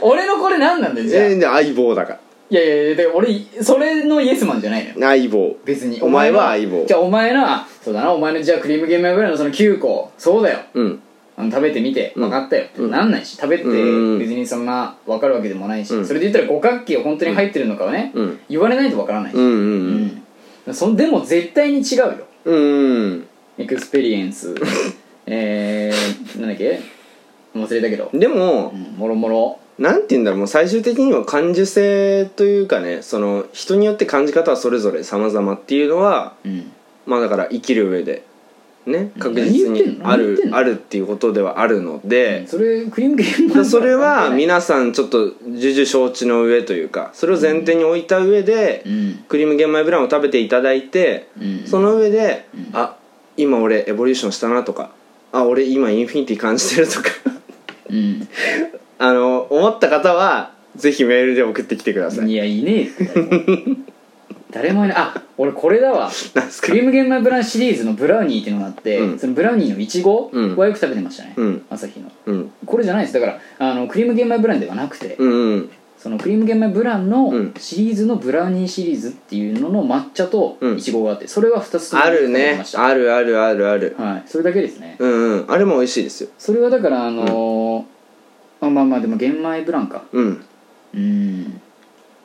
Speaker 2: 俺俺のこれ何なんだよじゃあ、
Speaker 1: 全然相棒だか
Speaker 2: いやいやいやで俺それのイエスマンじゃないのよ
Speaker 1: ら相棒
Speaker 2: 別に
Speaker 1: お前は相棒
Speaker 2: じゃあお前なそうだなお前のじゃあクリームゲームぐらいのその9個そうだよ
Speaker 1: うん
Speaker 2: あの食べてみて
Speaker 1: うん
Speaker 2: 分かったよ、ってなんないし食べて
Speaker 1: うん
Speaker 2: 別にそんな分かるわけでもないし、
Speaker 1: うん
Speaker 2: それで言ったら五角形本当に入ってるのかはね、
Speaker 1: うん
Speaker 2: 言われないと分からないし、
Speaker 1: うん
Speaker 2: うんそんでも絶対に違うよ
Speaker 1: うんうん
Speaker 2: エクスペリエ ンスえー、なんだっけ忘れたけど
Speaker 1: う、んでも
Speaker 2: うん、もろもろ
Speaker 1: なんて言うんだろうもう最終的には感受性というかねその人によって感じ方はそれぞれ様々っていうのは
Speaker 2: うん
Speaker 1: まあだから生きる上でね確実
Speaker 2: 何言って
Speaker 1: に
Speaker 2: んの
Speaker 1: あ
Speaker 2: 何言って
Speaker 1: る
Speaker 2: んの
Speaker 1: あるっていうことではあるので、
Speaker 2: それクリームゲーム
Speaker 1: だからそれは皆さんちょっと重々承知の上というかそれを前提に置いた上で、
Speaker 2: うん
Speaker 1: クリーム玄米ブランを食べていただいて、
Speaker 2: うん
Speaker 1: その上で、あ今俺エボリューションしたなとかあ俺今インフィニティ感じてるとか
Speaker 2: うん
Speaker 1: あの思った方はぜひメールで送ってきてください
Speaker 2: いやいねえって誰も誰もいないあ俺これだわ
Speaker 1: なんです
Speaker 2: ク
Speaker 1: か
Speaker 2: リーム玄米ブランシリーズのブラウニーっていうのがあって、
Speaker 1: うん
Speaker 2: そのブラウニーのいちご
Speaker 1: うん
Speaker 2: はよく食べてましたね、
Speaker 1: うん
Speaker 2: 朝日の
Speaker 1: うん
Speaker 2: これじゃないですだからあのクリーム玄米ブランではなくて、
Speaker 1: うんうん
Speaker 2: そのクリーム玄米ブラン
Speaker 1: うん
Speaker 2: のシリーズのブラウニーシリーズっていうのの抹茶と
Speaker 1: うん
Speaker 2: いちごがあってそれは2つとも
Speaker 1: ある
Speaker 2: 食べて
Speaker 1: ね
Speaker 2: ました
Speaker 1: あるあるあるある
Speaker 2: はい、それだけですね
Speaker 1: うんうんあれも美味しいですよ
Speaker 2: それはだからあのーあまあまあでも玄米ブランか
Speaker 1: うん
Speaker 2: うん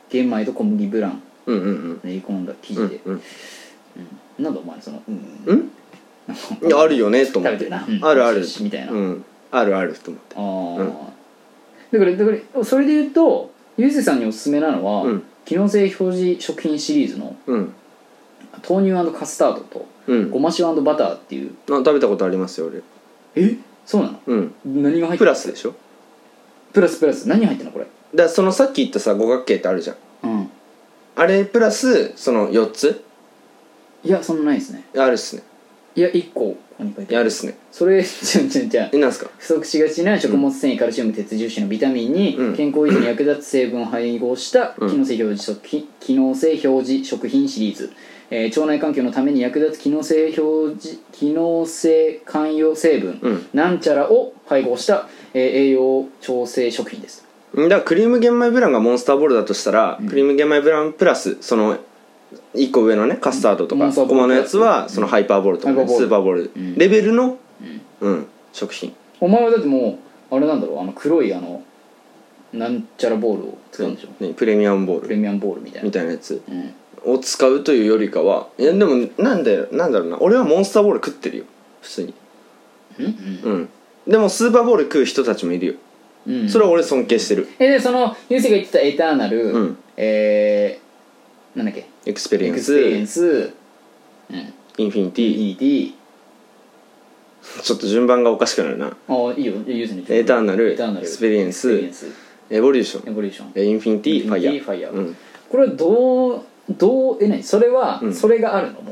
Speaker 2: 玄米と小麦ブラン
Speaker 1: うんうん
Speaker 2: 練り込んだ生地
Speaker 1: うんう
Speaker 2: で
Speaker 1: ん、うん
Speaker 2: なんだお前そのうん
Speaker 1: うんいやあるよねと思
Speaker 2: 食
Speaker 1: っ
Speaker 2: べて
Speaker 1: て
Speaker 2: るな、
Speaker 1: あるある
Speaker 2: よしよしみたいな、
Speaker 1: うんあるあると思って
Speaker 2: ああ、だからだからそれで言うとゆうせいさんにおすすめなのは、
Speaker 1: うん
Speaker 2: 機能性表示食品シリーズの
Speaker 1: うん
Speaker 2: 豆乳カスタードと
Speaker 1: うん
Speaker 2: ごま塩バターっていう
Speaker 1: あ食べたことありますよ俺
Speaker 2: えそうなの
Speaker 1: うん
Speaker 2: 何が入って
Speaker 1: プ
Speaker 2: る
Speaker 1: ラスでしょ
Speaker 2: プラスプラス何入ってんのこれ
Speaker 1: だからそのさっき言ったさ五角形ってあるじゃん
Speaker 2: うん
Speaker 1: あれプラスその4つ
Speaker 2: いやそんなないですね
Speaker 1: あるっすね
Speaker 2: いや1個ここに書いて
Speaker 1: あ
Speaker 2: あ
Speaker 1: るっ
Speaker 2: る
Speaker 1: すね
Speaker 2: それちょちょちょ
Speaker 1: えなんすか
Speaker 2: 不足しがちな食物繊維カルシウム鉄樹脂のビタミンに
Speaker 1: うん
Speaker 2: 健康維持に役立つ成分を配合した機
Speaker 1: うん
Speaker 2: 能性表示食品機能性表示食品シリーズ、えー腸内環境のために役立つ機能性表示機能性寛容成分、
Speaker 1: うん
Speaker 2: なんちゃらを配合した、えー栄養調整食品です
Speaker 1: だからクリーム玄米ブランがモンスターボールだとしたら、クリーム玄米ブランプラスその1個上のねカスタードと
Speaker 2: う
Speaker 1: か
Speaker 2: んそう
Speaker 1: コマのやつはそのハイパーボールとかね、
Speaker 2: ハイパーボー
Speaker 1: ス
Speaker 2: ル
Speaker 1: ーパーボール
Speaker 2: うん
Speaker 1: レベルの、
Speaker 2: うん
Speaker 1: うん、食品
Speaker 2: お前はだってもうあれなんだろうあの黒いあのなんちゃらボールを使うんでしょ、
Speaker 1: ねプレミアムボー
Speaker 2: プレ
Speaker 1: ル
Speaker 2: ミアムボールみたいな
Speaker 1: みたいなやつ
Speaker 2: うん、
Speaker 1: を使うというよりかはいやでもなんでなんだろうな俺はモンスターボール食ってるよ普通に
Speaker 2: うん
Speaker 1: うんでもスーパーボール食う人たちもいるよ
Speaker 2: うんうん、
Speaker 1: それは俺尊敬してる
Speaker 2: えでそのユーセが言ってたエターナル、
Speaker 1: うん
Speaker 2: えー、なんだっけ
Speaker 1: エクスペリエ
Speaker 2: エ
Speaker 1: ン
Speaker 2: ク
Speaker 1: ス
Speaker 2: スペリエンス、うん、
Speaker 1: インフィニティ
Speaker 2: DED
Speaker 1: ちょっと順番がおかしくなるな
Speaker 2: あいいよユーセに
Speaker 1: エターナル
Speaker 2: エターナル
Speaker 1: エクスペリエンス
Speaker 2: エクスペリエンス
Speaker 1: エボリューショ
Speaker 2: エ
Speaker 1: ン
Speaker 2: ボリューション
Speaker 1: えインフィニテ
Speaker 2: イン
Speaker 1: ィ
Speaker 2: フ
Speaker 1: ファ
Speaker 2: ィニ
Speaker 1: イ
Speaker 2: テ
Speaker 1: ヤ
Speaker 2: ィ
Speaker 1: ー
Speaker 2: ファイヤー
Speaker 1: うん
Speaker 2: これはどうどうえ何それは、
Speaker 1: うん
Speaker 2: それがあるのも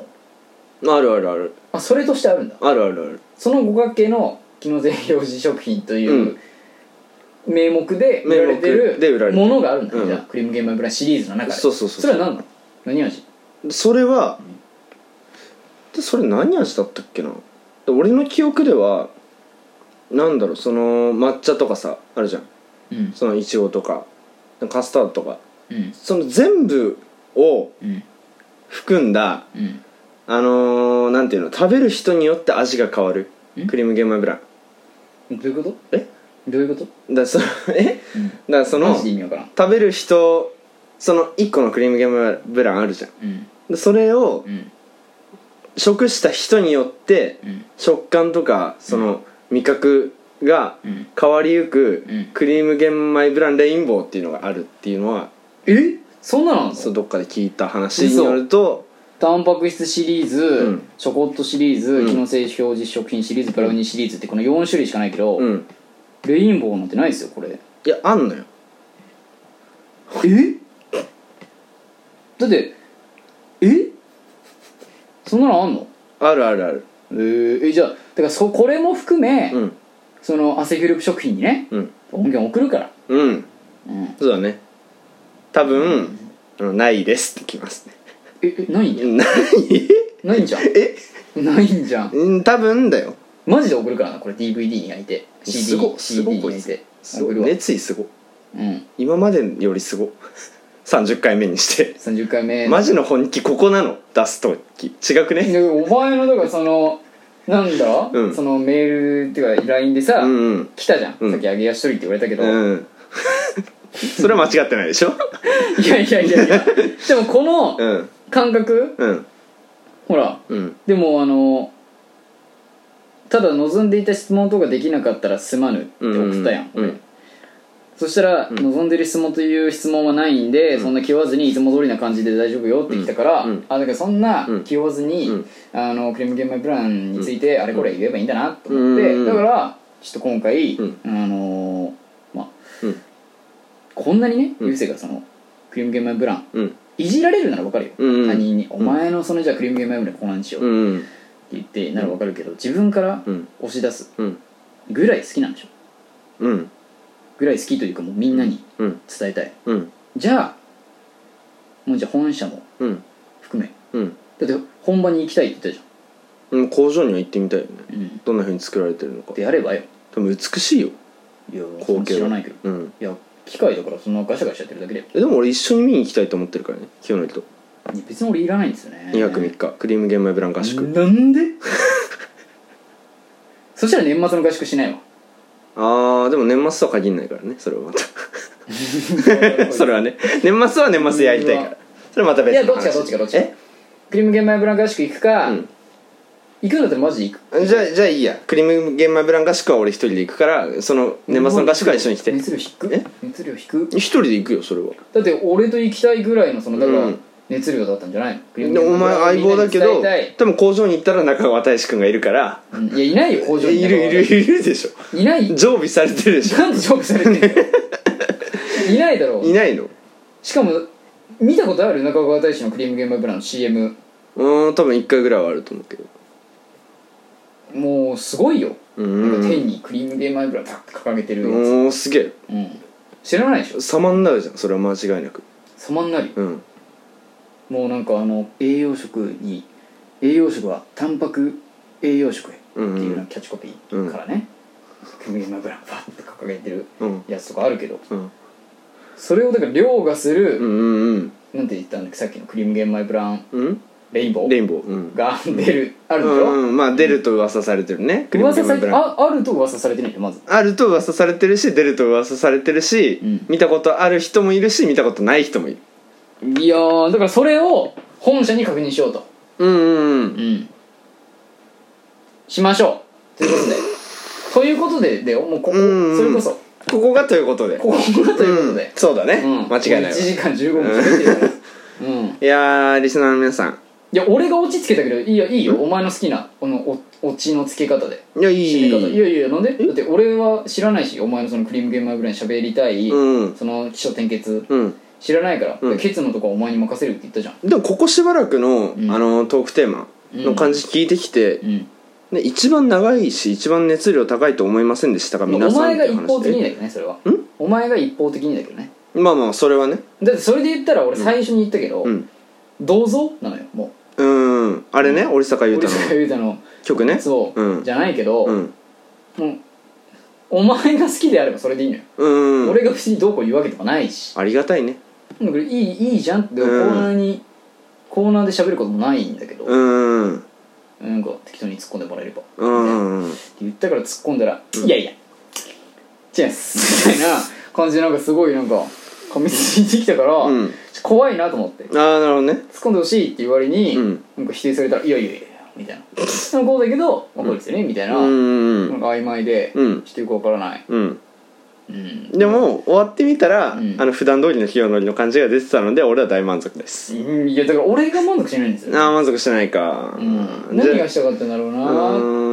Speaker 2: う
Speaker 1: あるあるある
Speaker 2: あそれとしてあるんだ
Speaker 1: あるあるある
Speaker 2: その五角形の機能性表示食品という、名目で売られて
Speaker 1: 名目で売られて
Speaker 2: る
Speaker 1: る
Speaker 2: ものがあるんだ、
Speaker 1: うん
Speaker 2: じゃあクリームゲームブラシリーズの中で
Speaker 1: そうそうそう
Speaker 2: それは何なの何味
Speaker 1: それは、でそれ何味だったっけなで俺の記憶ではなんだろうその抹茶とかさあるじゃん
Speaker 2: うん
Speaker 1: そのいちごとかカスタードとか
Speaker 2: うん
Speaker 1: その全部を
Speaker 2: うん
Speaker 1: 含んだ
Speaker 2: うん
Speaker 1: あのー、なんていうの食べる人によって味が変わる
Speaker 2: ん
Speaker 1: クリーム玄米ブラン
Speaker 2: どういうこと
Speaker 1: え
Speaker 2: どういうこと
Speaker 1: だその え
Speaker 2: うん
Speaker 1: だからその
Speaker 2: マジで意味わからん
Speaker 1: 食べる人その1個のクリーム玄米ブランあるじゃん
Speaker 2: うん
Speaker 1: でそれを
Speaker 2: うん
Speaker 1: 食した人によって
Speaker 2: うん
Speaker 1: 食感とかその味覚が
Speaker 2: うん
Speaker 1: 変わりゆく
Speaker 2: うん
Speaker 1: クリーム玄米ブランレインボーっていうのがあるっていうのは
Speaker 2: えそんなのあんの
Speaker 1: そうどっかで聞いた話によると
Speaker 2: タンパク質シリーズ、
Speaker 1: ん
Speaker 2: チョコットシリーズ、
Speaker 1: ん
Speaker 2: 機能性表示食品シリーズブラウニーシリーズってこの4種類しかないけど、
Speaker 1: うん
Speaker 2: レインボーなんてないですよこれ
Speaker 1: いやあんのよ
Speaker 2: えだってえそんなのあんの
Speaker 1: あるあるある
Speaker 2: えーえじゃあだからそこれも含め、
Speaker 1: うん
Speaker 2: そのアセグループ食品にね
Speaker 1: うん
Speaker 2: 音源送るから
Speaker 1: うん
Speaker 2: うん
Speaker 1: そうだね多分あのないですってきますね
Speaker 2: ええないんじゃん
Speaker 1: ない
Speaker 2: ないんじゃん
Speaker 1: え
Speaker 2: ないんじゃん
Speaker 1: うん 多分だよ
Speaker 2: マジで送るからなこれ DVD に焼いて CD,
Speaker 1: すごすご
Speaker 2: CD に
Speaker 1: こい
Speaker 2: 焼い
Speaker 1: つ
Speaker 2: て
Speaker 1: すご
Speaker 2: 送るわ、
Speaker 1: 熱意すご
Speaker 2: うん
Speaker 1: 今までよりすご30回目にして
Speaker 2: 30回目
Speaker 1: マジの本気ここなの出すとき違く
Speaker 2: い
Speaker 1: ね
Speaker 2: やお前のだからそのなんだ、
Speaker 1: うん
Speaker 2: そのメールっていうか LINE でさ、
Speaker 1: うんうん
Speaker 2: 来たじゃん、
Speaker 1: うん
Speaker 2: さっき揚げ足取りって言われたけど、
Speaker 1: うん それは間違ってないでしょ
Speaker 2: いやいやいやいやでもこの
Speaker 1: うん
Speaker 2: 感覚
Speaker 1: うん
Speaker 2: ほら
Speaker 1: うん
Speaker 2: でもあのただ望んでいた質問とかできなかったらすまぬって送ったやん、
Speaker 1: うんうん
Speaker 2: 俺そしたら、
Speaker 1: ん
Speaker 2: 望んでる質問という質問はないんで、そんな気負わずにいつも通りな感じで大丈夫よって来たから、
Speaker 1: うんうん
Speaker 2: あだからそんな
Speaker 1: うん
Speaker 2: 気負わずに、
Speaker 1: うん
Speaker 2: あのクリーム玄米プランについてあれこれ言えばいいんだなと思って、
Speaker 1: うん
Speaker 2: だからちょっと今回、
Speaker 1: うん
Speaker 2: あのーまあ
Speaker 1: うん
Speaker 2: こんなにね
Speaker 1: うん
Speaker 2: ゆうせいがそのクリーム玄米プラン
Speaker 1: うん
Speaker 2: いじられるならわかるよ、
Speaker 1: うんうん
Speaker 2: 他人に「お前のそのじゃあクリーム玄米プランこうなんにしよう」
Speaker 1: うん
Speaker 2: って言ってならわかるけど自分から
Speaker 1: うん
Speaker 2: 押し出す
Speaker 1: うん
Speaker 2: ぐらい好きなんでしょ
Speaker 1: うん
Speaker 2: ぐらい好きというかもうみんなに
Speaker 1: うん
Speaker 2: 伝えたい
Speaker 1: うん
Speaker 2: じゃあもうじゃあ本社も
Speaker 1: うん
Speaker 2: 含め
Speaker 1: うん
Speaker 2: だって本場に行きたいって言ってた
Speaker 1: うん工場には行ってみたいよね
Speaker 2: じゃん、うん、
Speaker 1: どんな風に作られてるのか
Speaker 2: であればよ
Speaker 1: でも美しいよ
Speaker 2: いや
Speaker 1: 光景は
Speaker 2: 知らないけど
Speaker 1: うん
Speaker 2: いや機械だからそんなガシャガシャやってるだけで
Speaker 1: えでも俺一緒に見に行きたいと思ってるからね清則と
Speaker 2: 別に俺いらないんですよね
Speaker 1: 2泊3日クリーム玄米ブラン合宿
Speaker 2: なんで そしたら年末の合宿しないわ
Speaker 1: あーでも年末とは限んないからねそれはまた それはね年末は年末でやりたいからそれはまた別の話
Speaker 2: いやどっちかどっちかどっち
Speaker 1: え
Speaker 2: クリーム玄米ブラン合宿行くか、
Speaker 1: うん
Speaker 2: 行くんだったらマジで行く
Speaker 1: じゃあじゃあいいやクリーム玄米ブラン合宿は俺一人で行くからその年末の合宿は一緒に来て
Speaker 2: 熱量引く
Speaker 1: え
Speaker 2: 熱量引く
Speaker 1: 一人で行くよそれは
Speaker 2: だって俺と行きたいぐらいのそのだから
Speaker 1: うん
Speaker 2: 熱量だったんじゃないのクリーム
Speaker 1: で
Speaker 2: ゲーム
Speaker 1: お
Speaker 2: の
Speaker 1: 前相棒だけ
Speaker 2: み
Speaker 1: ど
Speaker 2: んなに伝え
Speaker 1: 多分工場に行ったら中川大志くんがいるから
Speaker 2: たいうんいやいないよ 工
Speaker 1: い
Speaker 2: 場に
Speaker 1: るいるいるでしょ
Speaker 2: いない
Speaker 1: 常備されてるでし ょ
Speaker 2: なんで勝負されてんの いないだろ
Speaker 1: いないの
Speaker 2: しかも見たことある中川大志のクリームゲームブランの CM
Speaker 1: うーん多分一回ぐらいはあると思うけど
Speaker 2: もうすごいよ
Speaker 1: う
Speaker 2: なんか
Speaker 1: ー
Speaker 2: 天
Speaker 1: ん
Speaker 2: にクリームゲームブランパッて掲げてるやつ、
Speaker 1: おーすげえ
Speaker 2: うん知らないでしょ
Speaker 1: 様になるじゃんそれは間違いなく
Speaker 2: 様になるよ
Speaker 1: うん
Speaker 2: もうなんかあの栄養食に栄養食はタンパク栄養食へって
Speaker 1: うんうん
Speaker 2: いうようなキャッチコピーからね、クリームブランファッて掲げてる
Speaker 1: うん
Speaker 2: やつとかあるけど
Speaker 1: うん
Speaker 2: それをだから凌駕する、
Speaker 1: うんうん
Speaker 2: なんて言ったんだっけさっきのクリーム玄米ブラウン
Speaker 1: うんうん
Speaker 2: レインボ
Speaker 1: レイ
Speaker 2: ー
Speaker 1: ンボーうん
Speaker 2: が出る、あるでしょ、
Speaker 1: うんうんまあ出ると噂されてるねクリーム
Speaker 2: 噂
Speaker 1: ゲー
Speaker 2: さ
Speaker 1: ムブ
Speaker 2: れて
Speaker 1: ラン
Speaker 2: ああると噂されてないよまず
Speaker 1: あると噂されてるし出ると噂されてるし、
Speaker 2: うん
Speaker 1: 見たことある人もいるし見たことない人もいる
Speaker 2: いやーだからそれを本社に確認しようと
Speaker 1: うんうんうん
Speaker 2: うんしましょうということでということででもうここ、
Speaker 1: うんうん
Speaker 2: それこそ
Speaker 1: ここがということで
Speaker 2: ここがということ
Speaker 1: うん
Speaker 2: で、
Speaker 1: そうだね、
Speaker 2: うん
Speaker 1: 間違いないわ
Speaker 2: 1時間15分喋ってるからうん
Speaker 1: いやーリスナーの皆さん
Speaker 2: いや俺がオチつけたけどいいよいいよお前の好きなこのおオチのつけ方で
Speaker 1: いやいい
Speaker 2: 締め方いやいやいやなんでだって俺は知らないしお前のそのクリームゲームマイブレイン喋りたい、
Speaker 1: うん
Speaker 2: その起承転結
Speaker 1: うん
Speaker 2: 知らないから、
Speaker 1: うん
Speaker 2: ケツのとこはお前に任せるって言ったじゃん
Speaker 1: でもここしばらくの、
Speaker 2: ん
Speaker 1: あのトークテーマの感じ聞いてきて、
Speaker 2: うん
Speaker 1: で一番長いし一番熱量高いと思いませんでしたが
Speaker 2: お
Speaker 1: 皆さん
Speaker 2: 前
Speaker 1: っ
Speaker 2: が
Speaker 1: ていう
Speaker 2: 一方
Speaker 1: 話
Speaker 2: 的に
Speaker 1: で
Speaker 2: だけどねそれはお前が一方的にだけどね
Speaker 1: まあまあそれはね
Speaker 2: だってそれで言ったら俺最初に言ったけど、
Speaker 1: うん
Speaker 2: 銅像なのよも
Speaker 1: うんあれね折坂
Speaker 2: う
Speaker 1: 優
Speaker 2: 俺
Speaker 1: 太
Speaker 2: 坂
Speaker 1: の
Speaker 2: 優太の
Speaker 1: 曲ね
Speaker 2: そう、
Speaker 1: うん
Speaker 2: じゃないけど、
Speaker 1: うん
Speaker 2: もうお前が好きであればそれでいいのよ、
Speaker 1: うん
Speaker 2: 俺が別にどうこう言うわけとかないし
Speaker 1: ありがたいね
Speaker 2: だからいいいいじゃんって
Speaker 1: う
Speaker 2: コ
Speaker 1: ん
Speaker 2: ーナーに、コーナーで喋ることもないんだけど、
Speaker 1: うん
Speaker 2: なんか適当に突っ込んでもらえればって
Speaker 1: うんうん
Speaker 2: 言ったから突っ込んだら「いやいや違います」みたいな感じでなんかすごいなんか噛みついてきたから、
Speaker 1: うん
Speaker 2: 怖いなと思って
Speaker 1: ああなるほどね
Speaker 2: 突っ込んでほしいって言われに、
Speaker 1: うん
Speaker 2: なんか否定されたら「いやいやいや」みたいな 「そのこうだけど、まあ、こうですよね」みたいな、
Speaker 1: うんう
Speaker 2: なん
Speaker 1: ん
Speaker 2: か曖昧で、
Speaker 1: うん
Speaker 2: ちょっとよくわからない、
Speaker 1: うん
Speaker 2: うん、
Speaker 1: でも終わってみたら、
Speaker 2: うん
Speaker 1: あの普段通りの清則の感じが出てたので俺は大満足です、
Speaker 2: うんいやだから俺が満足しないんですよ、
Speaker 1: ああ満足してないか、
Speaker 2: うん、
Speaker 1: じゃあ
Speaker 2: 何がしたかったんだろうな
Speaker 1: う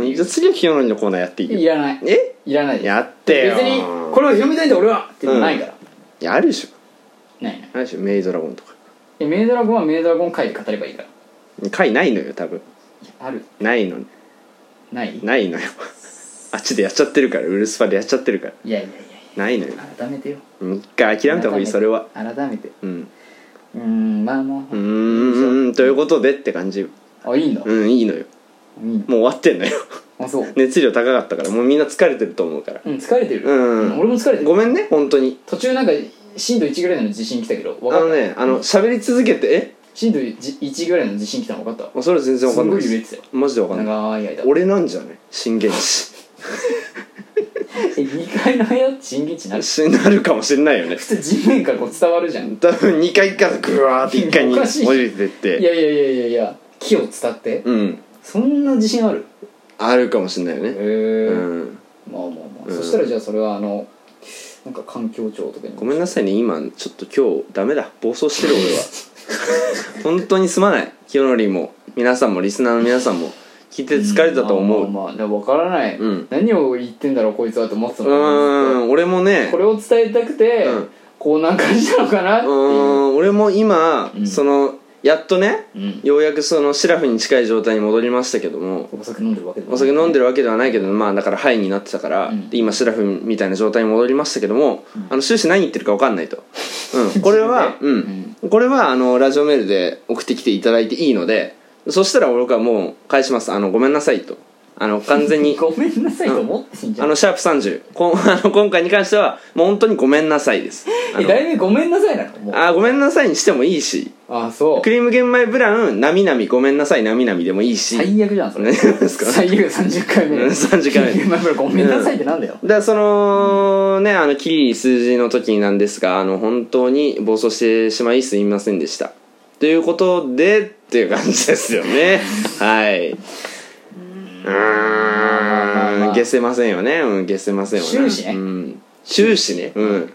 Speaker 1: ーんじゃあ次は清則のコーナーやっていい
Speaker 2: いらない
Speaker 1: え
Speaker 2: いらないです
Speaker 1: やってよ
Speaker 2: 別にこれを広めたいんだ俺はっていうのないか
Speaker 1: い
Speaker 2: ら、
Speaker 1: やあるでしょ
Speaker 2: ないない
Speaker 1: あるでしょメイドラゴンとか
Speaker 2: えメイドラゴンはメイドラゴン回で語ればいいから
Speaker 1: 回ないのよ多分
Speaker 2: ある
Speaker 1: ないの
Speaker 2: ないい
Speaker 1: ないの よあっちでやっちゃってるからウルスパでやっちゃってるから
Speaker 2: やいやいやい
Speaker 1: ないのよ
Speaker 2: や改めてよ
Speaker 1: もう一回諦めた方がいいそれは
Speaker 2: 改めて
Speaker 1: うん
Speaker 2: うーんまあま
Speaker 1: うーんということでって感じよ
Speaker 2: ああいいんだ、
Speaker 1: うんいいのよ
Speaker 2: いいんだ
Speaker 1: もう終わってんのよ
Speaker 2: あそう、
Speaker 1: 熱量高かったからもうみんな疲れてると思うから
Speaker 2: うん疲れてる、
Speaker 1: うん
Speaker 2: 俺も疲れてる
Speaker 1: ごめんね本当に
Speaker 2: 途中なんか震度1ぐらいの地震来たけど分
Speaker 1: あ
Speaker 2: かった
Speaker 1: のねあの喋り続けて
Speaker 2: 震度1ぐらいの地震来たの分かった
Speaker 1: えそれは全然わかんないです
Speaker 2: すごい揺れてたよ
Speaker 1: マジでわかんない
Speaker 2: 長い間
Speaker 1: 俺なんじゃない震源地
Speaker 2: え2階の部屋震源 地なる
Speaker 1: しなるかもしれないよね
Speaker 2: 普通地面からこう伝わるじゃんい
Speaker 1: 多分2階からグワーって1階に
Speaker 2: お
Speaker 1: 降
Speaker 2: かしい
Speaker 1: りてって
Speaker 2: やいやいやいやいや木を伝って、
Speaker 1: うん
Speaker 2: そんな自信ある
Speaker 1: あるかもしれないよ
Speaker 2: へ
Speaker 1: ね
Speaker 2: え
Speaker 1: うん
Speaker 2: まあまあま
Speaker 1: う
Speaker 2: あ、
Speaker 1: ん
Speaker 2: そしたらじゃあそれはあのなんか環境庁とかに
Speaker 1: ごめんなさいね今ちょっと今日ダメだ暴走してる俺 は本当にすまない清則も皆さんもリスナーの皆さんも聞いて疲れたと思う
Speaker 2: まあまあまあ、でも分からない、
Speaker 1: うん
Speaker 2: 何を言ってんだろうこいつはって思ってた
Speaker 1: う
Speaker 2: のずっ
Speaker 1: ーん俺もね
Speaker 2: とこれを伝えたくて、
Speaker 1: うん
Speaker 2: こうなんかしたのかなっ
Speaker 1: う
Speaker 2: ていう
Speaker 1: ーん俺も今、
Speaker 2: うん
Speaker 1: そのやっとね
Speaker 2: うん
Speaker 1: ようやくそのシラフに近い状態に戻りましたけども
Speaker 2: お酒飲んでるわけでも
Speaker 1: お酒飲んで
Speaker 2: る
Speaker 1: るわけではないけどまあだからハイになってたから、
Speaker 2: うん
Speaker 1: で今シラフみたいな状態に戻りましたけども、あの終始何言ってるか分かんない と、うん、これは、
Speaker 2: 自分で
Speaker 1: うんこれはあのラジオメールで送ってきていただいていいのでそしたら俺はもう返しますあのごめんなさいとあの完全 に
Speaker 2: ごめんなさいと思ってんじゃ
Speaker 1: あ
Speaker 2: ん、
Speaker 1: のシャープ30こん あの今回に関してはもう本当にごめんなさいですあ
Speaker 2: え
Speaker 1: の
Speaker 2: 題名ごめんなさいなのもうあ
Speaker 1: あごめんなさいにしてもいいし
Speaker 2: そう
Speaker 1: クリーム玄米ブラウンなみなみごめんなさいなみなみでもいいし
Speaker 2: 最悪じゃんそ
Speaker 1: 何
Speaker 2: れ
Speaker 1: ですか
Speaker 2: 最悪30回目
Speaker 1: うん30回目
Speaker 2: 今からごめんなさいってなんだよ、
Speaker 1: だからそのねあのキリ数字の時になんですがあの本当に暴走してしまいすみませんでしたということでっていう感じですよ ねはいうー
Speaker 2: あまあ
Speaker 1: ん消せませんよねうん消せませんよね
Speaker 2: 終始ね
Speaker 1: うん、終始ねうん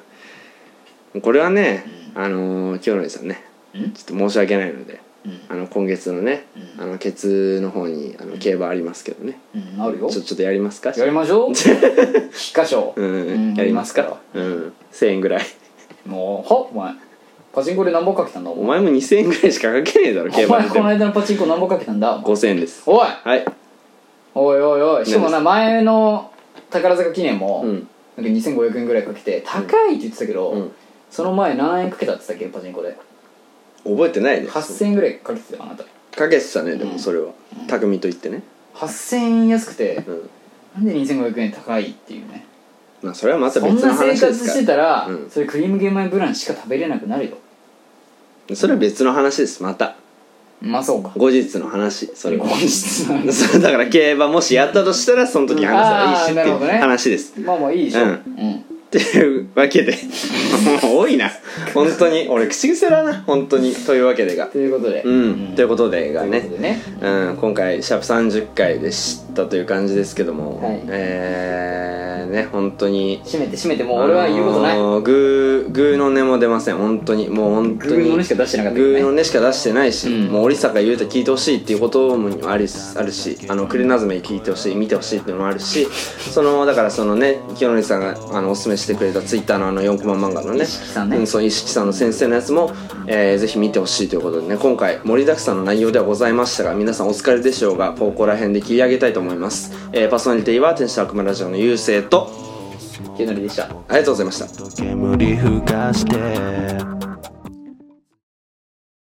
Speaker 1: これはねあのー清則さんねちょ
Speaker 2: ん
Speaker 1: っと申し訳ないので
Speaker 2: うん
Speaker 1: あの今月のね
Speaker 2: うん
Speaker 1: あのケツの方にあの競馬ありますけどね
Speaker 2: うん、あるよ
Speaker 1: ちょちょっとやりますか
Speaker 2: やりましょう菊花賞
Speaker 1: うん、やりますかうん1000円ぐらい
Speaker 2: もうはお前パチンコで何本かけたんだお
Speaker 1: お
Speaker 2: 前
Speaker 1: 前も2000円ぐらいしかかけねえだろ競
Speaker 2: お
Speaker 1: 馬
Speaker 2: 前
Speaker 1: で
Speaker 2: この
Speaker 1: も
Speaker 2: 間のパチンコ何本かけたんだお前
Speaker 1: 5000円です
Speaker 2: おい
Speaker 1: はい
Speaker 2: おいおいおいしかもな前の宝塚記念も、
Speaker 1: うん
Speaker 2: なんか2500円ぐらいかけて高いって言ってたけど、
Speaker 1: うん
Speaker 2: その前何円かけたって言ってたっけパチンコで
Speaker 1: 覚えてないね
Speaker 2: 8000円ぐらいかけてたよあなた
Speaker 1: かけてたねで
Speaker 2: う
Speaker 1: も
Speaker 2: ん
Speaker 1: それは匠と言ってね
Speaker 2: 8000円安くて
Speaker 1: うん
Speaker 2: なんで2500円高いっていうね
Speaker 1: まあそれはまた
Speaker 2: そん
Speaker 1: 別の
Speaker 2: な生
Speaker 1: 話で
Speaker 2: 活し
Speaker 1: す
Speaker 2: て
Speaker 1: か
Speaker 2: たら、
Speaker 1: うん
Speaker 2: それクリーム玄米ブランしか食べれなくなるよ
Speaker 1: らそれは別の話ですまた
Speaker 2: まあそうか
Speaker 1: 後日の話そ れは
Speaker 2: 本日なん で
Speaker 1: そうだから競馬もしやったとしたらその時に話せばいいしって
Speaker 2: うんあーなるほど
Speaker 1: い
Speaker 2: ね
Speaker 1: う話です
Speaker 2: まあまあいいでしょ、
Speaker 1: うん
Speaker 2: うん
Speaker 1: っていうわ けでもう多いな本当に俺口癖だな本当にというわけでが
Speaker 2: ということで、
Speaker 1: うん、という
Speaker 2: と
Speaker 1: ことでが
Speaker 2: いうこと
Speaker 1: ね
Speaker 2: でね
Speaker 1: うん、今回シャープ30回でしたという感じですけども、
Speaker 2: はい
Speaker 1: えー、ね本当に
Speaker 2: 閉めて閉めてもう俺は言うことな
Speaker 1: あ
Speaker 2: い、
Speaker 1: のーグーグーの音も出ません本当にもう本当
Speaker 2: グー
Speaker 1: に
Speaker 2: の音しか出してなかったけど
Speaker 1: グ
Speaker 2: ね
Speaker 1: ーの音しか出してないし、
Speaker 2: うん
Speaker 1: もう織坂優太聞いてほしいっていうこともありあるしあのクレナズメ聞いてほしい見てほしいっていうのもあるしそのだからそのね清則さんがあのおすすめしてくれたツイッターのあの4コマ漫画のね
Speaker 2: 一色さんね
Speaker 1: うん、そう一色さんの先生のやつも、えーぜひ見てほしいということでね今回盛りだくさんの内容ではございましたが皆さんお疲れでしょうがここら辺で切り上げたいと思います、えーパーソナリティは天使と悪魔ラジオの優勢と
Speaker 2: 清則でした
Speaker 1: ありがとうございました
Speaker 5: 煙吹かして